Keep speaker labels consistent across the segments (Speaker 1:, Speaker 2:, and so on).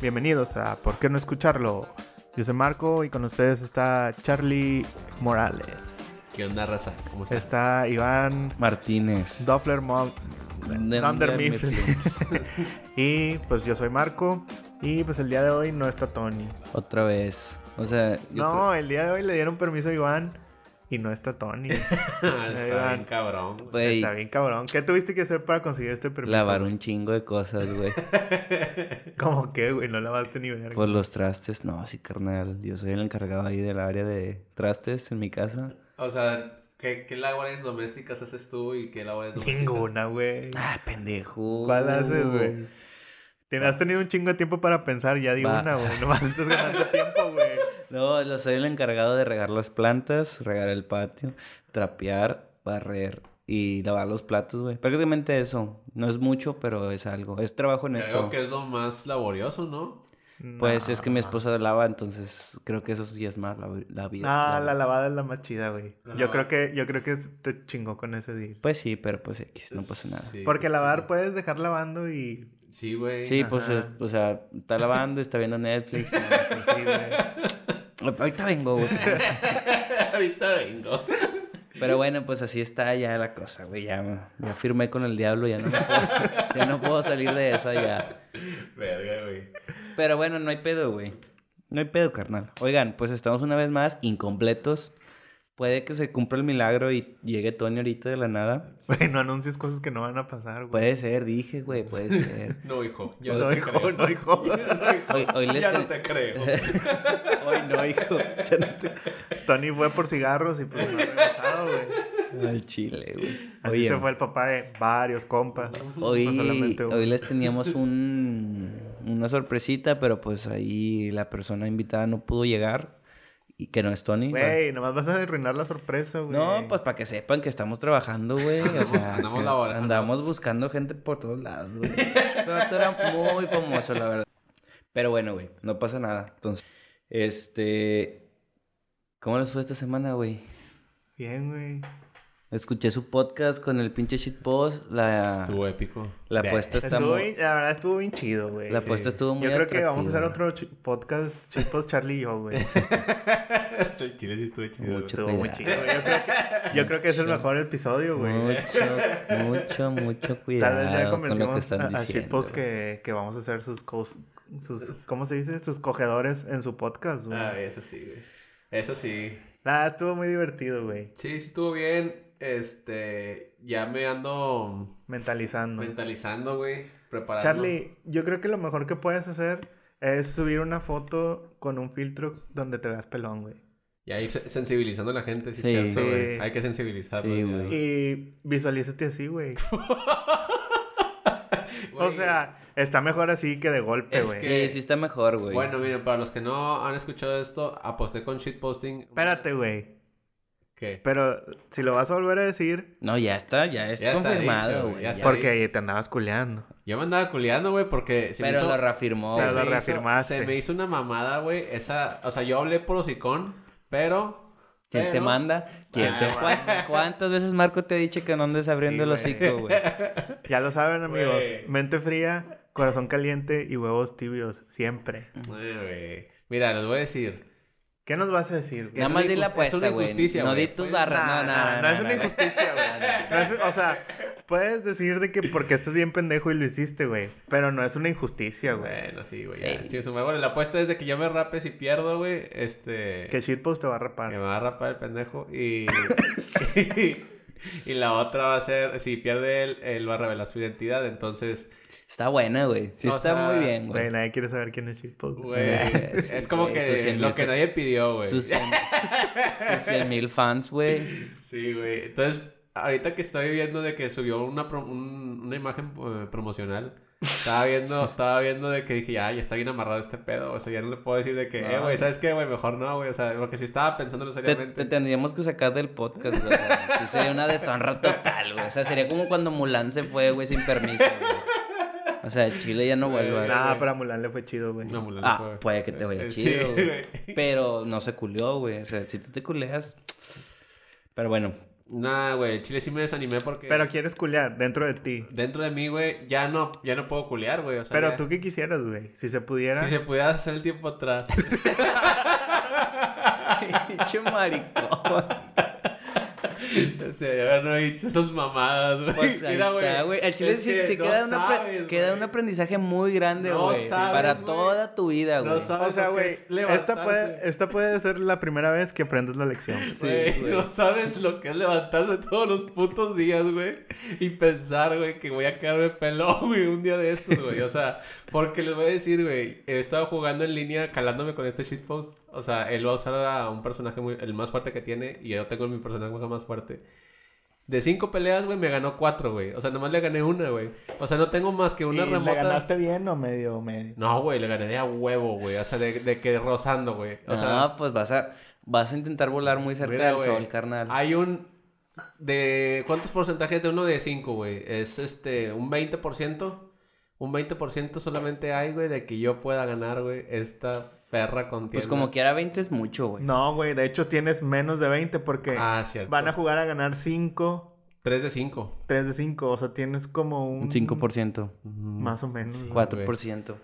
Speaker 1: Bienvenidos a ¿Por qué no escucharlo? Yo soy Marco y con ustedes está Charlie Morales.
Speaker 2: ¿Qué onda, raza? ¿Cómo estás?
Speaker 1: Está Iván
Speaker 3: Martínez.
Speaker 1: Duffler Mom
Speaker 3: Dunder
Speaker 1: Dunder
Speaker 3: Mifflin.
Speaker 1: Mifflin. y pues yo soy Marco. Y pues el día de hoy no está Tony.
Speaker 3: Otra vez. O sea, yo
Speaker 1: no, el día de hoy le dieron permiso a Iván y no está Tony.
Speaker 2: Está
Speaker 1: Iván.
Speaker 2: bien cabrón. güey.
Speaker 3: creo- güey,
Speaker 1: Está bien, cabrón. ¿Qué tuviste que hacer para conseguir este permiso?
Speaker 3: lavar
Speaker 1: güey?
Speaker 3: un chingo de cosas, güey.
Speaker 1: ¿Cómo que, güey? No lavaste ni verga.
Speaker 3: Por los trastes, no, sí, carnal. Yo soy el encargado ahí del área de trastes en mi casa.
Speaker 2: O sea, ¿qué, qué labores domésticas haces tú y qué labores domésticas?
Speaker 1: Ninguna, güey.
Speaker 3: Ah, pendejo.
Speaker 1: ¿Cuál haces, güey? Te- Has tenido un chingo de tiempo para pensar, ya di
Speaker 3: Va.
Speaker 1: una, güey. Nomás estás ganando tiempo, güey.
Speaker 3: No, yo soy el encargado de regar las plantas, regar el patio, trapear, barrer y lavar los platos, güey. Prácticamente eso. No es mucho, pero es algo. Es trabajo en
Speaker 2: Creo
Speaker 3: esto.
Speaker 2: que es lo más laborioso, ¿no?
Speaker 3: Pues es que mi
Speaker 1: Nah.
Speaker 3: esposa lava, entonces creo que eso sí es más la, la vida.
Speaker 1: Ah,
Speaker 3: la-
Speaker 1: la lavada es la más chida, güey.
Speaker 2: La
Speaker 1: Yo
Speaker 2: lavada.
Speaker 1: creo que, yo creo que te chingó con ese deal.
Speaker 3: Pues sí, pero pues X, no pasa nada.
Speaker 2: Sí,
Speaker 1: Porque
Speaker 2: sí,
Speaker 1: lavar
Speaker 2: güey.
Speaker 1: puedes dejar lavando y.
Speaker 2: Sí, güey.
Speaker 3: Sí, pues,
Speaker 1: Ajá.
Speaker 3: es- o sea, está lavando, está viendo Netflix.
Speaker 1: Pues sí, güey.
Speaker 3: Ahorita vengo, güey.
Speaker 2: Ahorita vengo.
Speaker 3: Pero bueno, pues así está ya la cosa, güey. Ya, ya firmé con el diablo, ya no, me puedo, ya no puedo salir de esa ya.
Speaker 2: Verga, güey.
Speaker 3: Pero bueno, no hay pedo, güey. No hay pedo, carnal. Oigan, pues estamos una vez más incompletos. Puede que se cumpla el milagro y llegue Tony ahorita de la nada.
Speaker 1: Güey, no anuncies cosas que no van a pasar, güey.
Speaker 3: Puede ser, dije, güey, puede ser.
Speaker 2: No, hijo. Yo
Speaker 1: Yo no,
Speaker 2: te
Speaker 1: hijo,
Speaker 2: creo.
Speaker 1: no, hijo.
Speaker 2: No, hijo,
Speaker 3: Hoy- hoy les
Speaker 2: ya no
Speaker 3: tra-
Speaker 2: te creo.
Speaker 3: Hoy no, hijo. Ya no te-
Speaker 1: Tony fue por cigarros y pues no ha regresado, güey.
Speaker 3: Al chile, güey.
Speaker 1: Así
Speaker 3: Oye,
Speaker 1: se fue el papá de varios compas. No
Speaker 3: Hoy,
Speaker 1: solamente uno.
Speaker 3: hoy les teníamos un, una sorpresita, pero pues ahí la persona invitada no pudo llegar y que no es Tony.
Speaker 1: Güey, nomás vas a arruinar la sorpresa, güey.
Speaker 3: No, pues para que sepan que estamos trabajando, güey. O sea,
Speaker 2: andamos
Speaker 3: que
Speaker 2: laborando.
Speaker 3: andamos buscando gente por todos lados, güey. Este vato era muy famoso, la verdad. Pero bueno, güey, no pasa nada. Entonces, este... ¿Cómo les fue esta semana, güey?
Speaker 1: Bien, güey.
Speaker 3: Escuché su podcast con el pinche shitpost. La,
Speaker 2: Estuvo épico.
Speaker 3: Ah. la apuesta está
Speaker 1: Estuvo
Speaker 3: muy-
Speaker 1: bien- la verdad estuvo bien chido, güey.
Speaker 3: pues, La apuesta estuvo muy
Speaker 1: Yo creo que vamos a hacer
Speaker 3: atractiva.
Speaker 1: otro chi- podcast, chispos Charlie y yo, güey.
Speaker 2: El chile sí estuvo chido. güey.
Speaker 3: Mucho
Speaker 1: Estuvo muy
Speaker 3: cuidado.
Speaker 1: chido, güey. Yo creo que, yo creo que es el mejor episodio, güey.
Speaker 3: Mucho, mucho, mucho
Speaker 1: Tal vez ya
Speaker 3: cuidado con lo que
Speaker 1: convencimos
Speaker 3: están
Speaker 1: a, a
Speaker 3: diciendo.
Speaker 1: Chipos que, que vamos a hacer sus, cos- sus ¿cómo se dice? Sus cogedores en su podcast, güey.
Speaker 2: Ah, eso sí, güey. Eso sí.
Speaker 1: Nada, estuvo muy divertido, güey.
Speaker 2: Sí, sí estuvo bien. Este, ya me ando
Speaker 1: Mentalizando.
Speaker 2: mentalizando, güey, preparando.
Speaker 1: Charlie, yo creo que lo mejor que puedes hacer es subir una foto con un filtro donde te veas pelón, güey.
Speaker 2: Y ahí se- sensibilizando a la gente, sí,
Speaker 3: Sí.
Speaker 2: es cierto,
Speaker 1: Sí.
Speaker 2: güey. Hay que sensibilizarlo.
Speaker 3: Sí,
Speaker 2: ya.
Speaker 3: güey.
Speaker 1: Y visualízate así, güey.
Speaker 2: Güey,
Speaker 1: O sea, está mejor así que de golpe,
Speaker 2: Es
Speaker 1: güey.
Speaker 2: que-
Speaker 3: Sí, sí está mejor, güey.
Speaker 2: bueno, miren, para los que no han escuchado esto, aposté con shitposting.
Speaker 1: Espérate, güey.
Speaker 2: ¿Qué?
Speaker 1: Pero si lo vas a volver a decir,
Speaker 3: No, ya está, ya es
Speaker 2: Ya está dicho,
Speaker 3: confirmado,
Speaker 2: güey,
Speaker 3: güey.
Speaker 2: ya
Speaker 3: ya.
Speaker 2: está.
Speaker 1: porque te andabas culeando.
Speaker 2: Yo me andaba culeando, güey, porque se me
Speaker 3: Pero
Speaker 2: hizo-
Speaker 3: lo reafirmó,
Speaker 2: se
Speaker 1: Pero
Speaker 3: güey.
Speaker 1: lo
Speaker 2: me hizo-
Speaker 1: reafirmaste.
Speaker 2: Se me hizo una mamada, güey, esa, o sea, yo hablé por hocicón, pero
Speaker 3: ¿Quién te
Speaker 2: pero-
Speaker 3: manda? ¿Quién te
Speaker 2: Ah,
Speaker 3: ¿Cuán- ¿Cuántas veces Marco te ha dicho que no andes abriendo
Speaker 1: Sí,
Speaker 3: el hocico, güey?
Speaker 1: Ya lo saben, amigos.
Speaker 2: Güey.
Speaker 1: Mente fría, corazón caliente y huevos tibios. Siempre.
Speaker 2: Ay, eh, güey. Mira, les voy a decir.
Speaker 1: ¿Qué nos vas a decir? güey?
Speaker 3: Nada más
Speaker 2: una
Speaker 3: di la
Speaker 2: injust- es una
Speaker 3: apuesta, güey.
Speaker 2: injusticia,
Speaker 3: No
Speaker 2: güey.
Speaker 3: di tus
Speaker 2: Fue-
Speaker 3: barras,
Speaker 1: Nah,
Speaker 3: no,
Speaker 1: nah,
Speaker 3: no,
Speaker 1: no, es una
Speaker 3: no.
Speaker 1: injusticia, güey. No es- o sea, puedes decir de que porque esto es bien pendejo y lo hiciste, güey. Pero no es una injusticia, güey.
Speaker 2: Bueno, sí, güey.
Speaker 3: Sí.
Speaker 2: ya. Chingue su madre. Bueno, la apuesta es de que yo me rape si pierdo, güey. Este.
Speaker 1: Que shitpost te va a
Speaker 2: Que me
Speaker 1: rapar.
Speaker 2: va a rapar el pendejo. Y. y, la otra va a ser. Si pierde él, él va a revelar su identidad. Entonces,
Speaker 3: Está buena, güey. Sí
Speaker 2: O sea,
Speaker 3: está muy bien,
Speaker 1: Güey,
Speaker 3: güey.
Speaker 1: nadie quiere saber quién es shitpost.
Speaker 2: güey.
Speaker 3: Eh, Sí,
Speaker 2: es como
Speaker 3: güey,
Speaker 2: que
Speaker 3: sus cien
Speaker 2: lo
Speaker 3: mil
Speaker 2: que
Speaker 3: fe-
Speaker 2: nadie pidió, güey.
Speaker 3: Sus 100 mil fans, güey.
Speaker 2: Sí, güey. Entonces, ahorita que estoy viendo de que subió una, pro- un- una imagen eh, promocional. Estaba viendo, estaba viendo de que dije, ah, ya está bien amarrado este pedo. O sea, ya no le puedo decir de que,
Speaker 3: No,
Speaker 2: eh, güey,
Speaker 3: güey.
Speaker 2: ¿sabes qué, güey? Mejor no, güey. O sea, porque si estaba pensándolo
Speaker 3: Ah. Te, te
Speaker 2: seriamente.
Speaker 3: tendríamos que sacar del podcast, güey. Sí, sería una deshonra total, güey. O sea, sería como cuando Mulan se fue, güey, sin permiso, güey. O sea, Chile ya no vuelva.
Speaker 1: Nah,
Speaker 2: güey.
Speaker 1: pero a Mulan le fue chido, güey.
Speaker 2: Eh, Pues No, Mulan,
Speaker 3: Ah,
Speaker 2: fue-
Speaker 3: puede que te vaya
Speaker 2: Eh,
Speaker 3: chido,
Speaker 2: sí,
Speaker 3: güey.
Speaker 2: güey.
Speaker 3: Pero no se culió, güey. O sea, si tú te culeas. Pero bueno,
Speaker 2: Nah, güey, el chile sí me desanimé porque...
Speaker 1: Pero quieres culear dentro de ti.
Speaker 2: Dentro de mí, güey, ya no, ya no puedo culear, güey. O sea,
Speaker 1: Pero
Speaker 2: ya-
Speaker 1: tú qué quisieras, güey. Si se pudiera.
Speaker 2: Si se pudiera hacer el tiempo atrás.
Speaker 3: Pinche maricón.
Speaker 2: O sea, ya habernos dicho esas mamadas, güey.
Speaker 3: Pues ahí
Speaker 2: Mira,
Speaker 3: está, güey. Al chile
Speaker 2: es
Speaker 3: sí-
Speaker 2: que
Speaker 3: se
Speaker 2: no
Speaker 3: queda, un apre-
Speaker 2: sabes,
Speaker 3: queda
Speaker 2: güey.
Speaker 3: un aprendizaje muy grande,
Speaker 2: No
Speaker 3: güey.
Speaker 2: sabes,
Speaker 3: para
Speaker 2: güey.
Speaker 3: toda tu vida, güey.
Speaker 2: No sabes
Speaker 1: O sea,
Speaker 2: lo que
Speaker 1: güey,
Speaker 2: es
Speaker 1: esta puede,
Speaker 2: levantarse.
Speaker 1: esta puede ser la primera vez que aprendes la lección.
Speaker 3: Sí,
Speaker 2: Güey,
Speaker 3: güey.
Speaker 2: no sabes lo que es levantarse todos los putos días, güey. Y pensar, güey, que voy a quedarme pelón, güey, un día de estos, güey. O sea, porque les voy a decir, güey, he estado jugando en línea calándome con este shitpost. O sea, él va a usar a un personaje muy, el más fuerte que tiene y yo tengo mi personaje más fuerte. De cinco peleas, güey, me ganó cuatro, güey. O sea, nomás le gané una, güey. O sea, no tengo más que una
Speaker 1: ¿Y
Speaker 2: remota.
Speaker 1: ¿Le ganaste bien o medio medio?
Speaker 2: No, güey, le gané de a huevo, güey. O sea, de, de que rozando, güey. O
Speaker 3: no,
Speaker 2: sea,
Speaker 3: pues vas a, vas a intentar volar muy cerca
Speaker 2: Mira,
Speaker 3: del
Speaker 2: güey,
Speaker 3: sol, carnal.
Speaker 2: Hay un... De, ¿Cuántos porcentajes de uno de 5, güey? Es este, un 20%. Un 20% solamente hay, güey, de que yo pueda ganar, güey, esta perra contienda.
Speaker 3: pues como quiera 20 es mucho, güey.
Speaker 1: No, güey. De hecho, tienes menos de 20 porque
Speaker 2: Pues. Ah, cierto.
Speaker 1: van a jugar a ganar 5,
Speaker 2: 3 de 5.
Speaker 1: 3 de 5. O sea, tienes como un.
Speaker 3: Un 5%,
Speaker 1: Más o menos. güey.
Speaker 3: 4%.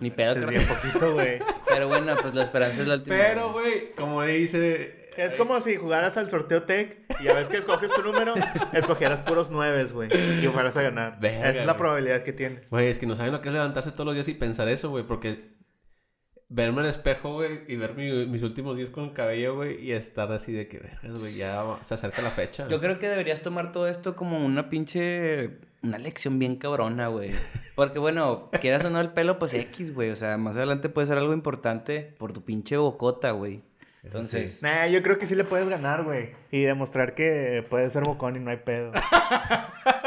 Speaker 3: Ni pedo,
Speaker 1: Mm, Es
Speaker 3: carnal.
Speaker 1: bien poquito, güey.
Speaker 3: Pero bueno, pues la esperanza es la última.
Speaker 2: Pero, güey, como dice... eh,
Speaker 1: Es como si jugaras al sorteo tech y a vez que escoges tu número, escogieras puros nueves, güey. Y jugaras a ganar.
Speaker 2: Verga,
Speaker 1: Esa es la
Speaker 2: güey.
Speaker 1: probabilidad que tienes.
Speaker 2: Güey, es que no saben lo que es levantarse todos los días y pensar eso, güey, porque... Verme al espejo, güey, y ver mi- mis últimos días con el cabello, güey, y estar así de que, vergas, güey, ya se acerca la fecha.
Speaker 3: Yo creo que deberías tomar todo esto como una pinche... Una lección bien cabrona, güey. Porque, bueno, quieras o no el pelo, pues X, güey. O sea, más adelante puede ser algo importante por tu pinche bocota, güey. Entonces...
Speaker 1: Nah, yo creo que sí le puedes ganar, güey. Y demostrar que puedes ser bocón y no hay pedo.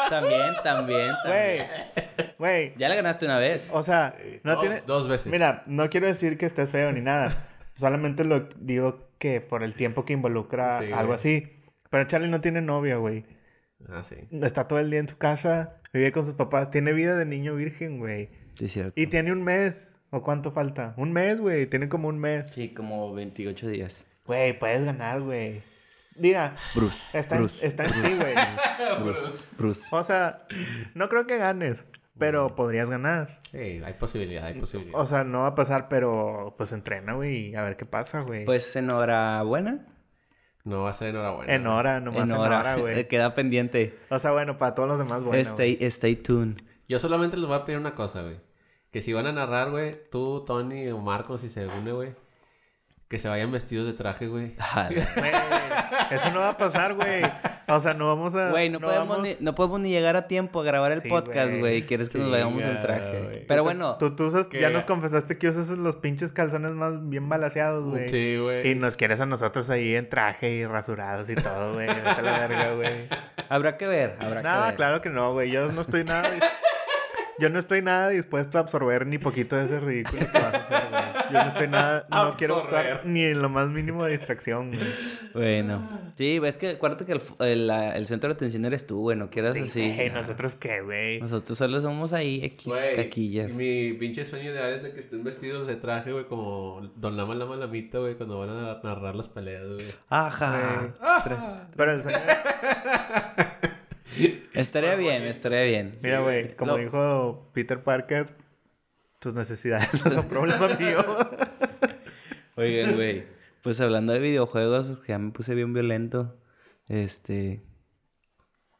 Speaker 3: También, también, también.
Speaker 1: Güey, güey.
Speaker 3: Ya la ganaste una vez.
Speaker 1: O sea, no
Speaker 2: dos,
Speaker 1: tiene...
Speaker 2: dos veces.
Speaker 1: Mira, no quiero decir que estés feo ni nada. Solamente lo digo que por el tiempo que involucra
Speaker 2: Sí,
Speaker 1: algo
Speaker 2: güey.
Speaker 1: así. Pero Charlie no tiene novia, güey.
Speaker 2: Ah, sí.
Speaker 1: Está todo el día en su casa, vive con sus papás, tiene vida de niño virgen, güey.
Speaker 3: Sí, cierto.
Speaker 1: Y tiene un mes. ¿O cuánto falta? Un mes, güey. Tiene como un mes.
Speaker 3: Sí, como 28 días.
Speaker 1: Güey, puedes ganar, güey. Mira,
Speaker 3: Bruce.
Speaker 1: está, en-
Speaker 3: Bruce.
Speaker 1: está en ti, güey. Ah,
Speaker 3: Bruce. Bruce.
Speaker 1: O sea, no creo que ganes, pero podrías ganar.
Speaker 2: Sí, hay posibilidad, hay posibilidad.
Speaker 1: O sea, no va a pasar, pero pues entrena, güey, y a ver qué pasa, güey.
Speaker 3: Pues enhorabuena.
Speaker 2: pues, No va a ser enhorabuena.
Speaker 1: en hora, nomás en hora, güey.
Speaker 3: Queda pendiente.
Speaker 1: O sea, bueno, para todos los demás, bueno.
Speaker 3: stay, stay tuned.
Speaker 2: Yo solamente les voy a pedir una cosa, güey. Que si van a narrar, güey, tú, Tony o Marcos, si se une, güey, que se vayan vestidos de traje, güey.
Speaker 3: Jala.
Speaker 1: Güey, eso no va a pasar, güey. O sea, no vamos a...
Speaker 3: Güey, no, podemos
Speaker 1: vamos-
Speaker 3: ni, no podemos ni llegar a tiempo a grabar el
Speaker 1: Sí,
Speaker 3: podcast,
Speaker 1: güey.
Speaker 3: güey. Quieres que nos vayamos en
Speaker 2: Chingada,
Speaker 3: traje.
Speaker 2: güey.
Speaker 3: Pero bueno,
Speaker 1: Tú, tú usas-
Speaker 2: Que-
Speaker 1: ya nos confesaste que usas los pinches calzones más bien balaseados, güey.
Speaker 2: Sí, güey.
Speaker 1: Y nos quieres a nosotros ahí en traje y rasurados y todo, güey. Vete a la verga, güey.
Speaker 3: habrá que ver, habrá que
Speaker 1: No,
Speaker 3: ver.
Speaker 1: claro que no, güey. Yo no estoy nada... dis- Yo no estoy nada dispuesto a absorber ni poquito de ese ridículo que vas a hacer, güey. Yo no estoy nada... No quiero
Speaker 2: Absorber.
Speaker 1: actuar ni en lo más mínimo de distracción, güey.
Speaker 3: Bueno. Sí, es que acuérdate que el, f- el, la- el centro de atención eres tú, güey. No quieras
Speaker 1: Sí,
Speaker 3: así.
Speaker 1: güey, ¿Nosotros qué, güey?
Speaker 3: Nosotros solo somos ahí X
Speaker 2: Güey,
Speaker 3: caquillas.
Speaker 2: Mi pinche sueño ideal es de que estén vestidos de traje, güey, como Don Lama Lama Lamita, güey, cuando van a narrar las peleas, güey.
Speaker 3: Ajá.
Speaker 1: Pero el sueño...
Speaker 3: Estaría bien, estaría bien.
Speaker 1: Mira, güey, como
Speaker 3: Lo-
Speaker 1: dijo Peter Parker, tus necesidades no son problema mío.
Speaker 3: Oigan, güey. Pues hablando de videojuegos, ya me puse bien violento. Este.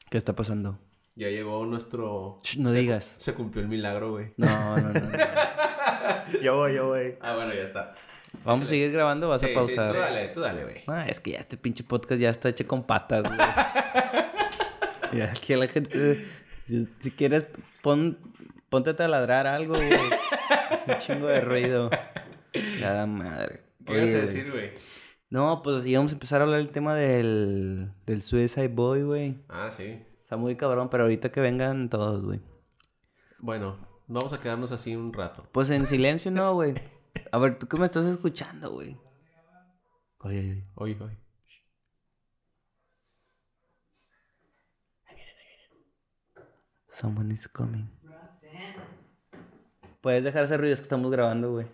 Speaker 3: ¿Qué está pasando?
Speaker 2: Ya llegó nuestro...
Speaker 3: Ch, no digas.
Speaker 2: Se cumplió el milagro, güey.
Speaker 3: No, no, no. no.
Speaker 1: Yo voy, yo voy.
Speaker 2: Ah, bueno, ya está.
Speaker 3: Vamos a seguir grabando, o vas
Speaker 2: Sí,
Speaker 3: a
Speaker 2: sí,
Speaker 3: pausar.
Speaker 2: tú dale, tú dale, güey.
Speaker 3: Ah, es que ya este pinche podcast ya está hecho con patas, güey. ya que la gente. Si, si quieres, pon, ponte a taladrar algo, güey. Es un chingo de ruido. Nada madre.
Speaker 2: ¿Qué ibas a
Speaker 3: Oye,
Speaker 2: decir, güey?
Speaker 3: No, pues íbamos a empezar a hablar del tema del, del Suicide Boy, güey.
Speaker 2: Ah, sí.
Speaker 3: Está muy cabrón, pero ahorita que vengan todos, güey.
Speaker 2: Bueno, vamos a quedarnos así un rato.
Speaker 3: Pues en silencio no, güey. A ver, ¿tú qué me estás escuchando, güey? Oye, oye, oye.
Speaker 2: Hoy, hoy.
Speaker 3: Someone is coming. Puedes dejar ese ruido, es que estamos grabando, güey.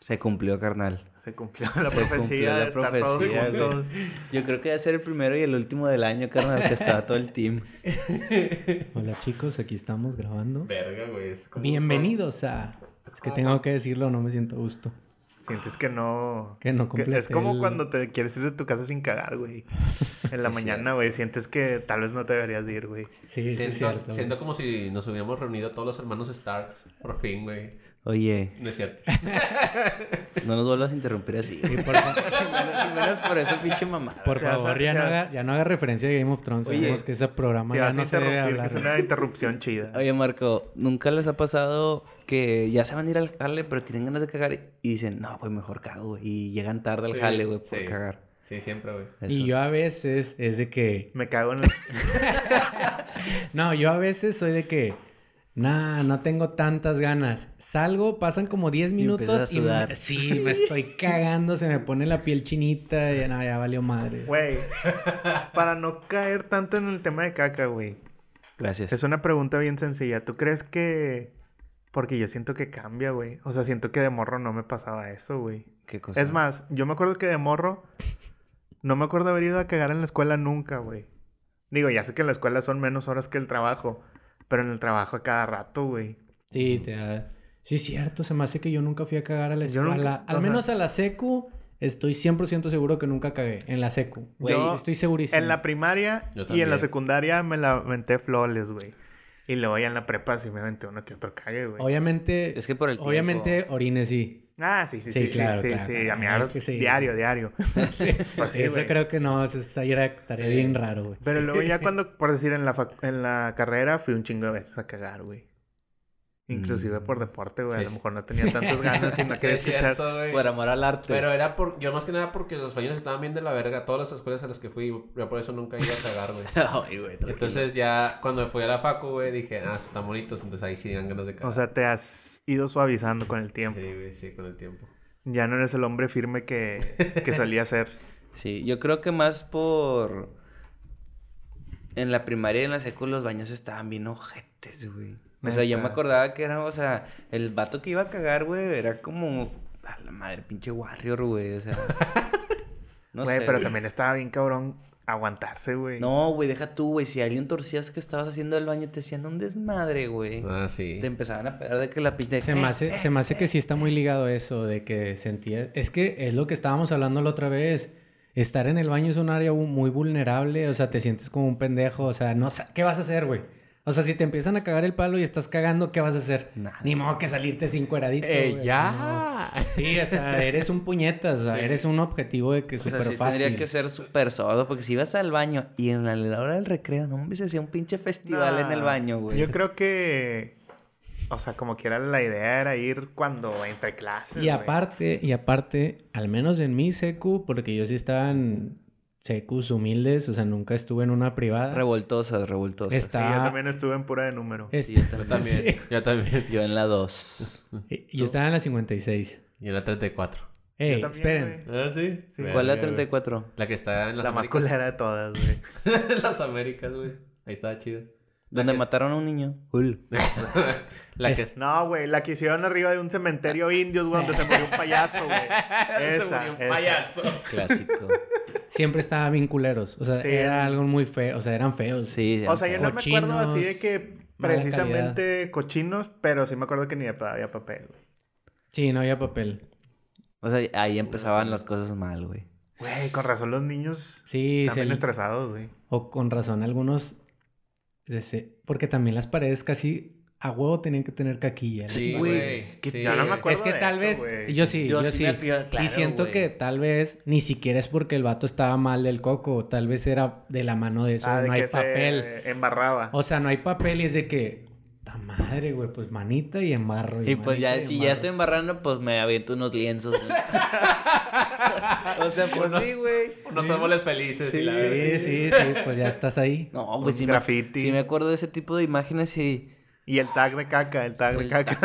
Speaker 3: Se cumplió, carnal.
Speaker 1: Se cumplió la
Speaker 3: Se
Speaker 1: profecía
Speaker 3: cumplió la
Speaker 1: de estar todos
Speaker 3: profecía, güey.
Speaker 1: juntos.
Speaker 3: Yo creo que va a ser el primero y el último del año, carnal, que estaba todo el team.
Speaker 4: Hola chicos, aquí estamos grabando.
Speaker 2: Verga, güey. es como-
Speaker 4: Bienvenidos a... Es que tengo que decirlo, no me siento a gusto.
Speaker 1: Sientes que no.
Speaker 4: Que no
Speaker 1: que es
Speaker 4: completé
Speaker 1: como
Speaker 4: el-
Speaker 1: cuando te quieres ir de tu casa sin cagar, güey. En la mañana, güey. Sientes que tal vez no te deberías de ir, güey.
Speaker 4: Sí, sí,
Speaker 2: Siento,
Speaker 4: es cierto. güey.
Speaker 2: siento como si nos hubiéramos reunido todos los hermanos Stark. Por fin, güey.
Speaker 3: Oye,
Speaker 2: No es cierto.
Speaker 3: no nos vuelvas a interrumpir así.
Speaker 4: Sí, por, fa-
Speaker 3: Menos- menos por esa pinche mamada.
Speaker 4: por
Speaker 1: O sea,
Speaker 4: favor,
Speaker 1: se-
Speaker 4: ya,
Speaker 1: se
Speaker 4: no
Speaker 1: hace-
Speaker 4: haga, ya no haga referencia a Game of Thrones.
Speaker 3: Oye,
Speaker 4: Sabemos que ese programa
Speaker 1: Si
Speaker 4: ya
Speaker 1: vas a
Speaker 4: no se debe
Speaker 1: interrumpir, que
Speaker 4: hablar.
Speaker 1: es una interrupción chida.
Speaker 3: Oye, Marco, ¿nunca les ha pasado que ya se van a ir al jale, pero tienen ganas de cagar y dicen, no, pues mejor cago, güey"? Y llegan tarde al
Speaker 2: Sí,
Speaker 3: jale, güey, por
Speaker 2: sí.
Speaker 3: cagar.
Speaker 2: Sí, siempre, güey.
Speaker 3: Eso.
Speaker 4: Y yo a veces es de que...
Speaker 1: Me cago en la...
Speaker 4: No, yo a veces soy de que... Nah, no tengo tantas ganas. Salgo, pasan como 10
Speaker 3: empiezas
Speaker 4: minutos
Speaker 3: a
Speaker 4: y, me-
Speaker 3: sudar.
Speaker 4: sí, me estoy cagando, se me pone la piel chinita y no, ya valió madre.
Speaker 1: Güey. Para no caer tanto en el tema de caca, güey.
Speaker 3: Gracias.
Speaker 1: Es una pregunta bien sencilla. ¿Tú crees que...? Porque yo siento que cambia, güey. O sea, siento que de morro no me pasaba eso, güey.
Speaker 3: ¿Qué cosa?
Speaker 1: Es más, yo me acuerdo que de morro... No me acuerdo haber ido a cagar en la escuela nunca, güey. Digo, ya sé que en la escuela son menos horas que el trabajo. Pero en el trabajo a cada rato, güey.
Speaker 4: Sí, te da- Sí, cierto, se me hace que yo nunca fui a cagar a la
Speaker 1: Yo
Speaker 4: escuela.
Speaker 1: nunca-
Speaker 4: Al
Speaker 1: o sea-
Speaker 4: menos a la secu, estoy 100% seguro que nunca cagué. En la secu. Güey,
Speaker 1: Yo-
Speaker 4: estoy segurísimo.
Speaker 1: En la primaria y
Speaker 2: Yo
Speaker 1: en la
Speaker 2: también.
Speaker 1: secundaria me la aventé flores, güey. Y luego ya en la prepa sí me aventé uno que otro cague, güey.
Speaker 4: Obviamente.
Speaker 3: Es que por el
Speaker 4: Obviamente,
Speaker 3: tiempo.
Speaker 4: orines sí.
Speaker 1: Ah, sí, sí,
Speaker 4: Sí,
Speaker 1: sí, sí,
Speaker 4: claro,
Speaker 1: sí,
Speaker 4: claro.
Speaker 1: sí. A mí
Speaker 4: Ay,
Speaker 1: ahora-
Speaker 4: que sí.
Speaker 1: diario, diario. Pues sí,
Speaker 4: Eso
Speaker 1: güey.
Speaker 4: creo que no, eso está, era, estaría
Speaker 2: Sí.
Speaker 4: bien raro, güey.
Speaker 1: Pero luego ya cuando, por decir, en la, fac- en la carrera fui un chingo de veces a cagar, güey. Inclusive
Speaker 3: Mm.
Speaker 1: por deporte, güey.
Speaker 2: Sí,
Speaker 1: a lo
Speaker 2: sí.
Speaker 1: mejor no tenía tantas ganas y no quería
Speaker 2: Es
Speaker 1: escuchar.
Speaker 2: cierto, güey.
Speaker 3: Por amor al arte.
Speaker 2: Pero era por... Yo más que nada porque los baños estaban bien de la verga. Todas las escuelas a las que fui, yo por eso nunca iba a cagar, güey.
Speaker 3: Ay, güey, tranquilo.
Speaker 2: Entonces ya cuando fui a la facu, güey, dije, ah, están bonitos. Entonces ahí sí dan ganas de cagar.
Speaker 1: O sea, te has ido suavizando con el tiempo.
Speaker 2: Sí, güey, sí, con el tiempo.
Speaker 1: Ya no eres el hombre firme que, que solía ser.
Speaker 3: Sí, yo creo que más por... En la primaria y en la secu los baños estaban bien ojetes, güey. O sea, yo me
Speaker 1: Neta.
Speaker 3: acordaba que era, o sea, el vato que iba a cagar, güey, era como... A la madre, pinche warrior, güey, o sea... No
Speaker 1: güey,
Speaker 3: sé,
Speaker 1: pero
Speaker 3: güey.
Speaker 1: también estaba bien cabrón aguantarse, güey.
Speaker 3: No, güey, deja tú, güey. Si alguien torcías que estabas haciendo el baño, te hacían un desmadre, güey.
Speaker 2: Ah, sí.
Speaker 3: Te empezaban a pegar de que la pinche...
Speaker 4: Se me, hace, se me hace que sí está muy ligado eso de que sentías... Es que es lo que estábamos hablando la otra vez. Estar en el baño es un área bu- muy vulnerable. O sea, te sientes como un pendejo. O sea, no, sa- ¿qué vas a hacer, güey? O sea, si te empiezan a cagar el palo y estás cagando, ¿qué vas a hacer?
Speaker 3: Nada.
Speaker 4: Ni modo que salirte sin cueradito.
Speaker 2: Eh,
Speaker 4: güey. No.
Speaker 2: ya.
Speaker 4: Sí, o sea, eres un puñetas. O sea, eres un objetivo de que
Speaker 3: O sea,
Speaker 4: súper
Speaker 3: sí
Speaker 4: fácil.
Speaker 3: tendría que ser súper sordo, porque si ibas al baño y en la, la hora del recreo, no, hombre, se hacía un pinche festival en el
Speaker 1: Nah,
Speaker 3: baño, güey.
Speaker 1: Yo creo que. O sea, como quiera, la idea era ir cuando entre clases.
Speaker 4: Y
Speaker 1: güey.
Speaker 4: aparte, y aparte, al menos en mi secu, porque yo sí estaba en secus humildes, o sea, nunca estuve en una privada.
Speaker 3: Revoltosas, revoltosas.
Speaker 1: Sí,
Speaker 4: Está- Eh,
Speaker 1: yo también estuve en pura de número.
Speaker 4: Es-
Speaker 3: Sí, yo
Speaker 2: Yo
Speaker 3: también.
Speaker 2: también, yo también.
Speaker 3: Yo en la 2.
Speaker 4: Y- Yo estaba en la 56.
Speaker 2: Y en la 34.
Speaker 4: Ey,
Speaker 1: también,
Speaker 4: eh, esperen.
Speaker 2: Ah, sí.
Speaker 1: Sí.
Speaker 2: Verga,
Speaker 3: ¿Cuál la
Speaker 2: güey.
Speaker 3: 34?
Speaker 2: La que está en las
Speaker 1: La más
Speaker 2: Américas.
Speaker 1: culera de todas, güey.
Speaker 2: las Américas, güey. Ahí estaba chida.
Speaker 3: Donde
Speaker 2: que-
Speaker 3: mataron a un niño.
Speaker 2: La que
Speaker 4: Es-
Speaker 1: No, güey, la que hicieron arriba de un cementerio indio donde se murió un payaso, güey.
Speaker 2: se
Speaker 1: Esa,
Speaker 2: murió un
Speaker 1: esa.
Speaker 2: payaso.
Speaker 3: Clásico.
Speaker 4: Siempre estaban bien culeros. O sea,
Speaker 1: Sí,
Speaker 4: era
Speaker 1: eran-
Speaker 4: algo muy feo. O sea, eran feos.
Speaker 3: Sí.
Speaker 1: O sea, yo no me acuerdo así de
Speaker 4: Cochinos,
Speaker 1: que
Speaker 4: mala
Speaker 1: precisamente cochinos, pero sí me acuerdo que ni de pa- había papel, güey.
Speaker 4: Sí, no había papel.
Speaker 3: O sea, ahí empezaban las cosas mal, güey.
Speaker 1: Güey, con razón los niños
Speaker 4: Sí, se
Speaker 1: también
Speaker 4: le-
Speaker 1: estresados, güey.
Speaker 4: o con razón algunos. de ese- Porque también las paredes casi a huevo tenían que tener caquilla.
Speaker 2: Sí,
Speaker 4: las
Speaker 2: güey.
Speaker 4: paredes.
Speaker 3: que-
Speaker 2: sí.
Speaker 1: yo no me acuerdo.
Speaker 4: Es que
Speaker 1: de
Speaker 4: tal
Speaker 1: eso,
Speaker 4: vez,
Speaker 1: güey.
Speaker 4: yo sí, yo,
Speaker 3: Yo sí
Speaker 4: sí.
Speaker 3: me acuerdo, claro,
Speaker 4: y siento
Speaker 3: güey.
Speaker 4: que tal vez ni siquiera es porque el vato estaba mal del coco, tal vez era de la mano de eso,
Speaker 1: Ah, de
Speaker 4: no hay
Speaker 1: que se
Speaker 4: papel.
Speaker 1: embarraba.
Speaker 4: O sea, no hay papel y es de que, ta madre, güey, pues manita y embarro.
Speaker 3: Y pues
Speaker 4: manita
Speaker 3: ya, si ya
Speaker 4: embarro".
Speaker 3: estoy embarrando, pues me aviento unos lienzos. güey. o sea, pues
Speaker 2: Unos-
Speaker 3: sí, güey.
Speaker 2: Unos árboles felices. y la verga.
Speaker 4: Sí, sí, sí, pues ya estás ahí.
Speaker 3: No,
Speaker 1: Un
Speaker 3: pues sí me,
Speaker 1: graffiti.
Speaker 3: sí me acuerdo de ese tipo de imágenes y...
Speaker 1: Y el tag de caca, el tag de
Speaker 3: El
Speaker 1: caca.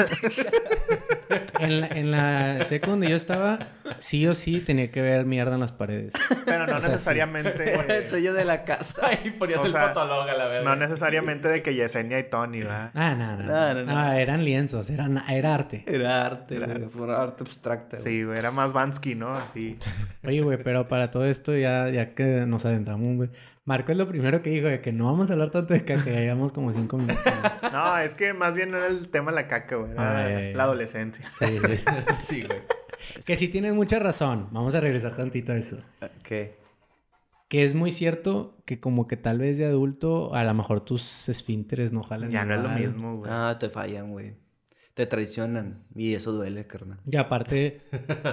Speaker 4: en, la, en la secu donde yo estaba, sí o sí tenía que ver mierda en las paredes.
Speaker 1: Pero no
Speaker 4: O sea, sí.
Speaker 1: necesariamente.
Speaker 3: Por el sello de la casa.
Speaker 2: Ahí ponías
Speaker 1: O
Speaker 2: el
Speaker 1: sea,
Speaker 2: fotólogo a la
Speaker 1: No
Speaker 2: verdad.
Speaker 1: necesariamente de que Yesenia y Tony, ¿verdad?
Speaker 4: Ah, no, no,
Speaker 3: No,
Speaker 4: no.
Speaker 3: no, no.
Speaker 4: Ah, eran lienzos, eran, era arte.
Speaker 3: Era arte,
Speaker 1: Era
Speaker 3: güey, Fue arte abstracta, güey.
Speaker 1: Sí, güey, era más Vansky, ¿no? Así.
Speaker 4: Oye, güey, pero para todo esto, ya, ya que nos adentramos, güey. Marco es lo primero que dijo, de que no vamos a hablar tanto de caca, ya llevamos como cinco minutos. güey.
Speaker 1: No, es que más bien era el tema de la caca, güey. Era
Speaker 4: Ah, ya, ya.
Speaker 1: la adolescencia.
Speaker 4: Sí, sí.
Speaker 2: Sí, güey.
Speaker 4: Que sí tienes mucha razón. Vamos a regresar tantito a eso.
Speaker 3: ¿Qué?
Speaker 4: Que es muy cierto que como que tal vez de adulto, a lo mejor tus esfínteres no jalan.
Speaker 1: Ya no es lo
Speaker 4: igual.
Speaker 1: mismo, güey.
Speaker 3: Ah, te fallan, güey. Te traicionan. Y eso duele, carnal.
Speaker 4: Y aparte,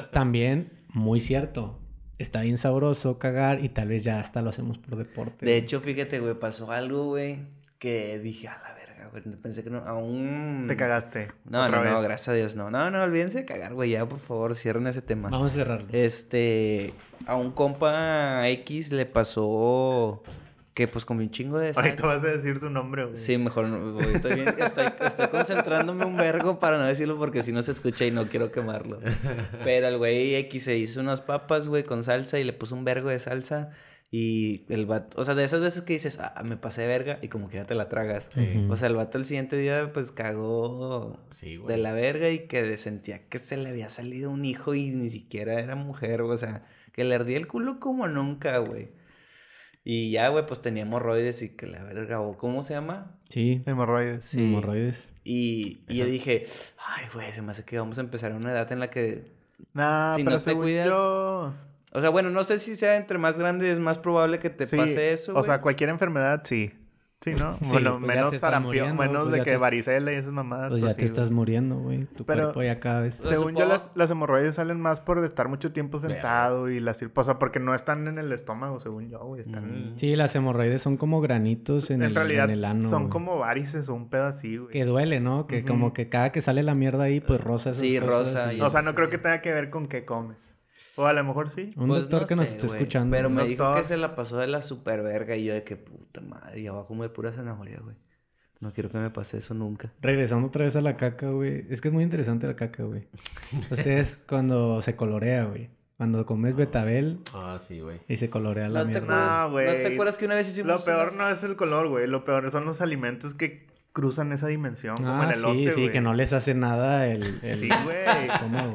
Speaker 4: también, muy cierto. Está bien sabroso cagar y tal vez ya hasta lo hacemos por deporte.
Speaker 3: De hecho, fíjate, güey, pasó algo, güey, que dije, a la verga, güey. Pensé que no, aún...
Speaker 1: Te cagaste.
Speaker 3: mm. No,
Speaker 1: otra
Speaker 3: no, no,
Speaker 1: vez.
Speaker 3: gracias a Dios, no. No, no, olvídense de cagar, güey, ya, por favor, cierren ese tema.
Speaker 4: Vamos a cerrarlo.
Speaker 3: Este, a un compa X le pasó que pues comió un chingo de... sal.
Speaker 1: Ahorita vas a decir su nombre, güey.
Speaker 3: Sí, mejor no, güey, estoy, bien- estoy, estoy concentrándome un vergo para no decirlo porque si no se escucha y no quiero quemarlo. Pero el güey X se hizo unas papas, güey, con salsa y le puso un vergo de salsa y el vato, o sea, de esas veces que dices, ah, me pasé de verga y como que ya te la tragas.
Speaker 2: Sí.
Speaker 4: Ujú.
Speaker 3: O sea, el vato el siguiente día pues cagó
Speaker 2: Sí, güey.
Speaker 3: de la verga y que sentía que se le había salido un hijo y ni siquiera era mujer, güey, o sea, que le ardía el culo como nunca, güey. Y ya, güey, pues tenía hemorroides y que la verga, o ¿cómo se llama?
Speaker 4: Sí,
Speaker 1: Hemorroides.
Speaker 3: eh, Sí.
Speaker 4: hemorroides.
Speaker 3: Y, y yo dije, ay, güey, se me hace que vamos a empezar a una edad en la que...
Speaker 1: Nah,
Speaker 3: Si
Speaker 1: pero
Speaker 3: no te
Speaker 1: según
Speaker 3: cuidas,
Speaker 1: yo-
Speaker 3: O sea, bueno, no sé si sea entre más grande es más probable que te
Speaker 1: Sí,
Speaker 3: pase eso,
Speaker 1: O
Speaker 3: güey.
Speaker 1: sea, cualquier enfermedad, sí. Sí, ¿no?
Speaker 4: Sí,
Speaker 1: bueno,
Speaker 4: pues ya
Speaker 1: menos
Speaker 4: te estás
Speaker 1: sarampión,
Speaker 4: muriendo,
Speaker 1: menos
Speaker 4: pues
Speaker 1: de
Speaker 4: ya
Speaker 1: que
Speaker 4: te-
Speaker 1: varicela y esas mamadas.
Speaker 4: Pues ya
Speaker 1: pues
Speaker 4: te
Speaker 1: sí,
Speaker 4: estás
Speaker 1: güey.
Speaker 4: muriendo, güey. Tu
Speaker 1: Pero-
Speaker 4: cuerpo ya cada vez.
Speaker 2: Pues
Speaker 1: Según yo,
Speaker 2: supongo-
Speaker 1: las, las hemorroides salen más por estar mucho tiempo
Speaker 2: Verga.
Speaker 1: sentado y las... O sea, porque no están en el estómago, según yo, güey. Están...
Speaker 3: Mm.
Speaker 4: Sí, las hemorroides son como granitos en,
Speaker 1: en
Speaker 4: el,
Speaker 1: realidad
Speaker 4: en el ano.
Speaker 1: son
Speaker 4: güey.
Speaker 1: como varices o un pedo así, güey.
Speaker 4: Que duele, ¿no? Que como
Speaker 1: Ujú.
Speaker 4: que cada que sale la mierda ahí, pues rosa esas
Speaker 3: Sí,
Speaker 4: cosas
Speaker 3: rosa
Speaker 4: y-
Speaker 3: y-
Speaker 1: O sea, no creo que tenga que ver con qué comes. O a lo mejor sí.
Speaker 4: Un
Speaker 3: Pues
Speaker 4: doctor
Speaker 3: no
Speaker 4: que nos
Speaker 3: sé,
Speaker 4: esté
Speaker 3: güey,
Speaker 4: escuchando.
Speaker 3: Pero me
Speaker 4: güey.
Speaker 3: dijo
Speaker 1: Doctor.
Speaker 3: que se la pasó de la super verga y yo de que puta madre, ya abajo de pura zanahoria, güey. No quiero que me pase eso nunca.
Speaker 4: Regresando otra vez a la caca, güey. Es que es muy interesante la caca, güey. Ustedes cuando se colorea, güey. Cuando comes betabel
Speaker 2: Ah, sí, güey.
Speaker 4: y se colorea la
Speaker 3: ¿No te,
Speaker 4: mierda.
Speaker 1: No,
Speaker 3: acuerdas, no
Speaker 1: güey.
Speaker 3: te acuerdas que una vez hicimos...
Speaker 1: Lo peor
Speaker 3: unas-
Speaker 1: no es el color, güey. Lo peor son los alimentos que cruzan esa dimensión, como
Speaker 4: Ah,
Speaker 1: el elote,
Speaker 4: sí, sí,
Speaker 1: güey.
Speaker 4: que no les hace nada el, el
Speaker 1: Sí, güey.
Speaker 4: estómago,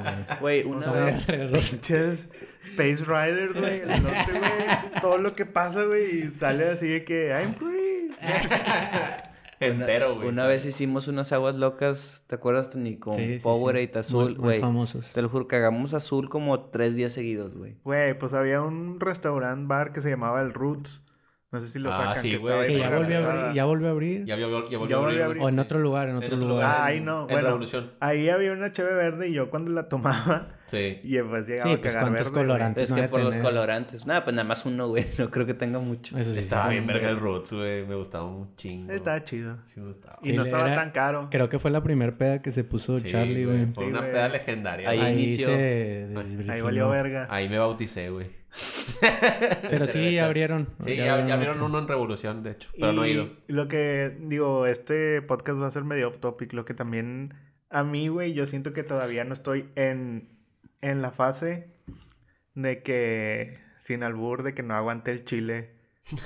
Speaker 3: Güey,
Speaker 4: güey.
Speaker 3: una
Speaker 4: A ver,
Speaker 3: vez...
Speaker 4: rosa.
Speaker 1: Pinches Space Riders, güey. El elote, güey. Todo lo que pasa, güey. Y sale así de que, I'm free.
Speaker 3: Una-
Speaker 2: Entero, güey.
Speaker 3: Una vez hicimos unas aguas locas, ¿te acuerdas, ni Con
Speaker 4: Sí, sí, sí.
Speaker 3: Powerade
Speaker 4: Muy-
Speaker 3: azul,
Speaker 4: muy
Speaker 3: güey.
Speaker 4: famosos.
Speaker 3: Te lo juro, cagamos azul como tres días seguidos, güey.
Speaker 1: Güey, pues había un restaurant bar que se llamaba el Roots. No sé si lo
Speaker 2: Ah,
Speaker 1: sacan.
Speaker 2: sí,
Speaker 1: que
Speaker 2: güey.
Speaker 1: estaba ahí
Speaker 4: Que
Speaker 1: por
Speaker 4: ya
Speaker 1: la
Speaker 4: volvió a
Speaker 1: calzada.
Speaker 4: abrir, ya volvió a abrir.
Speaker 2: Ya volvió, ya
Speaker 1: Ya
Speaker 2: volvió,
Speaker 1: volvió a abrir,
Speaker 4: O en
Speaker 2: sí.
Speaker 4: otro lugar, en otro lugar.
Speaker 1: Ah, ahí no.
Speaker 2: En
Speaker 1: Bueno.
Speaker 2: Revolución.
Speaker 1: Ahí había una cheve verde y yo cuando la tomaba,
Speaker 2: Sí.
Speaker 1: y pues llegaba
Speaker 4: Sí,
Speaker 1: a
Speaker 4: pues,
Speaker 1: cagar
Speaker 4: ¿cuántos
Speaker 1: verde, güey.
Speaker 4: colorantes? Antes
Speaker 3: Es
Speaker 4: no
Speaker 3: que
Speaker 4: de
Speaker 3: por los
Speaker 4: tener.
Speaker 3: colorantes. Nada, pues nada más uno, güey. No creo que tenga muchos.
Speaker 4: Eso sí,
Speaker 2: Estaba
Speaker 4: sí.
Speaker 2: bien verga el Roots, güey. Me gustaba un chingo.
Speaker 1: Estaba chido.
Speaker 2: Sí, me gustaba.
Speaker 1: Y
Speaker 4: Sí,
Speaker 1: no
Speaker 4: le
Speaker 1: estaba
Speaker 4: era-
Speaker 1: tan caro.
Speaker 4: Creo que fue la primer peda que se puso
Speaker 2: Sí,
Speaker 4: Charlie, güey.
Speaker 2: Fue
Speaker 1: Sí,
Speaker 2: una
Speaker 1: güey.
Speaker 2: peda legendaria.
Speaker 3: Ahí
Speaker 2: Ahí,
Speaker 4: Ahí
Speaker 3: inició.
Speaker 4: se
Speaker 1: Ahí
Speaker 4: desvirginó.
Speaker 1: valió verga.
Speaker 2: ahí me bauticé, güey.
Speaker 4: Pero sí
Speaker 3: cerveza.
Speaker 4: abrieron.
Speaker 2: Sí, ya, ya vieron
Speaker 4: otro.
Speaker 2: uno en Revolución, de hecho. Pero no he
Speaker 1: Y
Speaker 2: ido.
Speaker 1: Lo que digo, este podcast va a ser medio off topic. Lo que también a mí, güey, yo siento que todavía no estoy en, en la fase de que, sin albur, de que no aguante el chile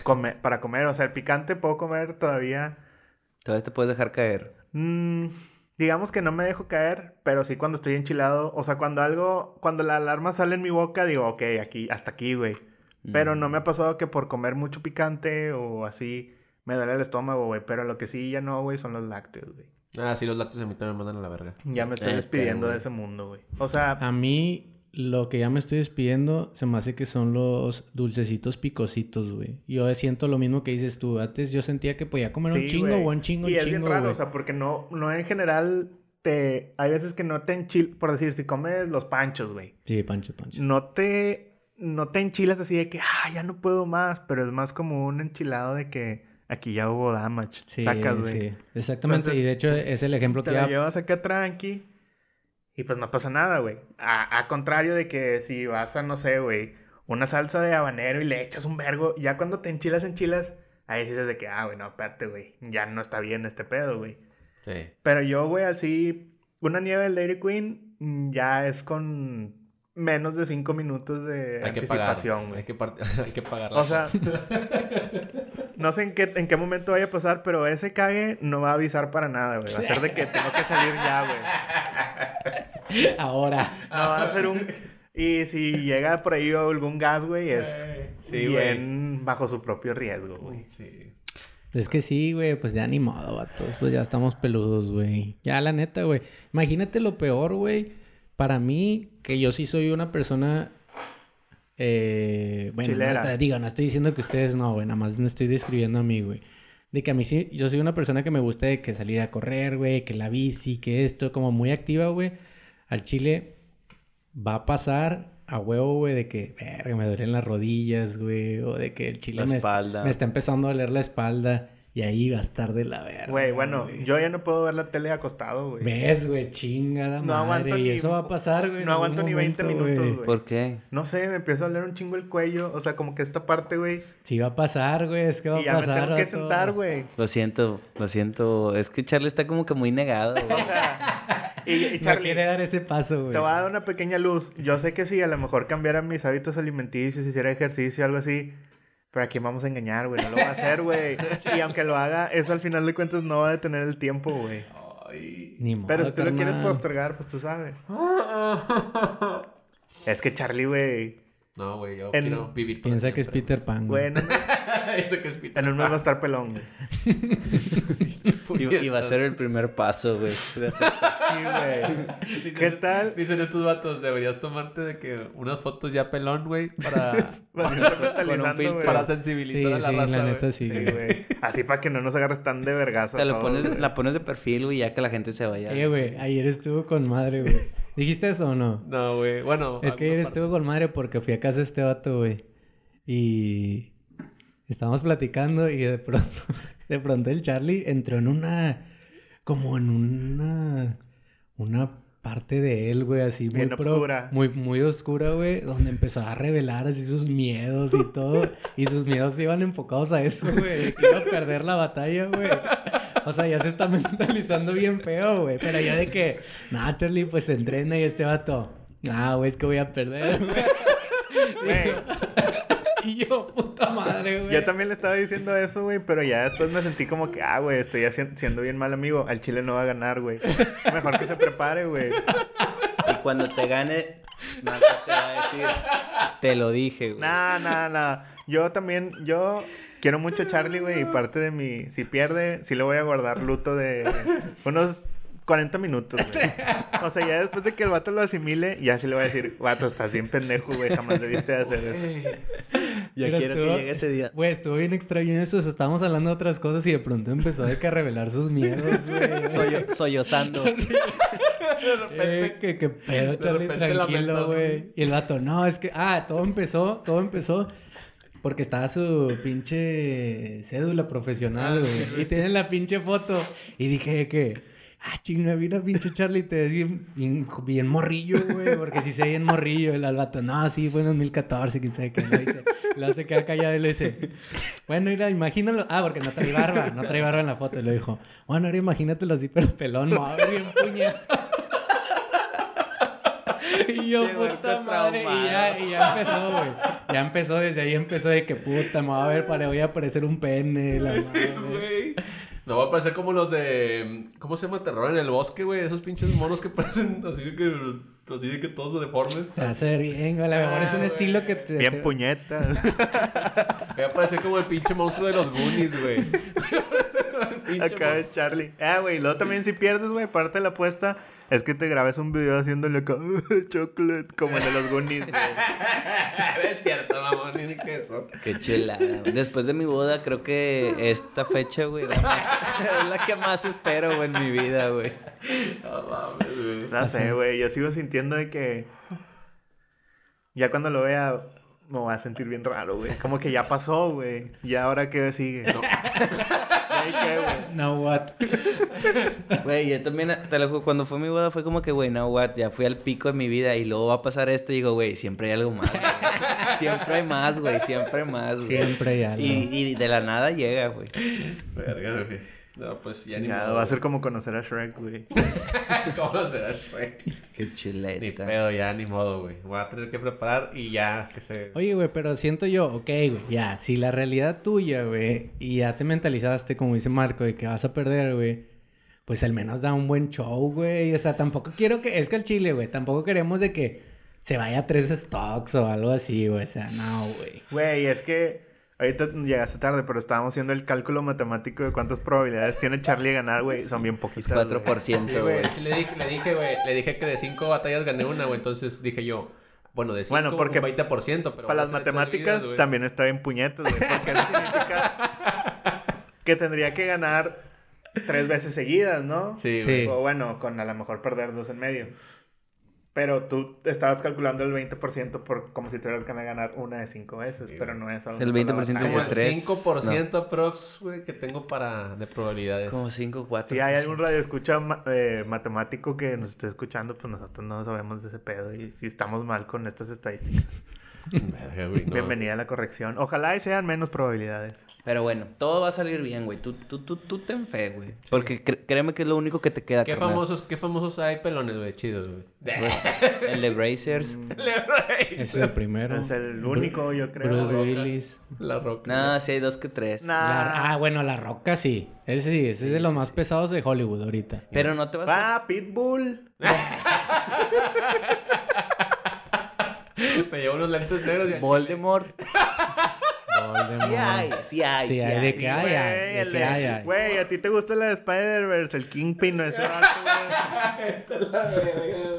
Speaker 1: come- para comer. O sea, el picante puedo comer todavía.
Speaker 3: Todavía te puedes dejar caer.
Speaker 1: Mm, digamos que no me dejo caer, pero sí cuando estoy enchilado. O sea, cuando algo, cuando la alarma sale en mi boca, digo, ok, aquí, hasta aquí, güey. Pero
Speaker 3: Mm.
Speaker 1: no me ha pasado que por comer mucho picante o así me duele el estómago, güey. Pero lo que sí ya no, güey, son los lácteos, güey.
Speaker 2: Ah, sí, los lácteos a mí también me mandan a la verga.
Speaker 1: Ya me estoy
Speaker 3: Este,
Speaker 1: despidiendo de
Speaker 3: güey.
Speaker 1: ese mundo, güey. O sea,
Speaker 4: A mí, lo que ya me estoy despidiendo, se me hace que son los dulcecitos picositos, güey. Yo siento lo mismo que dices tú. Antes yo sentía que podía comer un
Speaker 1: sí,
Speaker 4: chingo,
Speaker 1: güey.
Speaker 4: o un chingo,
Speaker 1: Y
Speaker 4: un
Speaker 1: es bien
Speaker 4: chingo,
Speaker 1: raro,
Speaker 4: güey.
Speaker 1: o sea, porque no, no en general te... Hay veces que no te enchil... Por decir, si comes los panchos, güey.
Speaker 4: Sí, pancho, pancho.
Speaker 1: No te... No te enchilas así de que, ah, ya no puedo más. Pero es más como un enchilado de que aquí ya hubo damage.
Speaker 4: Sí,
Speaker 1: Sacas, güey.
Speaker 4: sí. Exactamente.
Speaker 1: Entonces,
Speaker 4: y de hecho es el ejemplo
Speaker 1: Te
Speaker 4: que
Speaker 1: la
Speaker 4: ya...
Speaker 1: llevas acá tranqui. Y pues no pasa nada, güey. A, a contrario de que si vas a, no sé, güey, una salsa de habanero y le echas un vergo, ya cuando te enchilas, enchilas, ahí sí dices de que, ah, güey, no, espérate, güey, ya no está bien este pedo, güey.
Speaker 2: Sí.
Speaker 1: Pero yo, güey, así, una nieve del Dairy Queen mm, ya es con menos de cinco minutos de
Speaker 2: Hay que pagar.
Speaker 1: anticipación,
Speaker 2: Hay
Speaker 1: güey.
Speaker 2: que, par- hay que pagar.
Speaker 1: O sea, no sé en qué, en qué momento vaya a pasar, pero ese cague no va a avisar para nada, güey. Va a ser de que tengo que salir ya, güey.
Speaker 4: Ahora.
Speaker 1: No va a ser un... Y si llega por ahí algún gas, güey, es
Speaker 2: Sí, güey.
Speaker 1: bien bajo su propio riesgo, güey.
Speaker 2: Sí.
Speaker 4: Es que sí, güey, pues ya ni modo, vatos. Pues ya estamos peludos, güey. Ya, la neta, güey. Imagínate lo peor, güey. Para mí, que yo sí soy una persona. Eh, bueno,
Speaker 1: Chilera.
Speaker 4: neta, digo, no estoy diciendo que ustedes no, güey. Nada más me estoy describiendo a mí, güey. De que a mí sí, yo soy una persona que me gusta de que salir a correr, güey, que la bici, que esto, como muy activa, güey. Al chile va a pasar a huevo, güey, de que, verga, me duelen las rodillas, güey, o de que el chile
Speaker 3: La
Speaker 4: me,
Speaker 3: espalda.
Speaker 4: me está empezando a doler la espalda y ahí va a estar de la verga.
Speaker 1: Güey, bueno, yo ya no puedo ver la tele acostado, güey.
Speaker 4: ¿Ves, güey? Chingada
Speaker 1: No
Speaker 4: madre.
Speaker 1: aguanto
Speaker 4: y
Speaker 1: ni-
Speaker 4: eso va a pasar, güey. en
Speaker 1: No aguanto
Speaker 4: algún
Speaker 1: ni 20
Speaker 4: momento,
Speaker 1: minutos, güey.
Speaker 3: ¿Por qué?
Speaker 1: No sé, me empieza a doler un chingo el cuello. O sea, como que esta parte, güey.
Speaker 4: Sí va a pasar, güey. Es que va
Speaker 1: Y
Speaker 4: a
Speaker 1: ya me
Speaker 4: pasar.
Speaker 1: tengo que
Speaker 4: vato.
Speaker 1: sentar, güey.
Speaker 3: Lo siento, lo siento. Es que Charlie está como que muy negado, güey.
Speaker 1: O sea, y, y
Speaker 4: No
Speaker 1: Charlie,
Speaker 4: quiere dar ese paso, güey.
Speaker 1: te voy a dar una pequeña luz. Yo sé que sí, a lo mejor cambiara mis hábitos alimenticios, hiciera ejercicio, algo así. Pero a quién vamos a engañar, güey. No lo va a hacer, güey. Y aunque lo haga, eso al final de cuentas no va a detener el tiempo, güey.
Speaker 2: Ay.
Speaker 4: Ni modo,
Speaker 1: Pero
Speaker 3: Ah,
Speaker 1: si tú lo quieres
Speaker 4: carnal.
Speaker 1: postergar, pues tú sabes. Es que Charlie, güey.
Speaker 2: No, güey, yo
Speaker 1: En-
Speaker 2: quiero vivir para
Speaker 4: Piensa que es
Speaker 2: siempre.
Speaker 4: Peter Pan,
Speaker 1: Güey,
Speaker 4: güey.
Speaker 1: en un mes-
Speaker 2: Eso que es Peter.
Speaker 1: en un mes va a estar pelón, güey.
Speaker 3: Y, y va a ser el primer paso, güey.
Speaker 1: Sí, güey.
Speaker 2: Dicen-
Speaker 1: ¿Qué tal?
Speaker 2: Dicen estos vatos, deberías tomarte de que unas fotos ya pelón, güey, para,
Speaker 1: Va a estar mentalizando,
Speaker 3: filtro.
Speaker 1: güey.
Speaker 2: para
Speaker 4: Sí,
Speaker 2: sensibilizar a la
Speaker 4: sí,
Speaker 2: raza,
Speaker 4: la
Speaker 2: güey.
Speaker 4: neta
Speaker 1: Sí,
Speaker 4: sí, güey.
Speaker 1: güey. Así para que no nos agarres tan de vergazo.
Speaker 3: Te
Speaker 1: a
Speaker 3: lo
Speaker 1: todos,
Speaker 3: pones,
Speaker 1: güey.
Speaker 3: la pones de perfil, güey, ya que la gente se vaya.
Speaker 4: Eh, güey, ayer estuvo con madre, güey. ¿Dijiste eso o no?
Speaker 2: No, güey, bueno.
Speaker 4: Es que ayer
Speaker 2: alguna parte.
Speaker 4: estuve con madre porque fui a casa de este vato, güey. Y estábamos platicando y de pronto, de pronto el Charlie entró en una, como en una, una parte de él, güey, así muy
Speaker 1: Bien obscura.
Speaker 4: muy, muy oscura, güey, donde empezó a revelar así sus miedos y todo. y sus miedos iban enfocados a eso, güey, que iba a perder la batalla, güey. O sea, ya se está mentalizando bien feo, güey. Pero ya de que, nah, Charlie, pues entrena y este vato, ah, güey, es que voy a perder, güey.
Speaker 1: Güey,
Speaker 4: Y yo, puta madre, güey.
Speaker 1: Yo también le estaba diciendo eso, güey, pero ya después me sentí como que, ah, güey, estoy haci- siendo bien mal amigo. Al Chile no va a ganar, güey. Mejor que se prepare, güey.
Speaker 3: Y cuando te gane, Marta te va a decir, te lo dije, güey.
Speaker 1: Nah, nah, nah. Yo también, yo quiero mucho a Charlie, güey, y parte de mi... Si pierde, sí le voy a guardar luto de unos 40 minutos, güey. O sea, ya después de que el vato lo asimile, ya sí le voy a decir, vato, estás bien pendejo, güey, jamás debiste de hacer eso.
Speaker 3: Ya
Speaker 4: Pero
Speaker 3: quiero que
Speaker 4: estuvo-
Speaker 3: llegue ese día.
Speaker 4: Güey, estuvo bien extraño eso. o sea, estábamos hablando de otras cosas y de pronto empezó de que a revelar sus miedos, güey.
Speaker 3: Sollo- sollozando.
Speaker 4: Eh, que, que pedo,
Speaker 2: de
Speaker 4: Charlie,
Speaker 2: repente
Speaker 4: tranquilo,
Speaker 2: lamentas,
Speaker 4: güey.
Speaker 2: güey.
Speaker 4: Y el vato, no, es que, ah, todo empezó, todo empezó porque estaba su pinche cédula
Speaker 2: Ah,
Speaker 4: profesional, güey. Y tiene la pinche foto. Y dije que, ah, chinga, mira, pinche Charlie, te ves bien, bien, bien morrillo, güey. Porque si se ve bien morrillo, el al vato, no, sí, fue en 2014, quién sabe qué. Lo dice, lo hace quedar callado y le dice, bueno, mira, imagínalo. Ah, porque no trae barba, no trae barba en la foto. Y lo dijo, bueno, ahora imagínatelo así, pero pelón, madre, bien puñetas. Y yo,
Speaker 3: Che, güey,
Speaker 4: puta
Speaker 3: estoy
Speaker 4: madre, y ya,
Speaker 3: traumado.
Speaker 4: y ya empezó, güey. Ya empezó, desde ahí empezó de que puta, me va a ver, para, voy a aparecer un pene, la madre.
Speaker 2: Güey. No va a parecer como los de. ¿Cómo se llama? Terror en el bosque, güey. Esos pinches monos que parecen así de que, así de que todos deformes.
Speaker 4: Te hace bien, güey, a lo mejor es un
Speaker 2: Ah,
Speaker 4: estilo
Speaker 2: güey.
Speaker 4: que te...
Speaker 1: Bien
Speaker 4: te-
Speaker 1: puñetas.
Speaker 2: Me va a parecer como el pinche monstruo de los Goonies, güey. Me va a parecer el pinche
Speaker 1: Acá de Charlie. Ah, güey, luego también si pierdes, güey, parte de la apuesta es que te grabes un video haciéndole acá chocolate como el de los Goonies, güey.
Speaker 2: monstruo. Es cierto, mamón, ni que eso.
Speaker 3: Qué chulada. güey. Después de mi boda, creo que esta fecha, güey, es la más- es la que más espero, güey, en mi vida, güey.
Speaker 2: No mames, güey.
Speaker 1: No sé, güey, yo sigo sintiendo de que ya cuando lo vea me voy a sentir bien raro, güey. Como que ya pasó, güey. ¿Y ahora qué sigue?
Speaker 2: No.
Speaker 1: ¿Y ahí qué, güey?
Speaker 4: No, what?
Speaker 3: Güey, yo también, te lo juro, cuando fue mi boda fue como que, güey, no, what, ya fui al pico de mi vida y luego va a pasar esto y digo, güey, siempre hay algo más. güey. Siempre hay más, güey, siempre hay más, güey.
Speaker 4: Siempre hay algo.
Speaker 3: Y, y de la nada llega, güey.
Speaker 2: Verga, güey. No, pues ya ni
Speaker 1: Chingado,
Speaker 2: modo,
Speaker 1: va a
Speaker 2: güey.
Speaker 1: ser como conocer a Shrek, güey.
Speaker 2: ¿Cómo será Shrek?
Speaker 3: Qué
Speaker 2: Ni
Speaker 3: chileta.
Speaker 2: pedo, ya, ni modo, güey. Voy a tener que preparar y ya, que se...
Speaker 4: Oye, güey, pero siento yo, ok, güey, ya, si la realidad tuya, güey, y ya te mentalizaste, como dice Marco, de que vas a perder, güey, pues al menos da un buen show, güey. O sea, tampoco quiero que, es que el chile, güey, tampoco queremos de que se vaya a tres stocks o algo así, güey. O sea, no, güey.
Speaker 1: Güey, es que ahorita llegaste tarde, pero estábamos haciendo el cálculo matemático de cuántas probabilidades tiene Charlie de ganar, güey. Son bien
Speaker 3: Es
Speaker 1: poquitas. güey.
Speaker 3: 4%,
Speaker 2: Sí, güey,
Speaker 3: güey.
Speaker 2: sí le dije, le dije, güey, le dije que de cinco batallas gané una, güey, entonces dije yo, bueno, de cinco,
Speaker 1: Bueno, porque
Speaker 2: un 20%, pero...
Speaker 1: Para las
Speaker 2: van a ser tres vidas,
Speaker 1: matemáticas
Speaker 2: güey.
Speaker 1: también está bien puñetas, güey. Porque eso significa que tendría que ganar tres veces seguidas, ¿no?
Speaker 2: Sí,
Speaker 4: Sí.
Speaker 2: güey.
Speaker 1: O bueno, con a lo mejor perder dos en medio. Pero tú estabas calculando el 20% por, como si tuvieras que ganar una de cinco veces,
Speaker 2: Sí,
Speaker 1: pero
Speaker 2: güey.
Speaker 1: no es
Speaker 3: Es
Speaker 1: algo
Speaker 3: el 20%
Speaker 2: Como
Speaker 3: de
Speaker 2: el
Speaker 3: tres,
Speaker 2: 5% aprox, güey, que tengo para... de probabilidades.
Speaker 3: Como 5, 4.
Speaker 1: Si hay algún radio escucha matemático que nos esté escuchando, pues nosotros no sabemos de ese pedo y si estamos mal con estas estadísticas.
Speaker 2: Verga, güey, no.
Speaker 1: Bienvenida a la corrección. Ojalá y sean menos probabilidades.
Speaker 3: Pero bueno, todo va a salir bien, güey. Tú, tú, tú, tú ten fe, güey. Porque cre- créeme que es lo único que te queda,
Speaker 2: ¿Qué
Speaker 3: carnal. Pues,
Speaker 2: famosos, ¿Qué famosos hay pelones, güey? Chidos, güey.
Speaker 3: El de Brazers.
Speaker 4: Mm. Es el primero.
Speaker 1: Es el único, yo creo.
Speaker 4: Bruce
Speaker 1: Roca.
Speaker 4: Willis.
Speaker 2: La roca.
Speaker 3: no, sí hay dos que tres.
Speaker 1: Nah.
Speaker 4: La- ah, bueno, La Roca sí. Ese sí, ese es de los más pesados de Hollywood ahorita.
Speaker 3: Pero no te vas a...
Speaker 1: Va, Pitbull.
Speaker 2: Me llevo unos lentes negros y...
Speaker 3: Voldemort.
Speaker 4: Voldemort.
Speaker 3: Sí hay, sí hay,
Speaker 4: Sí hay, de que hay, hay,
Speaker 1: Güey,
Speaker 4: de
Speaker 1: el
Speaker 4: que
Speaker 1: de-
Speaker 4: hay, hay.
Speaker 1: Güey, a ti te gusta la de Spider-Verse, el Kingpin, no ese vato,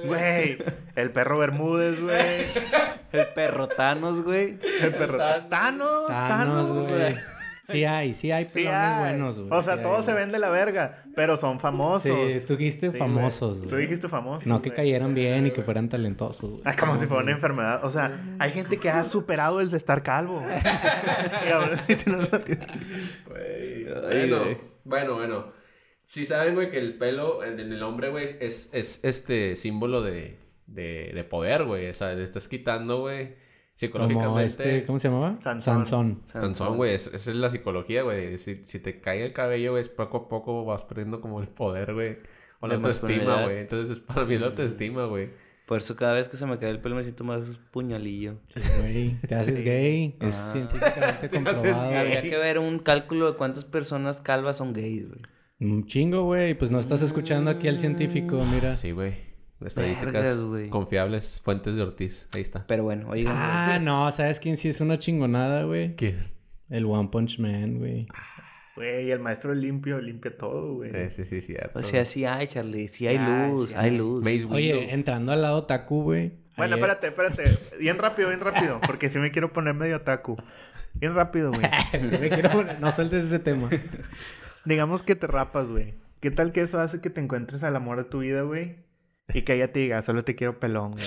Speaker 1: güey. Güey, el perro Bermúdez, güey.
Speaker 3: El perrotanos, güey.
Speaker 1: El perro.
Speaker 2: Thanos.
Speaker 1: Thanos, Thanos,
Speaker 4: Thanos, güey. Sí hay, sí hay
Speaker 1: Sí
Speaker 4: pelones
Speaker 1: hay.
Speaker 4: buenos, güey.
Speaker 1: O sea,
Speaker 4: Sí hay,
Speaker 1: todos se
Speaker 4: güey.
Speaker 1: ven de la verga, pero son famosos.
Speaker 4: Sí, tú dijiste
Speaker 1: Sí,
Speaker 4: famosos, güey.
Speaker 1: Tú dijiste famosos.
Speaker 4: No que
Speaker 1: güey. Eh.
Speaker 4: cayeran bien y que fueran talentosos, güey.
Speaker 1: Ah, como si fuera una enfermedad. O sea, hay gente que ha superado el de estar calvo. güey. Y ahora sí tiene la-
Speaker 2: Güey. Bueno,
Speaker 3: güey.
Speaker 2: bueno, bueno. Si saben, güey, que el pelo en en el hombre, güey, es, es este símbolo de, de, de poder, güey. O sea, le estás quitando, güey,
Speaker 4: Como
Speaker 2: psicológicamente.
Speaker 4: este, ¿cómo se llamaba?
Speaker 1: Sansón.
Speaker 4: Sansón.
Speaker 2: Sansón, güey, es- esa es la psicología, güey. Si, si te cae el cabello, güey, es poco a poco vas perdiendo como el poder, güey. O la
Speaker 3: La
Speaker 2: autoestima,
Speaker 3: masculinidad.
Speaker 2: güey. Entonces, para mí es la autoestima, güey.
Speaker 3: Por eso cada vez que se me cae el pelo me siento más puñalillo.
Speaker 4: Sí, güey. Te haces gay. Es
Speaker 3: Ah.
Speaker 4: científicamente
Speaker 2: Te haces
Speaker 4: comprobado.
Speaker 2: gay.
Speaker 3: Habría que ver un cálculo de cuántas personas calvas son gays, güey.
Speaker 4: Un chingo, güey. Pues no estás escuchando aquí al científico, mira.
Speaker 2: Sí, güey. Estadísticas
Speaker 3: Vergas, güey.
Speaker 2: confiables. Fuentes de Ortiz. Ahí está.
Speaker 3: Pero bueno, oigan.
Speaker 4: Ah, no. ¿Sabes quién sí es una chingonada, güey?
Speaker 2: ¿Qué?
Speaker 4: El One Punch Man, güey.
Speaker 2: Ah,
Speaker 1: Güey, el maestro limpio limpia todo, güey.
Speaker 2: Eh, sí, sí, cierto.
Speaker 3: O sea, pues, sí hay, Charlie. Sí hay
Speaker 1: Sí
Speaker 4: Ah,
Speaker 1: hay,
Speaker 3: luz,
Speaker 1: sí
Speaker 3: hay
Speaker 1: hay.
Speaker 3: luz.
Speaker 2: Maze Windu.
Speaker 4: Oye, entrando al lado Taku, güey.
Speaker 1: Bueno,
Speaker 4: ayer-
Speaker 1: espérate, espérate. Bien rápido, bien rápido. Porque si me quiero poner medio taco. Bien rápido, güey.
Speaker 4: Sí, me quiero poner- No sueltes ese tema.
Speaker 1: Digamos que te rapas, güey. ¿Qué tal que eso hace que te encuentres al amor de tu vida, güey? Y que ella te diga, solo te quiero pelón, güey.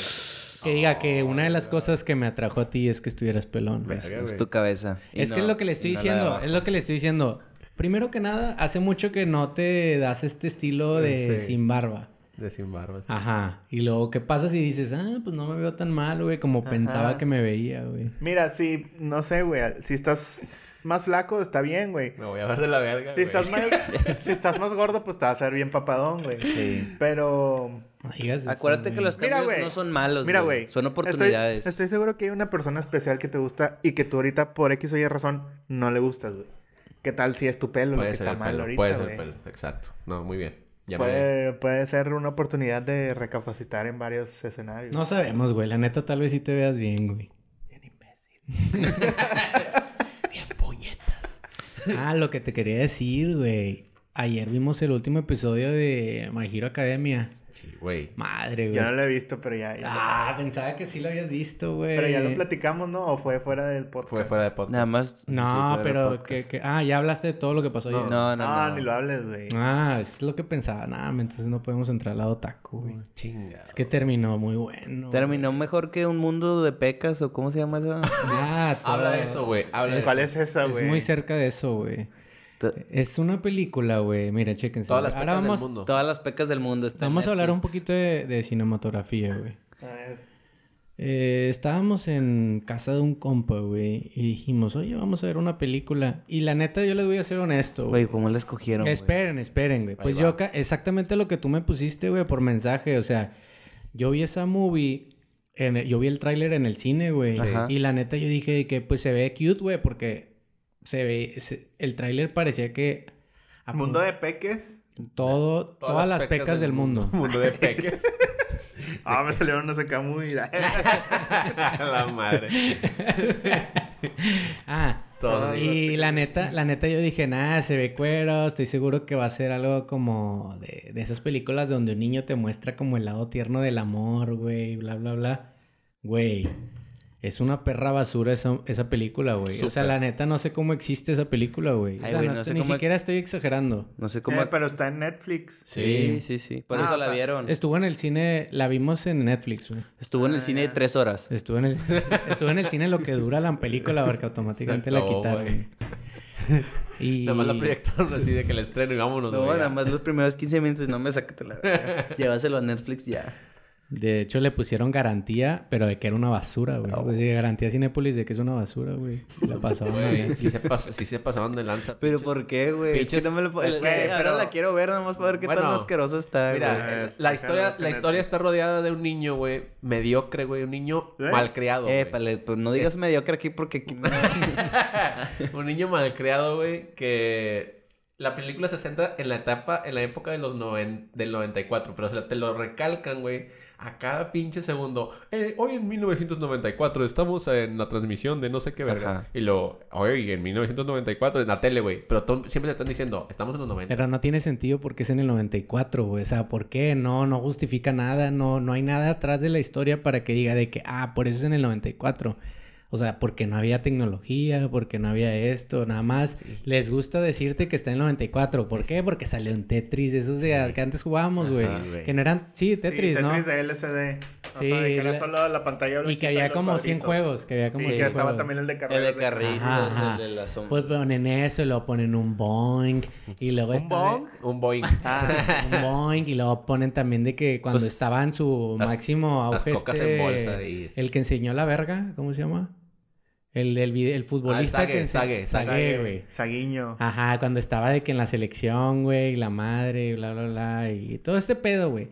Speaker 4: Que diga
Speaker 3: Oh,
Speaker 4: que una de las cosas que me atrajo a ti es que estuvieras pelón. güey.
Speaker 2: Verga,
Speaker 3: Es
Speaker 2: güey.
Speaker 3: tu cabeza. Y
Speaker 4: Es que
Speaker 3: no-
Speaker 4: es lo que le
Speaker 3: y
Speaker 4: estoy
Speaker 3: no la de
Speaker 4: diciendo,
Speaker 3: abajo.
Speaker 4: es lo que le estoy diciendo. Primero que nada, hace mucho que no te das este estilo de
Speaker 2: Sí.
Speaker 4: sin barba.
Speaker 2: De sin barba. sí.
Speaker 4: Ajá. Y luego, ¿qué pasa si dices, ah, pues no me veo tan mal, güey, como
Speaker 1: Ajá.
Speaker 4: pensaba que me veía, güey?
Speaker 1: Mira, si, no sé, güey. Si estás más flaco, está bien, güey.
Speaker 2: Me voy a ver de la verga.
Speaker 1: Si
Speaker 2: güey.
Speaker 1: estás, más, si estás más gordo, pues te vas a ver bien papadón, güey.
Speaker 3: Sí.
Speaker 1: Pero...
Speaker 4: No digas eso,
Speaker 3: Acuérdate que
Speaker 4: güey.
Speaker 3: los
Speaker 1: Mira,
Speaker 3: cambios
Speaker 1: güey.
Speaker 3: no son malos,
Speaker 1: Mira, güey.
Speaker 3: Son
Speaker 1: estoy-
Speaker 3: oportunidades.
Speaker 1: Estoy, seguro que hay una persona especial que te gusta y que tú ahorita, por X o Y razón, no le gustas, güey. ¿Qué tal si es tu pelo lo
Speaker 2: Puede
Speaker 1: que
Speaker 2: ser
Speaker 1: está
Speaker 2: el
Speaker 1: mal
Speaker 2: pelo.
Speaker 1: ahorita,
Speaker 2: Puede ser el
Speaker 1: güey?
Speaker 2: pelo. Exacto. No, muy bien. Ya me dio.
Speaker 1: Puede, puede ser una oportunidad de recapacitar en varios escenarios.
Speaker 4: No sabemos, güey. La neta, tal vez sí te veas bien, güey. Bien imbécil. bien puñetas. Ah, lo que te quería decir, güey. Ayer vimos el último episodio de My Hero Academia.
Speaker 2: Sí, güey.
Speaker 4: Madre, güey.
Speaker 1: Yo no lo he visto, pero ya. ya-
Speaker 4: Ah, pensaba que sí lo habías visto, güey.
Speaker 1: pero ya lo platicamos, ¿no? O fue fuera del podcast.
Speaker 2: Fue fuera de podcast.
Speaker 3: Nada más.
Speaker 4: No,
Speaker 3: sí, fuera de
Speaker 4: pero
Speaker 3: podcast.
Speaker 4: que, que- Ah, ya hablaste de todo lo que pasó
Speaker 3: No,
Speaker 4: ayer.
Speaker 3: no, no.
Speaker 1: Ah, ni lo hables, güey.
Speaker 4: Ah, es lo que pensaba. Nada, entonces no podemos entrar al lado taco, güey.
Speaker 2: Chinga.
Speaker 4: Es que terminó muy bueno. güey.
Speaker 3: Terminó mejor que un mundo de pecas o cómo se llama esa.
Speaker 4: Ah, todo.
Speaker 2: Habla de eso, güey. Habla de eso.
Speaker 1: ¿Cuál es esa,
Speaker 4: Es
Speaker 1: güey?
Speaker 4: muy cerca de eso, güey.
Speaker 3: T-
Speaker 4: Es una película, güey. Mira, chéquense.
Speaker 2: Todas las
Speaker 4: Ahora
Speaker 2: pecas
Speaker 4: vamos,
Speaker 2: del mundo.
Speaker 3: Todas las pecas del mundo están.
Speaker 4: Vamos a hablar un poquito de, de cinematografía, güey.
Speaker 1: A ver.
Speaker 4: eh, estábamos en casa de un compa, güey, y dijimos, oye, vamos a ver una película. Y la neta, yo les voy a ser honesto,
Speaker 3: Güey, ¿cómo la escogieron? güey?
Speaker 4: Esperen, esperen, güey. Pues
Speaker 2: va.
Speaker 4: yo, ca- exactamente lo que tú me pusiste, güey, por mensaje. O sea, yo vi esa movie, en el- yo vi el tráiler en el cine, güey.
Speaker 3: Ajá.
Speaker 4: Y la neta yo dije de que, pues se ve cute, güey, porque se ve, se- el tráiler parecía que... apun-
Speaker 1: Mundo de peques.
Speaker 4: Todo, todas, las pecas, del, mundo.
Speaker 2: Mundo de peques.
Speaker 1: Ah, me salieron unos acá muy...
Speaker 2: la madre.
Speaker 4: Ah,
Speaker 2: Todas
Speaker 4: y la neta, la neta yo dije, nada, se ve cuero, estoy seguro que va a ser algo como de, de esas películas donde un niño te muestra como el lado tierno del amor, güey, bla, bla, bla. Güey, es una perra basura esa, esa película, güey. O sea,
Speaker 2: Súper.
Speaker 4: la neta no sé cómo existe esa película, güey. O
Speaker 3: Ay,
Speaker 4: sea,
Speaker 3: güey,
Speaker 4: no
Speaker 3: no
Speaker 4: estoy-
Speaker 3: sé
Speaker 4: ni
Speaker 3: cómo-
Speaker 4: siquiera estoy exagerando.
Speaker 3: No sé cómo...
Speaker 1: Eh, pero está en Netflix.
Speaker 3: Sí, sí, sí. Por
Speaker 1: Ah,
Speaker 3: eso
Speaker 1: o
Speaker 3: la
Speaker 1: sea,
Speaker 3: vieron.
Speaker 4: Estuvo en el cine, la vimos en Netflix, güey.
Speaker 3: Estuvo en el cine
Speaker 1: Ah.
Speaker 3: tres horas.
Speaker 4: Estuve en el, estuve en el cine lo que dura la película porque automáticamente
Speaker 2: Se
Speaker 4: la
Speaker 2: acabó,
Speaker 4: quitaron. Y...
Speaker 2: Nada más la proyectaron así de que la estreno y vámonos.
Speaker 3: No,
Speaker 2: güey, ya.
Speaker 3: nada más los primeros 15 minutos. No me sacaste la verga. Llévaselo a Netflix ya.
Speaker 4: De hecho, le pusieron garantía, pero de que era una basura, güey.
Speaker 3: No.
Speaker 4: Pues, de garantía Cinépolis de que es una basura, güey. La pasaban
Speaker 2: Güey,
Speaker 4: bien.
Speaker 2: sí se, pas- sí se pasaron de lanza.
Speaker 3: ¿Pero
Speaker 2: pinches.
Speaker 3: por qué, güey? Es que
Speaker 2: pinches-
Speaker 3: no me lo puedo...
Speaker 2: es
Speaker 3: es
Speaker 2: que-
Speaker 3: que ahora
Speaker 1: pero-
Speaker 3: la quiero ver nada más para ver qué tan
Speaker 2: Bueno,
Speaker 3: asqueroso está,
Speaker 2: Mira,
Speaker 3: güey.
Speaker 2: eh,
Speaker 1: Güey,
Speaker 2: la
Speaker 1: déjalo
Speaker 2: historia, la
Speaker 1: descansar.
Speaker 2: historia está rodeada de un niño, güey, mediocre, güey, un niño
Speaker 1: ¿Eh?
Speaker 2: malcriado.
Speaker 3: Eh,
Speaker 2: güey.
Speaker 3: pale, pues no digas mediocre aquí porque... aquí me-
Speaker 2: Un niño malcriado, güey, que la película se centra en la etapa, en la época de los noven- del 94, pero o sea, te lo recalcan, güey, a cada pinche segundo. Eh, hoy en 1994 estamos en la transmisión de no sé qué verga.
Speaker 3: Ajá.
Speaker 2: Y lo, hoy en 1994 en la tele, güey, pero to- siempre te están diciendo, estamos en los 90.
Speaker 4: Pero no tiene sentido porque es en el 94, güey. O sea, ¿por qué? No, no justifica nada. No, no hay nada atrás de la historia para que diga de que, ah, por eso es en el 94. O sea, porque no había tecnología, porque no había esto, nada más. Les gusta decirte que está en el 94. ¿Por qué? Porque salió un Tetris de esos de que antes jugábamos, güey.
Speaker 2: güey.
Speaker 4: Que no eran... Sí, Tetris,
Speaker 1: sí,
Speaker 4: ¿no?
Speaker 1: Tetris de LCD. O
Speaker 4: Sí,
Speaker 1: sea, de que
Speaker 4: la-
Speaker 1: era solo la pantalla
Speaker 4: Y que
Speaker 1: blanquita
Speaker 4: había
Speaker 1: los
Speaker 4: como 100
Speaker 1: cuadritos.
Speaker 4: juegos, que había como
Speaker 1: Sí,
Speaker 4: 100
Speaker 1: que estaba
Speaker 4: juegos.
Speaker 1: también el de carreras.
Speaker 3: El de
Speaker 1: de-
Speaker 3: carritos,
Speaker 4: Ajá, ajá.
Speaker 3: el de la sombra.
Speaker 4: Pues ponen eso y luego ponen un boing y luego
Speaker 1: ¿Un
Speaker 4: está-
Speaker 1: bong?
Speaker 2: Un Boeing.
Speaker 4: un boing y luego ponen también de que cuando
Speaker 3: Pues,
Speaker 4: estaba en su
Speaker 2: las-
Speaker 4: máximo
Speaker 2: las
Speaker 4: auge
Speaker 2: cocas en
Speaker 4: este,
Speaker 2: bolsa y-
Speaker 4: el que enseñó la verga, ¿cómo se llama? El del vide- el futbolista
Speaker 2: Ah, Sague,
Speaker 4: que ense-
Speaker 2: Sague, Sague,
Speaker 4: Sague, güey.
Speaker 1: Saguiño.
Speaker 4: Ajá, cuando estaba de que en la selección, güey, y la madre, bla bla bla y todo este pedo, güey.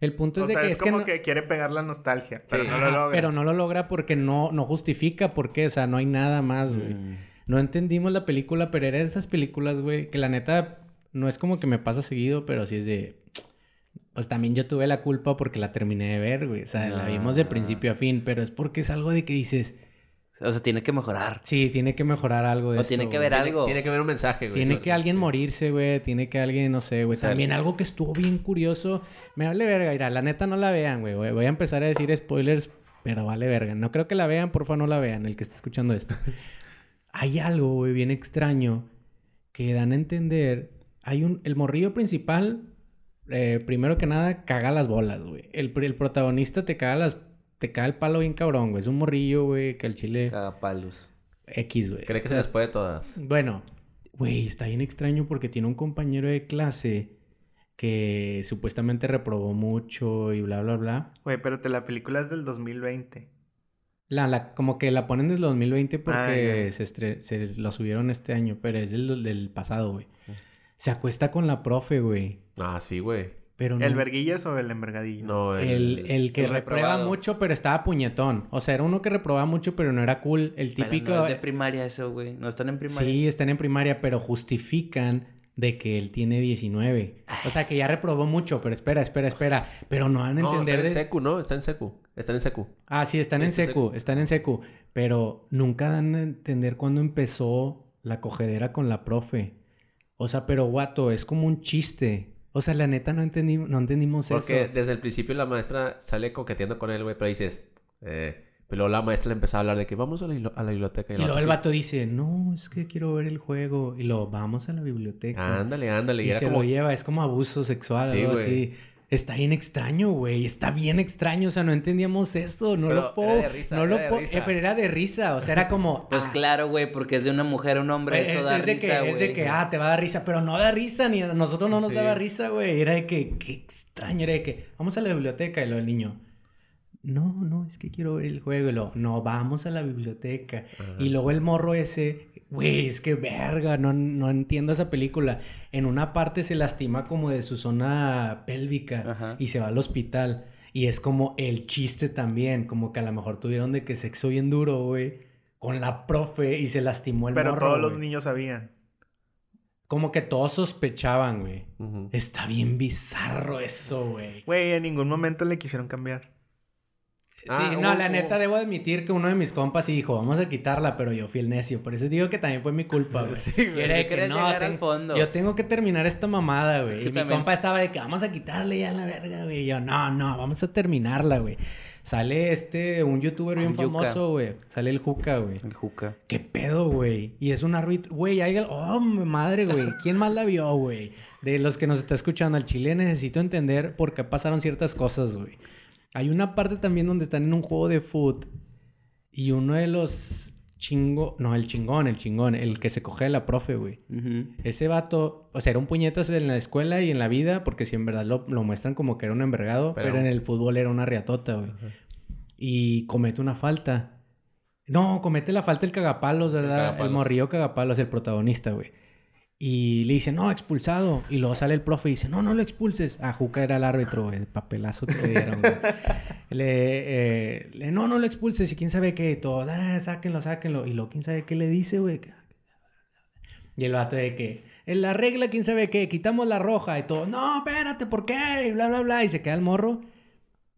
Speaker 4: El punto
Speaker 1: o
Speaker 4: es de
Speaker 1: sea,
Speaker 4: que
Speaker 1: es,
Speaker 4: es que
Speaker 1: como
Speaker 4: no-
Speaker 1: que, quiere pegar la nostalgia, pero
Speaker 2: Sí.
Speaker 1: no lo
Speaker 4: Ajá,
Speaker 1: logra.
Speaker 4: Pero no lo logra porque no, no justifica por qué. O sea, no hay nada más, güey. No entendimos la película, pero era de esas películas, güey, que la neta no es como que me pasa seguido, pero sí es de... Pues también yo tuve la culpa porque la terminé de ver, güey. O sea, la vimos de
Speaker 3: Ah.
Speaker 4: principio a fin, pero es porque es algo de que dices,
Speaker 3: O sea, tiene que mejorar.
Speaker 4: sí, tiene que mejorar algo de
Speaker 3: O
Speaker 4: esto,
Speaker 3: tiene que
Speaker 4: güey.
Speaker 3: ver algo.
Speaker 2: Tiene que haber un mensaje, güey.
Speaker 4: Tiene
Speaker 2: Eso-
Speaker 4: que alguien
Speaker 2: sí.
Speaker 4: morirse, güey. Tiene que alguien, no sé, güey.
Speaker 3: sea,
Speaker 4: También algo que estuvo bien curioso. Me vale verga, mira, la neta no la vean, güey. Voy voy a empezar a decir spoilers, pero vale verga. No creo que la vean, porfa, no la vean, el que está escuchando esto. Hay algo, güey, bien extraño que dan a entender. Hay un... El morrillo principal, eh, primero que nada, caga las bolas, güey. El, pr- el protagonista te caga las... Te caga el palo bien cabrón, güey. Es un morrillo, güey, que al chile...
Speaker 3: Cagapalos.
Speaker 4: X, güey.
Speaker 2: Cree que se les puede todas.
Speaker 4: Bueno, güey, está bien extraño porque tiene un compañero de clase que supuestamente reprobó mucho y bla, bla, bla.
Speaker 1: Güey, pero te la película es del 2020.
Speaker 4: La, la, como que la ponen desde el 2020 porque
Speaker 1: Ah, ya.
Speaker 4: se, estre- se lo subieron este año, pero es del, del pasado, güey. Se acuesta con la profe, güey.
Speaker 2: Ah, sí, güey.
Speaker 4: Pero no.
Speaker 1: ¿El verguillas o el envergadillo?
Speaker 2: No,
Speaker 4: El, el que
Speaker 3: El
Speaker 4: reprueba
Speaker 3: reprobado.
Speaker 4: mucho, pero estaba puñetón. O sea, era uno que reprobaba mucho, pero no era cool. El típico.
Speaker 3: Pero no es de primaria eso, güey. No están en primaria.
Speaker 4: Sí, están en primaria, pero justifican de que él tiene 19. O sea, que ya reprobó mucho, pero espera, espera, espera. Pero no van a
Speaker 2: No,
Speaker 4: entender...
Speaker 2: está en
Speaker 4: de-
Speaker 2: secu, ¿no? Está en secu. Está en secu.
Speaker 4: Ah, sí, están
Speaker 2: Sí,
Speaker 4: en
Speaker 2: está en
Speaker 4: secu, están en secu. Pero nunca dan a entender cuándo empezó la cogedera con la profe. O sea, pero guato, es como un chiste. O sea, la neta no, entendí, no entendimos
Speaker 2: Porque
Speaker 4: eso.
Speaker 2: desde el principio la maestra sale coqueteando con él, güey, pero dices... Eh, pero luego la maestra le empezó a hablar de que vamos a la, hilo- a la biblioteca.
Speaker 4: Y luego
Speaker 2: sí.
Speaker 4: el vato dice, no, es que quiero ver el juego. Y lo vamos a la biblioteca.
Speaker 2: Ándale, ándale. Y,
Speaker 4: Y
Speaker 2: era
Speaker 4: se
Speaker 2: como...
Speaker 4: lo lleva, es como abuso sexual,
Speaker 2: Sí,
Speaker 4: algo
Speaker 2: güey.
Speaker 4: así. Está bien extraño, güey. Está bien extraño. O sea, no entendíamos esto. No
Speaker 2: Pero
Speaker 4: lo puedo.
Speaker 2: era de risa,
Speaker 4: no
Speaker 2: era
Speaker 4: lo
Speaker 2: de
Speaker 4: puedo.
Speaker 2: risa.
Speaker 4: eh, pero era de risa. O sea, era como.
Speaker 3: Pues
Speaker 4: ah, Pues,
Speaker 3: claro, güey, porque es de una mujer a un hombre.
Speaker 4: es,
Speaker 3: eso da
Speaker 4: es de
Speaker 3: risa,
Speaker 4: que,
Speaker 3: güey.
Speaker 4: es de que, ah, te va a dar risa. Pero no da risa. Ni a nosotros no nos
Speaker 2: Sí.
Speaker 4: daba risa, güey. Era de que, qué extraño. Era de que, vamos a la biblioteca. Y lo del niño. no, no, es que quiero ver el juego. Y luego, no, vamos a la biblioteca. Y luego el morro ese, güey, es que verga, no, no entiendo esa película. En una parte se lastima como de su zona pélvica
Speaker 3: Ajá.
Speaker 4: y se va al hospital. Y es como el chiste también, como que a lo mejor tuvieron de que sexo bien duro, güey, con la profe y se lastimó el
Speaker 1: Pero
Speaker 4: morro.
Speaker 1: todos los
Speaker 4: güey.
Speaker 1: niños sabían.
Speaker 4: Como que todos sospechaban, güey.
Speaker 2: Ujú.
Speaker 4: Está bien bizarro eso, güey.
Speaker 1: Güey, en ningún momento le quisieron cambiar.
Speaker 2: Ah,
Speaker 4: sí, no,
Speaker 2: hubo-
Speaker 4: la
Speaker 2: hubo-
Speaker 4: neta, debo admitir que uno de mis compas sí dijo, vamos a quitarla, pero yo fui el necio. Por eso digo que también fue mi culpa, güey.
Speaker 2: Sí, güey.
Speaker 4: Yo era de
Speaker 3: Tú
Speaker 4: que,
Speaker 3: querías
Speaker 4: "No,
Speaker 3: Pues llegar al
Speaker 4: ten-
Speaker 3: fondo".
Speaker 4: Yo tengo que terminar esta mamada, güey.
Speaker 3: Es que
Speaker 4: y mi
Speaker 3: también
Speaker 4: compa
Speaker 3: es-
Speaker 4: estaba de que vamos a quitarle ya la verga, güey. Y yo, no, no, vamos a terminarla, güey. Sale este, un youtuber bien
Speaker 3: El Yuca.
Speaker 4: famoso, güey. Sale el Juca, güey.
Speaker 3: El juca.
Speaker 4: ¿Qué pedo, güey? Y es un árbitro. Güey, hay... ¡Oh, madre, güey! ¿Quién más la vio, güey? De los que nos está escuchando al Chile, necesito entender por qué pasaron ciertas cosas, güey. Hay una parte también donde están en un juego de foot y uno de los chingo... No, el chingón, el chingón, el que se coge a la profe, güey.
Speaker 3: Ujú.
Speaker 4: Ese vato, o sea, era un puñetas en la escuela y en la vida, porque si en verdad lo, lo muestran como que era un envergado,
Speaker 2: Pero-
Speaker 4: pero, en el fútbol era una riatota, güey. Y comete una falta. No, comete la falta el cagapalos, ¿verdad? El,
Speaker 2: cagapalos.
Speaker 4: morrillo cagapalos, el protagonista, güey. Y le dice, no, expulsado. Y luego sale el profe y dice, no, no lo expulses. A Juca era el árbitro, güey, el papelazo que le dieron, güey. Le, eh, le, no, no lo expulses y quién sabe qué, y todo, "Ah, sáquenlo, sáquenlo. Y luego, quién sabe qué le dice, güey. que- Y el vato de que, en la regla, quién sabe qué, quitamos la roja y todo, no, espérate, ¿por qué? Y bla, bla, bla. Y se queda el morro.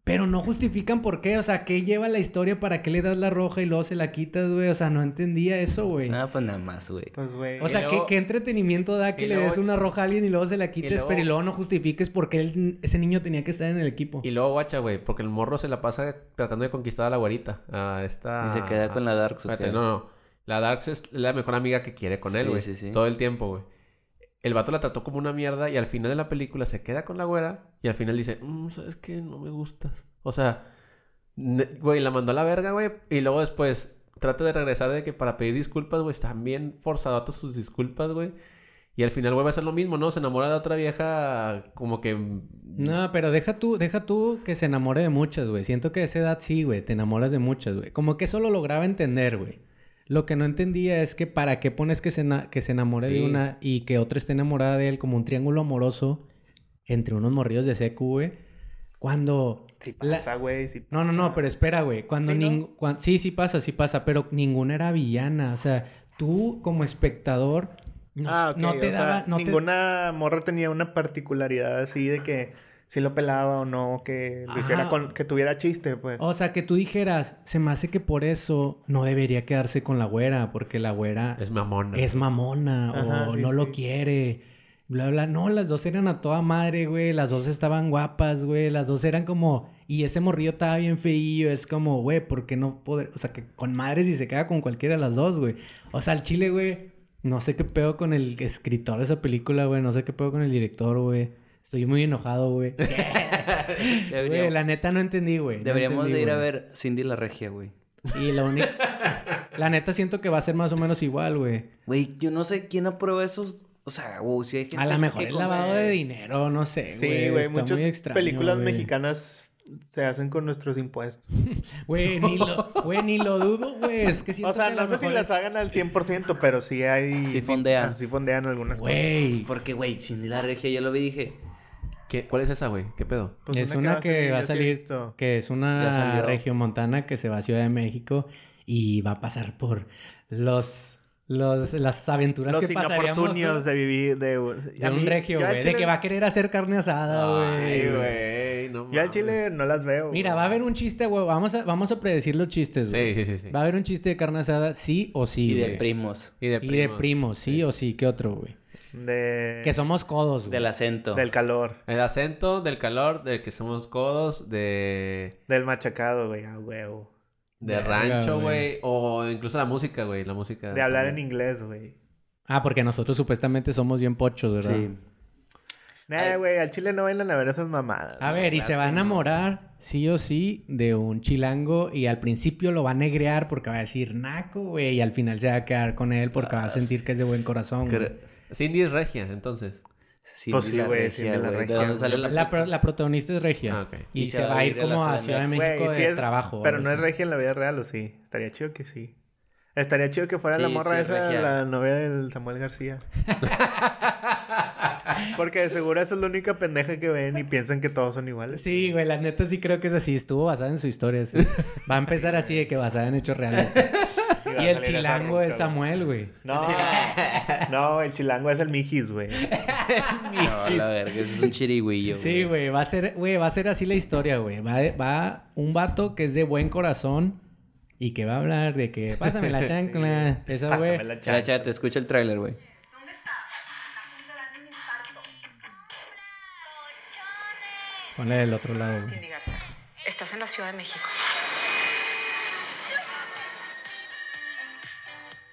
Speaker 4: Pero no justifican por qué, o sea, ¿qué lleva la historia? ¿Para qué le das la roja y luego se la quitas, güey? O sea, no entendía eso, güey.
Speaker 3: Nada, pues nada más, güey.
Speaker 1: Pues, güey.
Speaker 4: O
Speaker 2: Ah,
Speaker 4: sea,
Speaker 2: Y
Speaker 4: ¿qué-
Speaker 2: luego-
Speaker 4: ¿qué, entretenimiento da que
Speaker 2: y
Speaker 4: le
Speaker 2: luego-
Speaker 4: des una roja a alguien y luego se la quites,
Speaker 2: luego-
Speaker 4: pero y luego no justifiques por qué el- ese niño tenía que estar en el equipo?
Speaker 2: Y luego guacha, güey, porque el morro se la pasa tratando de conquistar a la güerita. A esta...
Speaker 3: Y
Speaker 4: Ah.
Speaker 3: se queda con la Dark
Speaker 2: Espérate, no, no. La Darks es la mejor amiga que quiere con él,
Speaker 3: Sí,
Speaker 2: güey.
Speaker 3: sí, sí.
Speaker 2: Todo el tiempo, güey. El vato la trató como una mierda y al final de la película se queda con la güera y al final dice, "Mm, ¿sabes qué? No me gustas. O sea, ne- güey, la mandó a la verga, güey. Y luego después trata de regresar de que para pedir disculpas, güey, están bien forzadotas sus disculpas, güey. Y al final vuelve a hacer lo mismo, ¿no? Se enamora de otra vieja como que...
Speaker 4: No, pero deja tú, deja tú que se enamore de muchas, güey. Siento que a esa edad sí, güey, te enamoras de muchas, güey. Como que eso lo lograba entender, güey. Lo que no entendía es que para qué pones que se, ena- que se enamore
Speaker 2: Sí.
Speaker 4: de una y que otra esté enamorada de él como un triángulo amoroso entre unos morrillos de secu, güey. Cuando...
Speaker 1: Sí
Speaker 4: la-
Speaker 1: pasa, güey. sí
Speaker 4: No, no, no,
Speaker 1: pasa.
Speaker 4: pero espera, güey. Cuando
Speaker 1: ¿Sí, no?
Speaker 4: ning- cuan- Sí, sí pasa, sí pasa, pero ninguna era villana. O sea, tú como espectador no,
Speaker 1: Ah, ok,
Speaker 4: no te
Speaker 1: o sea,
Speaker 4: daba... no te-
Speaker 1: ninguna morra tenía una particularidad así de que si lo pelaba o no, que lo hiciera
Speaker 4: Ajá.
Speaker 1: con... Que tuviera chiste, pues.
Speaker 4: O sea, que tú dijeras, se me hace que por eso no debería quedarse con la güera, porque la güera
Speaker 2: Es
Speaker 4: es,
Speaker 2: mamona.
Speaker 4: mamona
Speaker 1: Ajá,
Speaker 4: o
Speaker 1: sí,
Speaker 4: no lo
Speaker 1: sí.
Speaker 4: quiere, bla, bla. No, las dos eran a toda madre, güey, las dos estaban guapas, güey, las dos eran como... Y ese morrillo estaba bien feillo, es como, güey, ¿por qué no poder...? O sea, que con madre si se queda con cualquiera de las dos, güey. O sea, el chile, güey, no sé qué pedo con el escritor de esa película, güey, no sé qué pedo con el director, güey. Estoy muy enojado, güey. Güey, la neta no entendí, güey. No
Speaker 3: Deberíamos de
Speaker 4: entendí,
Speaker 3: ir a
Speaker 4: güey.
Speaker 3: ver Cindy la Regia, güey.
Speaker 4: Y la única... la neta siento que va a ser más o menos igual, güey.
Speaker 3: Güey, yo no sé quién aprueba esos. O sea, wow, si hay gente
Speaker 4: A lo mejor
Speaker 3: que
Speaker 4: el
Speaker 3: come-
Speaker 4: lavado de dinero, no sé, güey.
Speaker 1: sí, güey.
Speaker 4: está
Speaker 1: Muchas
Speaker 4: muy extraño,
Speaker 1: películas
Speaker 4: güey.
Speaker 1: mexicanas se hacen con nuestros impuestos.
Speaker 4: Güey, ni lo, güey, ni lo dudo, güey. Es que siento
Speaker 1: O sea,
Speaker 4: que a lo
Speaker 1: no sé si
Speaker 4: mejor
Speaker 1: las
Speaker 4: es-
Speaker 1: hagan al 100%, pero sí hay...
Speaker 3: Sí fondean.
Speaker 1: Ah, Sí fondean algunas cosas.
Speaker 4: Güey.
Speaker 3: Porque, güey, Cindy la Regia, yo lo vi y dije.
Speaker 2: ¿Qué- ¿Cuál es esa, güey? ¿Qué pedo?
Speaker 1: Pues
Speaker 4: es una que va a
Speaker 1: yo sí he
Speaker 4: salir,
Speaker 1: visto.
Speaker 4: que es
Speaker 3: Ya
Speaker 4: una
Speaker 3: salió.
Speaker 4: regiomontana que se va a Ciudad de México y va a pasar por los, los las aventuras
Speaker 1: Los
Speaker 4: que pasaríamos
Speaker 1: inoportunios de vivir de...
Speaker 4: de
Speaker 1: a
Speaker 4: un
Speaker 1: mí-
Speaker 4: regio,
Speaker 1: yo al
Speaker 4: güey, de
Speaker 1: chile-
Speaker 4: que va a querer hacer carne asada,
Speaker 2: Ay, güey, no
Speaker 1: Yo al
Speaker 2: mames.
Speaker 1: chile no las veo.
Speaker 4: Mira,
Speaker 1: güey.
Speaker 4: va a haber un chiste, güey. Vamos a, vamos a predecir los chistes,
Speaker 2: Sí,
Speaker 4: güey.
Speaker 2: sí, sí, sí.
Speaker 4: Va a haber un chiste de carne asada, sí o sí.
Speaker 3: Y
Speaker 4: güey.
Speaker 3: de primos.
Speaker 2: Y de
Speaker 4: Y de primo, sí, o sí. ¿Qué otro, güey?
Speaker 1: De...
Speaker 4: Que somos codos, güey.
Speaker 3: Del acento.
Speaker 1: Del calor.
Speaker 2: El acento, del calor, del que somos codos, de,
Speaker 1: Del machacado, güey. A huevo.
Speaker 2: de
Speaker 4: Verga,
Speaker 2: rancho, güey.
Speaker 4: güey.
Speaker 2: O incluso la música, güey. La música.
Speaker 1: De hablar en
Speaker 2: también.
Speaker 1: inglés, güey.
Speaker 4: Ah, porque nosotros supuestamente somos bien pochos, ¿verdad?
Speaker 3: Sí.
Speaker 1: Nah, güey, al chile no bailan a ver esas mamadas.
Speaker 4: A
Speaker 1: ¿no?
Speaker 4: ver, y se va a enamorar, sí o sí, de un chilango y al principio lo va a negrear porque va a decir naco, güey, y al final se va a quedar con él porque va a sentir que es de buen corazón. güey.
Speaker 3: Cre-
Speaker 2: Cindy es regia, entonces.
Speaker 3: Cindy
Speaker 1: Pues sí,
Speaker 3: la
Speaker 1: güey,
Speaker 3: Regia,
Speaker 1: Cindy la
Speaker 3: güey. ¿De
Speaker 1: Regia,
Speaker 3: dónde
Speaker 1: güey.
Speaker 3: sale la,
Speaker 4: La, pro- la protagonista es regia.
Speaker 2: Ah, ok.
Speaker 4: Y, se, va a ir como a Ciudad de México
Speaker 1: Güey, sí
Speaker 4: de
Speaker 1: es-
Speaker 4: trabajo.
Speaker 1: Pero no
Speaker 4: algo
Speaker 1: es
Speaker 4: así.
Speaker 1: regia en la vida real, ¿o sí? Estaría chido que sí. Estaría chido que fuera la
Speaker 3: Sí,
Speaker 1: morra
Speaker 3: sí, es
Speaker 1: esa,
Speaker 3: regia.
Speaker 1: la novia del Samuel García. Porque de seguro esa es la única pendeja que ven y piensan que todos son iguales.
Speaker 4: Sí, güey, la neta sí creo que es así. Estuvo basada en su historia. sí. Va a empezar así de que basada en hechos reales.
Speaker 1: va a
Speaker 4: Y el
Speaker 1: salir esa
Speaker 4: chilango
Speaker 1: ruca,
Speaker 4: es
Speaker 1: güey.
Speaker 4: Samuel, güey.
Speaker 1: No, no, el chilango es el Mijis, güey.
Speaker 3: No, la verga, eso es un chirigüillo.
Speaker 4: Sí, güey, va a ser, güey, va a ser así la historia, güey. Va, de- va un vato que es de buen corazón y que va a hablar de que pásame la chancla, esa
Speaker 1: Pásame
Speaker 4: güey.
Speaker 1: la
Speaker 3: Chala,
Speaker 1: chancla.
Speaker 3: chala, te escucha el tráiler, güey.
Speaker 5: ¿Dónde está? Está controlando un infarto.
Speaker 4: Ponle del otro lado, güey.
Speaker 5: Cindy Garza, estás en la Ciudad de México.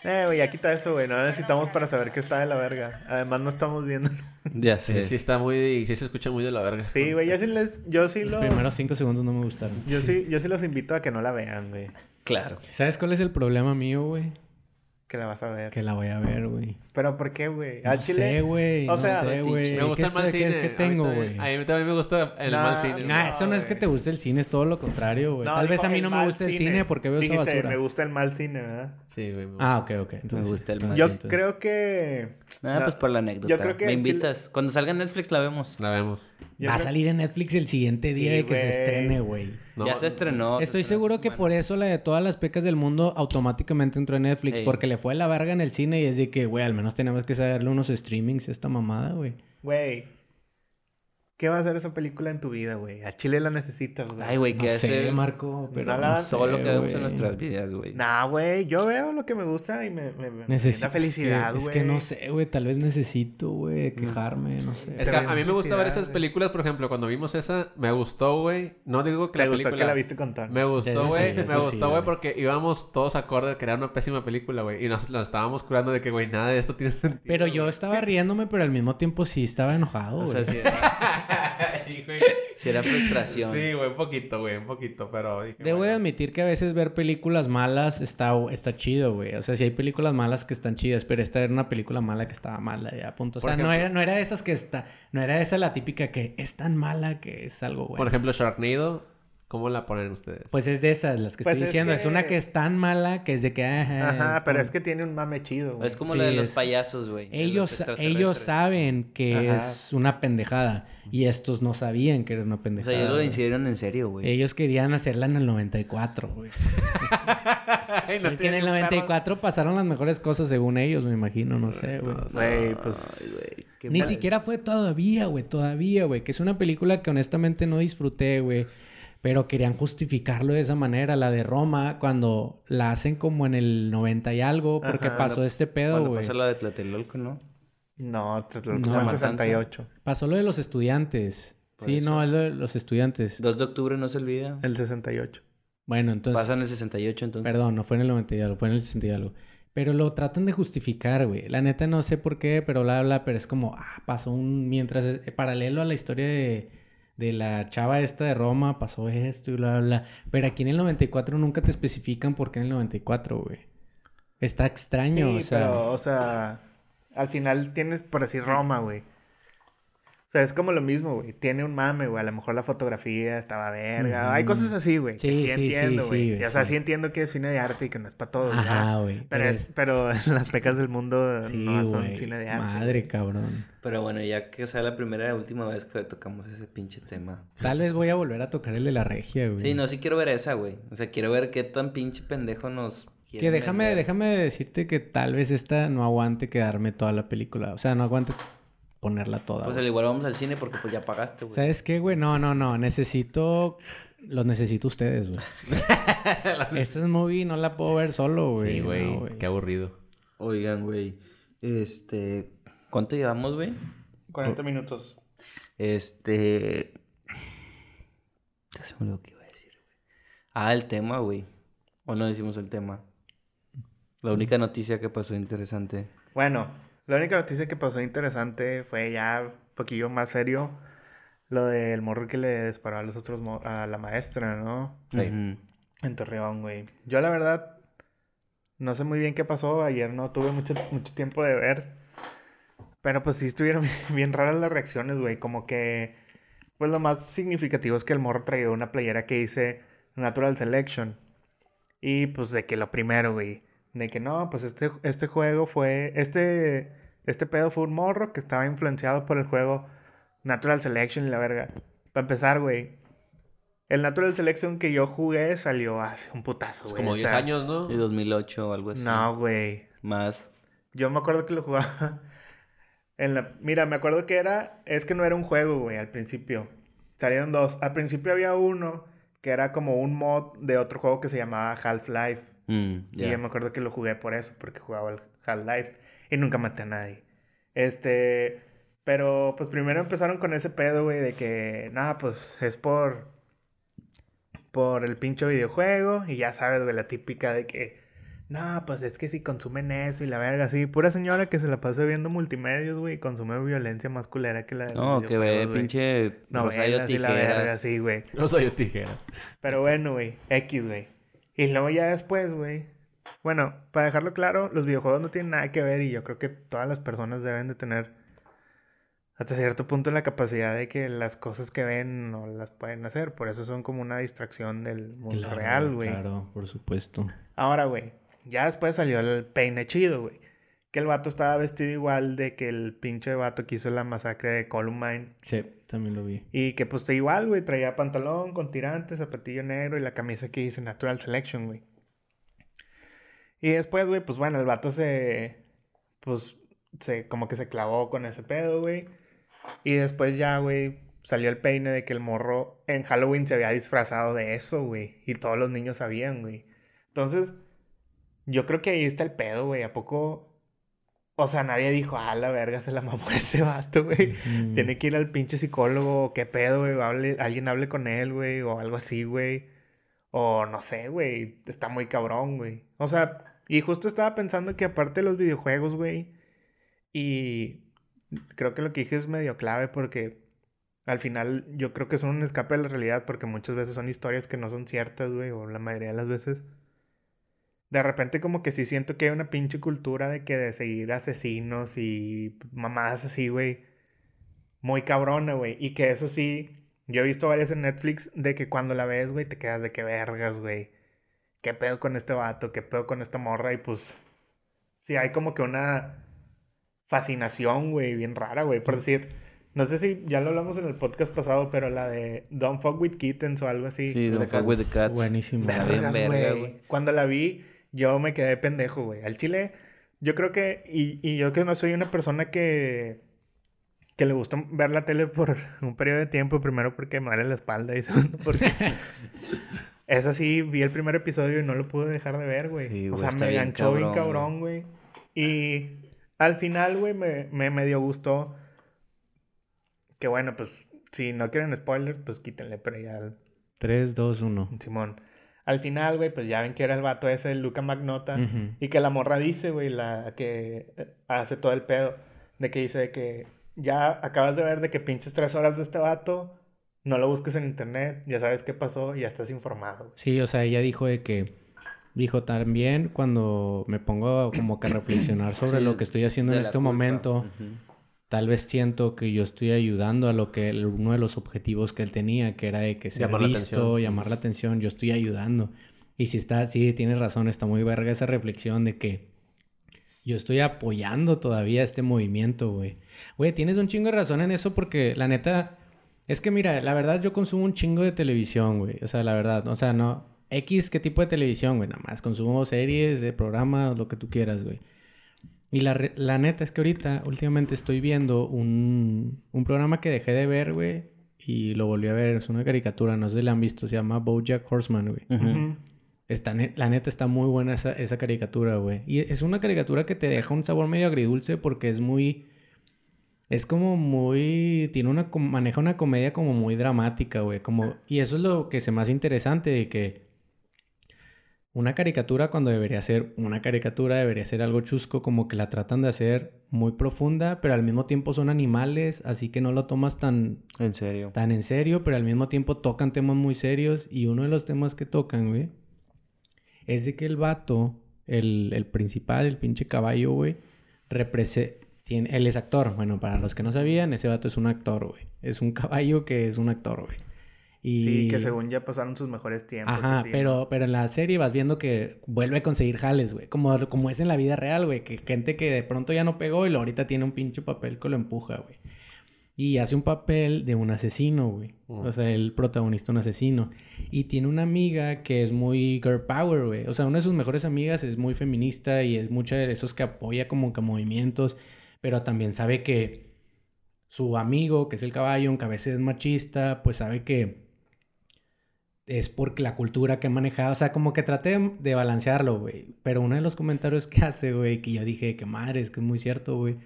Speaker 1: Eh, güey, ya quita eso, güey. No necesitamos para saber que está de la verga. Además, no estamos viendo.
Speaker 3: Ya
Speaker 2: Sí,
Speaker 3: sé.
Speaker 2: sí está muy... Sí se escucha muy de la verga.
Speaker 1: Sí, güey, yo sí les. Yo sí
Speaker 4: Los
Speaker 1: los.
Speaker 4: primeros cinco segundos no me gustaron.
Speaker 1: Yo sí, yo sí los invito a que no la vean, güey.
Speaker 3: Claro.
Speaker 4: ¿Sabes cuál es el problema mío, güey?
Speaker 1: Que la vas a ver.
Speaker 4: Que la voy a ver, güey.
Speaker 1: Pero ¿por qué, güey?
Speaker 4: No
Speaker 1: Al Ah, chile-
Speaker 4: sé, güey.
Speaker 1: o
Speaker 4: No
Speaker 1: sea,
Speaker 4: sé, güey.
Speaker 2: Me gusta
Speaker 4: ¿Qué
Speaker 2: el mal
Speaker 4: sé- qué-
Speaker 2: cine.
Speaker 4: ¿Qué
Speaker 2: A mí
Speaker 4: tengo,
Speaker 2: también-
Speaker 4: güey?
Speaker 2: A mí también me gusta el
Speaker 1: Nah,
Speaker 2: mal cine.
Speaker 1: nah,
Speaker 2: güey.
Speaker 4: Nah, eso no es que
Speaker 1: güey.
Speaker 4: te guste el cine, es todo lo contrario, güey.
Speaker 1: No,
Speaker 4: Tal vez
Speaker 1: dijo
Speaker 4: a mí
Speaker 1: el
Speaker 4: no me
Speaker 1: mal
Speaker 4: gusta el cine porque veo esa
Speaker 1: Dijiste,
Speaker 4: basura.
Speaker 1: Me gusta el mal cine, ¿verdad?
Speaker 2: Sí, güey. me gusta.
Speaker 4: Ah, ok, ok. Entonces,
Speaker 3: gusta el
Speaker 4: entonces-
Speaker 3: más.
Speaker 1: Yo
Speaker 3: entonces.
Speaker 1: creo que.
Speaker 3: Nada,
Speaker 1: No,
Speaker 3: pues por la anécdota.
Speaker 1: creo que
Speaker 3: Me
Speaker 1: en Chile-
Speaker 3: invitas. Cuando salga en Netflix la vemos.
Speaker 2: La vemos.
Speaker 1: yo
Speaker 4: Va a
Speaker 1: creo-
Speaker 4: salir en Netflix el siguiente día
Speaker 1: Sí,
Speaker 4: de que se
Speaker 1: güey.
Speaker 4: estrene, güey.
Speaker 2: No,
Speaker 3: ya se estrenó. se
Speaker 4: Estoy
Speaker 3: estrenó
Speaker 4: seguro
Speaker 3: esta
Speaker 4: que
Speaker 3: semana.
Speaker 4: por eso la de todas las pecas del mundo automáticamente entró en Netflix.
Speaker 3: Ey.
Speaker 4: Porque le fue la verga en el cine y es de que, güey, al menos tenemos que saberle unos streamings a esta mamada, güey.
Speaker 1: Güey. ¿Qué va a hacer esa película en tu vida, güey? A Chile la necesitas, güey.
Speaker 3: Ay, güey,
Speaker 4: No
Speaker 3: que
Speaker 4: sé,
Speaker 3: hace
Speaker 4: Marco, pero
Speaker 1: No la-
Speaker 4: no sé,
Speaker 3: todo lo que vemos
Speaker 4: güey.
Speaker 3: en nuestras vidas, güey.
Speaker 1: Nah, güey. Yo veo lo que me gusta y me, me, me- me
Speaker 4: Necesito.
Speaker 1: da felicidad, güey.
Speaker 4: es, que, es que no sé, güey. Tal vez necesito, güey, quejarme, no sé.
Speaker 2: Es que a mí me gusta
Speaker 4: ah,
Speaker 2: ver esas películas, por ejemplo, cuando vimos esa, me gustó, güey. No digo que
Speaker 1: ¿Te
Speaker 2: la
Speaker 1: gustó
Speaker 2: película...
Speaker 1: que la viste con Tony?
Speaker 2: Me
Speaker 4: Eso
Speaker 2: gustó,
Speaker 4: sí,
Speaker 2: güey. me
Speaker 4: eso sí,
Speaker 2: gustó,
Speaker 4: güey.
Speaker 2: güey, porque íbamos todos acorde que era una pésima película, güey. Y nos la estábamos curando de que, güey, nada de esto tiene sentido.
Speaker 4: Pero
Speaker 2: güey.
Speaker 4: yo estaba riéndome, pero al mismo tiempo sí estaba enojado,
Speaker 3: O
Speaker 4: güey.
Speaker 3: sea, si era,
Speaker 2: Sí, güey.
Speaker 3: si era frustración.
Speaker 2: Sí, güey, un poquito, güey, un poquito, pero... dije,
Speaker 4: Debo de
Speaker 2: bueno.
Speaker 4: admitir que a veces ver películas malas está, está chido, güey. O sea, si hay películas malas que están chidas, pero esta era una película mala que estaba mala ya, punto. O
Speaker 2: Por
Speaker 4: sea, no
Speaker 2: ejemplo-
Speaker 4: era, no era de esas que está... No era esa la típica que es tan mala que es algo bueno.
Speaker 2: Por ejemplo, Sharknado, ¿cómo la ponen ustedes?
Speaker 4: Pues es de esas las que
Speaker 1: Pues
Speaker 4: estoy
Speaker 1: es
Speaker 4: diciendo. Es una
Speaker 1: que-
Speaker 4: que es tan mala que es de que... Ajá,
Speaker 1: Ajá, pero
Speaker 4: con-
Speaker 1: es que tiene un mame chido, güey.
Speaker 3: Es como
Speaker 4: Sí,
Speaker 3: la de los
Speaker 4: eh, es-
Speaker 3: payasos, güey. de los
Speaker 4: Ellos, ellos
Speaker 3: extraterrestres.
Speaker 4: saben que
Speaker 1: Ajá.
Speaker 4: es una pendejada y estos no sabían que era una
Speaker 3: O
Speaker 4: pendejada.
Speaker 3: sea, ellos lo
Speaker 4: güey.
Speaker 3: decidieron en serio, güey.
Speaker 4: Ellos querían hacerla en el 94, güey.
Speaker 2: Ay, no
Speaker 4: Porque en
Speaker 2: tiene
Speaker 4: el
Speaker 2: un perro.
Speaker 4: 94 pasaron las mejores cosas según ellos, me imagino, no sé, güey.
Speaker 1: Güey, pues.
Speaker 3: Ay, güey, qué
Speaker 4: Ni
Speaker 3: mal.
Speaker 4: siquiera fue todavía, güey, todavía, güey. Que es una película que honestamente no disfruté, güey. Pero querían justificarlo de esa manera, la de Roma, cuando la hacen como en el 90 y algo, porque
Speaker 1: Ajá,
Speaker 4: pasó este pedo,
Speaker 3: Cuando
Speaker 4: güey.
Speaker 3: pasó
Speaker 4: Pasó,
Speaker 3: la de Tlatelolco, ¿no?
Speaker 1: No, te lo
Speaker 4: No,
Speaker 1: no,
Speaker 3: matanza.
Speaker 1: 68.
Speaker 4: lo de los estudiantes.
Speaker 3: Por
Speaker 4: Sí,
Speaker 3: eso.
Speaker 4: no, es lo de los estudiantes.
Speaker 3: 2 de octubre no se olvida.
Speaker 1: El 68.
Speaker 4: Bueno, entonces...
Speaker 3: Pasa en el 68, entonces.
Speaker 4: Perdón, no fue en el 90 y algo, fue en el 60 y algo. Pero lo tratan de justificar, güey. La neta no sé por qué, pero bla, bla, pero es como, ah, pasó un... Mientras, eh, paralelo a la historia de, de la chava esta de Roma, pasó esto y bla, bla, bla. Pero aquí en el 94 nunca te especifican por qué en el 94, güey. Está extraño,
Speaker 1: sí,
Speaker 4: o sea...
Speaker 1: pero, o sea, al final tienes, por así, Roma, güey. O sea, es como lo mismo, güey. Tiene un mame, güey. A lo mejor la fotografía estaba verga.
Speaker 4: Ujú.
Speaker 1: Hay cosas así, güey. que
Speaker 4: Sí,
Speaker 1: Sí,
Speaker 4: sí, sí,
Speaker 1: entiendo,
Speaker 4: sí,
Speaker 1: güey.
Speaker 4: güey,
Speaker 1: o sea,
Speaker 4: sí.
Speaker 1: sí. entiendo que es cine de arte y que no es para todos. ya.
Speaker 4: Ajá, güey.
Speaker 1: Pero, es, pero las pecas del mundo
Speaker 4: Sí,
Speaker 1: no son
Speaker 4: güey.
Speaker 1: cine de arte.
Speaker 4: Madre, cabrón.
Speaker 3: Pero bueno, ya que sea la primera y la última vez que tocamos ese pinche tema.
Speaker 4: Tal vez voy a volver a tocar el de la regia, güey.
Speaker 3: Sí, no, sí quiero ver esa, güey. O sea, quiero ver qué tan pinche pendejo nos.
Speaker 4: Que
Speaker 3: quieren
Speaker 4: déjame,
Speaker 3: vender.
Speaker 4: déjame decirte que tal vez esta no aguante quedarme toda la película. O sea, no aguante ponerla toda.
Speaker 3: Pues
Speaker 4: güey.
Speaker 3: al igual vamos al cine porque pues ya pagaste, güey.
Speaker 4: ¿Sabes qué, güey? No, no, no. Necesito... Los necesito ustedes, güey. Esa movie no la puedo ver solo, güey.
Speaker 2: Sí, güey,
Speaker 4: no, güey.
Speaker 2: qué aburrido.
Speaker 3: Oigan, güey. Este. ¿Cuánto llevamos, güey?
Speaker 1: 40 minutos.
Speaker 3: Este. Ya se me olvidó qué iba a decir, güey. Ah, el tema, güey. O no decimos el tema. La única noticia que pasó interesante.
Speaker 1: Bueno, la única noticia que pasó interesante fue ya un poquillo más serio. Lo del morro que le disparó a los otros mor- a la maestra, ¿no?
Speaker 2: Sí.
Speaker 3: Ujú.
Speaker 1: En Torreón, güey. Yo la verdad no sé muy bien qué pasó. Ayer no tuve mucho, mucho tiempo de ver. Pero pues sí estuvieron bien raras las reacciones, güey. Como que, pues lo más significativo es que el morro traía una playera que dice Natural Selection. Y pues de que lo primero, güey. De que no, pues este, este juego fue, este, este pedo fue un morro que estaba influenciado por el juego Natural Selection y la verga. Para empezar, güey. El Natural Selection que yo jugué salió hace un putazo,
Speaker 2: Es
Speaker 1: güey.
Speaker 2: como
Speaker 1: o
Speaker 2: 10
Speaker 1: sea,
Speaker 2: años, ¿no?
Speaker 3: Y 2008 o algo así.
Speaker 1: No, güey.
Speaker 3: Más.
Speaker 1: Yo me acuerdo que lo jugaba en la... Mira, me acuerdo que era... Es que no era un juego, güey, al principio. Salieron dos. Al principio había uno que era como un mod de otro juego que se llamaba Half-Life.
Speaker 3: Mm, ya.
Speaker 1: Y yo me acuerdo que lo jugué por eso, porque jugaba el Half-Life y nunca maté a nadie. Este... Pero pues primero empezaron con ese pedo, güey, de que... Nada, pues es por... Por el pinche videojuego. Y ya sabes, güey, la típica de que... No, pues es que si consumen eso y la verga, así. Pura señora que se la pasa viendo multimedios, güey, y consume violencia más culera que la de los
Speaker 3: No, que ve,
Speaker 1: videojuegos, güey.
Speaker 3: pinche Rosario
Speaker 1: Novelas y la verga,
Speaker 3: Tijeras.
Speaker 1: sí, güey.
Speaker 2: No soy tijeras.
Speaker 1: Pero bueno, güey, X, güey. Y luego ya después, güey. Bueno, para dejarlo claro, los videojuegos no tienen nada que ver y yo creo que todas las personas deben de tener hasta cierto punto la capacidad de que las cosas que ven no las pueden hacer. Por eso son como una distracción del mundo
Speaker 4: Claro,
Speaker 1: real, güey.
Speaker 4: Claro, por supuesto.
Speaker 1: Ahora, güey, ya después salió el peine chido, güey. Que el vato estaba vestido igual de que el pinche vato que hizo la masacre de Columbine.
Speaker 4: Sí, también lo vi.
Speaker 1: Y que pues está igual, güey. Traía pantalón con tirantes, zapatillo negro y la camisa que dice Natural Selection, güey. Y después, güey, pues bueno, el vato se. Pues se, como que se clavó con ese pedo, güey. Y después ya, güey, salió el peine de que el morro en Halloween se había disfrazado de eso, güey. Y todos los niños sabían, güey. Entonces, yo creo que ahí está el pedo, güey. ¿A poco? O sea, nadie dijo, ah, la verga, se la mamó ese vato, güey.
Speaker 4: Ujú.
Speaker 1: Tiene que ir al pinche psicólogo, o qué pedo, güey, o hable- alguien hable con él, güey, o algo así, güey. O no sé, güey, está muy cabrón, güey. O sea, y justo estaba pensando que aparte de los videojuegos, güey, y creo que lo que dije es medio clave porque al final yo creo que son un escape de la realidad porque muchas veces son historias que no son ciertas, güey, o la mayoría de las veces. De repente como que sí siento que hay una pinche cultura de que de seguir asesinos y mamadas así, güey muy cabrona, güey. Y que eso sí, yo he visto varias en Netflix de que cuando la ves, güey, te quedas de que vergas, güey. ¿Qué pedo con este vato? ¿Qué pedo con esta morra? Y pues, sí, hay como que una fascinación, güey, bien rara, güey. Por decir, no sé si ya lo hablamos en el podcast pasado, pero la de Don't Fuck With Kittens o algo así.
Speaker 3: Sí, Don't Fuck With The Cats.
Speaker 4: Buenísimo.
Speaker 3: Está
Speaker 1: Vergas,
Speaker 3: bien verga,
Speaker 1: güey.
Speaker 3: güey.
Speaker 1: Cuando la vi, yo me quedé pendejo, güey. Al chile, yo creo que. Y, y yo que no soy una persona que. Que le gusta ver la tele por un periodo de tiempo. Primero porque me duele la espalda y segundo porque. es así, vi el primer episodio y no lo pude dejar de ver, güey.
Speaker 3: Sí,
Speaker 1: o
Speaker 3: güey,
Speaker 1: sea,
Speaker 3: está
Speaker 1: me
Speaker 3: bien
Speaker 1: enganchó bien
Speaker 3: cabrón,
Speaker 1: cabrón, güey. Y al final, güey, me, me medio gustó. Que bueno, pues si no quieren spoilers, pues quítenle, pero ya
Speaker 4: 3, 2, 1.
Speaker 1: Simón. Al final, güey, pues ya ven que era el vato ese, el Luca Magnota.
Speaker 4: Ujú.
Speaker 1: Y que la morra dice, güey, la que eh, hace todo el pedo. De que dice de que ya acabas de ver de que pinches tres horas de este vato. No lo busques en internet, ya sabes qué pasó, ya estás informado. güey.
Speaker 4: Sí, o sea, ella dijo de que. Dijo también cuando me pongo como que a reflexionar sobre
Speaker 3: Sí,
Speaker 4: lo que estoy haciendo en
Speaker 3: De la
Speaker 4: este
Speaker 3: culpa.
Speaker 4: momento,
Speaker 3: Ujú.
Speaker 4: tal vez siento que yo estoy ayudando a lo que el- uno de los objetivos que él tenía, que era de que ser
Speaker 2: Llamar la
Speaker 4: visto,
Speaker 2: atención.
Speaker 4: llamar la atención, yo estoy ayudando. Y si está, sí, tienes razón, está muy verga esa reflexión de que yo estoy apoyando todavía este movimiento, güey. Güey, tienes un chingo de razón en eso porque la neta, es que mira, la verdad yo consumo un chingo de televisión, güey. O sea, la verdad, o sea, no. X, ¿qué tipo de televisión, güey? Nada más consumo series, de programas, lo que tú quieras, güey. Y la, re- la neta es que ahorita, últimamente estoy viendo un, un programa que dejé de ver, güey. Y lo volví a ver, es una caricatura, no sé si la han visto, se llama Bojack Horseman, güey.
Speaker 3: Ujú.
Speaker 4: Está ne- la neta está muy buena esa, esa caricatura, güey. Y es una caricatura que te deja un sabor medio agridulce porque es muy... Es como muy... Tiene una... com- Maneja una comedia como muy dramática, güey. Como... Y eso es lo que se me hace interesante de que... Una caricatura cuando debería ser una caricatura, debería ser algo chusco, como que la tratan de hacer muy profunda, pero al mismo tiempo son animales, así que no lo tomas tan
Speaker 3: En serio.
Speaker 4: tan en serio, pero al mismo tiempo tocan temas muy serios. Y uno de los temas que tocan, güey, es de que el vato, el, el principal, el pinche caballo, güey, represe- Tiene, él es actor. Bueno, para los que no sabían, ese vato es un actor, güey. Es un caballo que es un actor, güey. Y...
Speaker 1: Sí, que según ya pasaron sus mejores tiempos.
Speaker 4: Ajá,
Speaker 1: así,
Speaker 4: pero, pero en la serie vas viendo que vuelve a conseguir jales, güey. Como, como es en la vida real, güey. Que gente que de pronto ya no pegó y lo ahorita tiene un pinche papel que lo empuja, güey. Y hace un papel de un asesino, güey.
Speaker 2: Mm.
Speaker 4: O sea, el protagonista un asesino. Y tiene una amiga que es muy girl power, güey. O sea, una de sus mejores amigas es muy feminista y es mucha de esos que apoya como que movimientos. Pero también sabe que su amigo, que es el caballo, aunque a veces es machista, pues sabe que es porque la cultura que manejaba, o sea, como que traté de balancearlo, güey. Pero uno de los comentarios que hace, güey, que yo dije, que madre, es que es muy cierto, güey.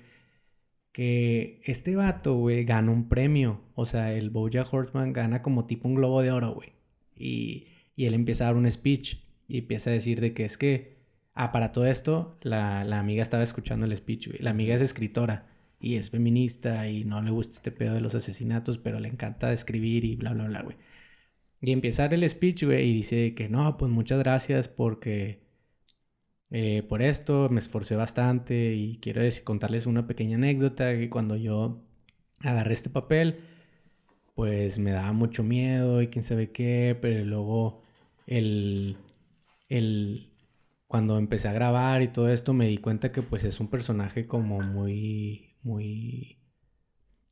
Speaker 4: Que este vato, güey, gana un premio. O sea, el Boja Horseman gana como tipo un globo de oro, güey. Y, y él empieza a dar un speech y empieza a decir de que es que, ah, para todo esto, la, la amiga estaba escuchando el speech, güey. La amiga es escritora y es feminista y no le gusta este pedo de los asesinatos, pero le encanta escribir y bla, bla, bla, güey. Y empieza a dar el speech, güey, y dice que no, pues muchas gracias porque eh, por esto me esforcé bastante y quiero dec- contarles una pequeña anécdota que cuando yo agarré este papel, pues me daba mucho miedo y quién sabe qué, pero luego el, el, cuando empecé a grabar y todo esto me di cuenta que pues es un personaje como muy, muy,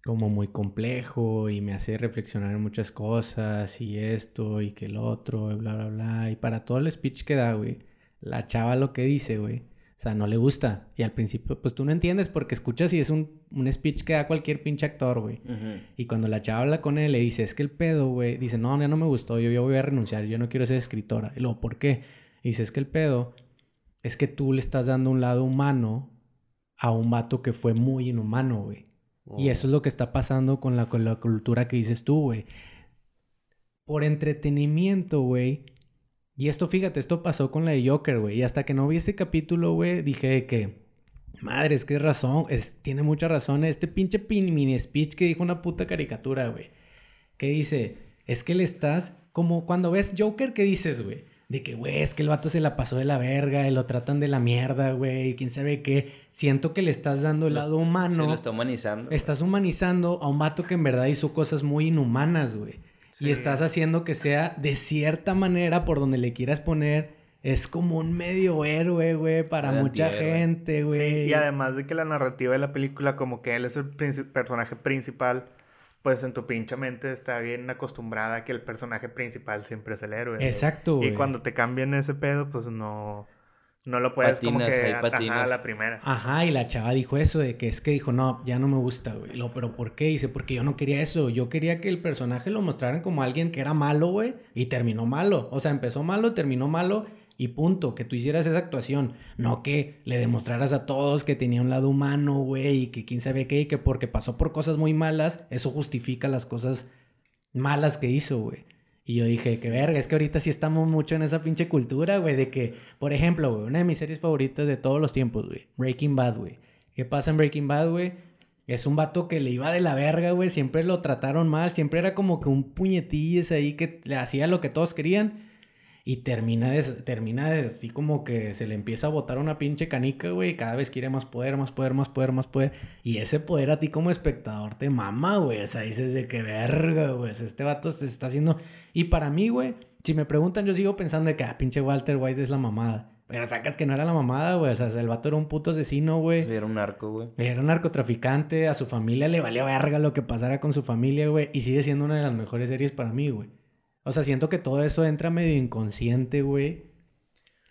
Speaker 4: como muy complejo y me hace reflexionar en muchas cosas y esto y que el otro y bla, bla, bla. Y para todo el speech que da, güey, la chava lo que dice, güey. O sea, no le gusta. Y al principio, pues tú no entiendes porque escuchas y es un, un speech que da cualquier pinche actor, güey. Y cuando la chava habla con él, le dice, es que el pedo, güey, dice, no, ya no me gustó, yo, yo voy a renunciar, yo no quiero ser escritora. Y luego, ¿por qué? Y dice, es que el pedo es que tú le estás dando un lado humano a un vato que fue muy inhumano, güey.
Speaker 2: Oh.
Speaker 4: Y eso es lo que está pasando con la, con la cultura que dices tú, güey. Por entretenimiento, güey. Y esto, fíjate, esto pasó con la de Joker, güey. Y hasta que no vi ese capítulo, güey, dije de que... Madre, es que es razón, es, tiene mucha razón. Este pinche pin- mini speech que dijo una puta caricatura, güey. Que dice, es que le estás... Como cuando ves Joker, ¿qué dices, güey? De que, güey, es que el vato se la pasó de la verga y lo tratan de la mierda, güey. ¿Quién sabe qué? Siento que le estás dando el
Speaker 3: Los-
Speaker 4: lado humano.
Speaker 3: Se lo está humanizando.
Speaker 4: Estás humanizando a un vato que en verdad hizo cosas muy inhumanas, güey. Y
Speaker 1: Sí.
Speaker 4: estás haciendo que sea de cierta manera, por donde le quieras poner, es como un medio héroe, güey, para
Speaker 3: Un
Speaker 4: mucha
Speaker 3: antihéroe.
Speaker 4: gente,
Speaker 1: Sí,
Speaker 4: güey.
Speaker 1: y además de que la narrativa de la película, como que él es el princi- personaje principal, pues en tu pinche mente está bien acostumbrada a que el personaje principal siempre es el héroe. güey.
Speaker 4: Exacto, güey.
Speaker 1: Y cuando te cambian ese pedo, pues no, no lo puedes como
Speaker 3: Patinas,
Speaker 1: que
Speaker 3: ahí
Speaker 1: atajar a
Speaker 3: patinas.
Speaker 1: la primera.
Speaker 4: Ajá, y la chava dijo eso, de que es que dijo, no, ya no me gusta, güey. Lo, pero ¿por qué? Dice, porque yo no quería eso. Yo quería que el personaje lo mostraran como alguien que era malo, güey, y terminó malo. O sea, empezó malo, terminó malo, y punto, que tú hicieras esa actuación. No que le demostraras a todos que tenía un lado humano, güey, y que quién sabe qué, y que porque pasó por cosas muy malas, eso justifica las cosas malas que hizo, güey. Y yo dije, que verga, es que ahorita sí estamos mucho en esa pinche cultura, güey, de que, por ejemplo, güey, una de mis series favoritas de todos los tiempos, güey, Breaking Bad, güey. ¿Qué pasa en Breaking Bad, güey? Es un vato que le iba de la verga, güey, siempre lo trataron mal, siempre era como que un puñetillas ahí que le hacía lo que todos querían. Y termina, de, termina de- así como que se le empieza a botar una pinche canica, güey. Y cada vez quiere más poder, más poder, más poder, más poder. Y ese poder a ti como espectador te mama, güey. O sea, dices de que verga, güey. o sea, este vato se está haciendo... Y para mí, güey, si me preguntan, yo sigo pensando de que, ah, pinche Walter White es la mamada. Pero sacas que no era la mamada, güey. O sea, el vato era un puto asesino, güey.
Speaker 3: Era un arco, güey.
Speaker 4: Era un narcotraficante, a su familia le valía verga lo que pasara con su familia, güey. Y sigue siendo una de las mejores series para mí, güey. O sea, siento que todo eso entra medio inconsciente, güey.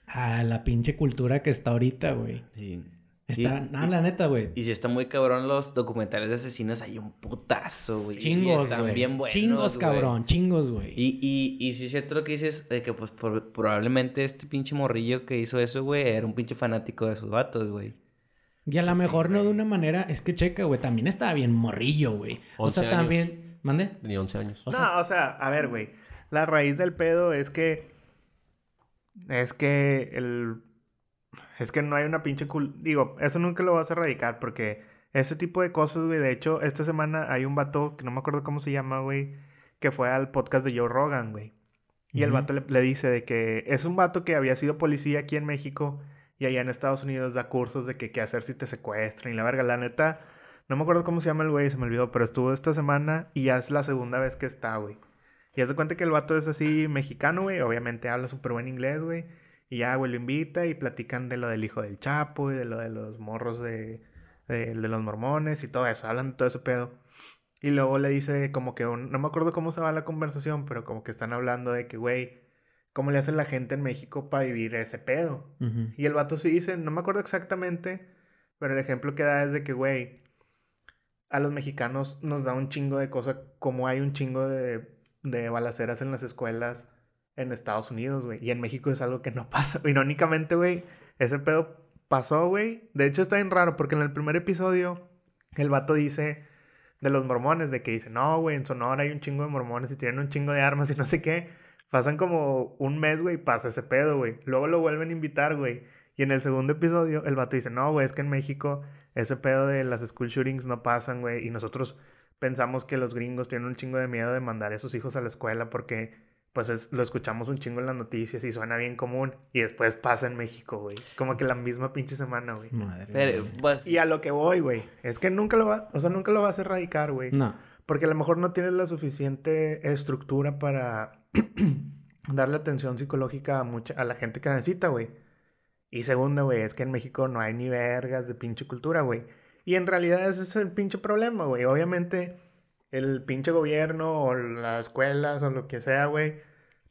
Speaker 4: A la pinche cultura que está ahorita, güey.
Speaker 3: Sí.
Speaker 4: Está,
Speaker 3: Y-
Speaker 4: no, la neta, güey.
Speaker 3: Y si está muy cabrón los documentales de asesinos, hay un putazo, güey. Y
Speaker 4: Chingos,
Speaker 3: están
Speaker 4: güey.
Speaker 3: bien buenos,
Speaker 4: Chingos,
Speaker 3: güey.
Speaker 4: cabrón. Chingos, güey.
Speaker 3: Y, y, y sí es cierto lo que dices, de que pues por- probablemente este pinche morrillo que hizo eso, güey, era un pinche fanático de esos vatos, güey.
Speaker 4: Y a lo mejor no de una manera, es que checa, güey, también estaba bien morrillo, güey. O
Speaker 2: 11
Speaker 4: sea,
Speaker 2: años.
Speaker 4: también, mande.
Speaker 2: Tenía 11 años.
Speaker 4: O sea,
Speaker 1: no, o sea, a ver, güey. La raíz del pedo es que. Es que el. Es que no hay una pinche cul. Digo, eso nunca lo vas a erradicar porque ese tipo de cosas, güey. De hecho, esta semana hay un vato que no me acuerdo cómo se llama, güey. Que fue al podcast de Joe Rogan, güey. Y el
Speaker 4: Ujú.
Speaker 1: vato le, le dice de que es un vato que había sido policía aquí en México Y allá en Estados Unidos da cursos de que qué hacer si te secuestran y la verga. La neta, no me acuerdo cómo se llama el güey, se me olvidó, pero estuvo esta semana y ya es la segunda vez que está, güey. Y haz de cuenta que el vato es así mexicano, güey. Obviamente habla súper buen inglés, güey. Y ya, güey, lo invita y platican de lo del hijo del Chapo y de lo de los morros de, de, de los mormones y todo eso. Hablan de todo ese pedo. Y luego le dice como que, un- no me acuerdo cómo se va la conversación, pero como que están hablando de que, güey, ¿cómo le hace la gente en México para vivir ese pedo?
Speaker 4: Ujú.
Speaker 1: Y el vato sí dice, no me acuerdo exactamente, pero el ejemplo que da es de que, güey, a los mexicanos nos da un chingo de cosas, como hay un chingo de, de balaceras en las escuelas en Estados Unidos, güey. Y en México es algo que no pasa. Irónicamente, güey, ese pedo pasó, güey. De hecho, está bien raro, porque en el primer episodio, el vato dice de los mormones, de que dice, no, güey, en Sonora hay un chingo de mormones y tienen un chingo de armas y no sé qué. Pasan como un mes, güey, y pasa ese pedo, güey. Luego lo vuelven a invitar, güey. Y en el segundo episodio, el vato dice, no, güey, es que en México ese pedo de las school shootings no pasan, güey. Y nosotros pensamos que los gringos tienen un chingo de miedo de mandar a sus hijos a la escuela porque, pues, es- lo escuchamos un chingo en las noticias y suena bien común. Y después pasa en México, güey. Como que la misma pinche semana, güey.
Speaker 4: Madre.
Speaker 3: Pero,
Speaker 4: mía.
Speaker 3: pues,
Speaker 1: Y a lo que voy, güey, es que nunca lo va, o sea, nunca lo vas a erradicar, güey.
Speaker 4: No.
Speaker 1: Porque a lo mejor no tienes la suficiente estructura para darle atención psicológica a, mucha, a la gente que necesita, güey. Y segundo, güey, es que en México no hay ni vergas de pinche cultura, güey. Y en realidad ese es el pinche problema, güey. Obviamente el pinche gobierno o las escuelas o lo que sea, güey.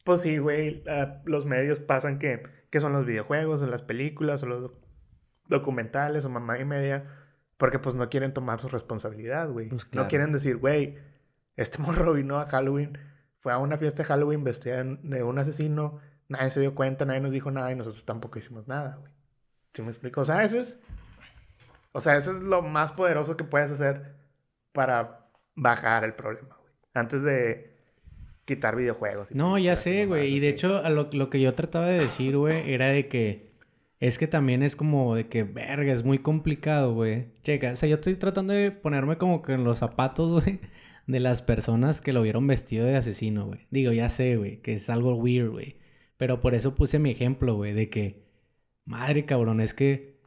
Speaker 1: Pues sí, güey, la- los medios pasan que, que son los videojuegos o las películas o los doc- documentales o mamá y media. Porque pues no quieren tomar su responsabilidad, güey.
Speaker 4: Pues,
Speaker 1: No
Speaker 4: claro.
Speaker 1: quieren decir, güey, este morro vino a Halloween, fue a una fiesta de Halloween vestida en- de un asesino, nadie se dio cuenta, nadie nos dijo nada y nosotros tampoco hicimos nada, güey. ¿Sí me explico? O sea, eso es, o sea, eso es lo más poderoso que puedes hacer para bajar el problema, güey. Antes de quitar videojuegos. y
Speaker 4: No, ya
Speaker 1: películas y
Speaker 4: sé, güey.
Speaker 1: mamadas
Speaker 4: Y de
Speaker 1: así.
Speaker 4: hecho, a lo, lo que yo trataba de decir, güey, era de que. Es que también es como de que, verga, es muy complicado, güey. Checa, o sea, yo estoy tratando de ponerme como que en los zapatos, güey, de las personas que lo vieron vestido de asesino, güey. Digo, ya sé, güey, que es algo weird, güey. Pero por eso puse mi ejemplo, güey, de que, madre cabrón, es que,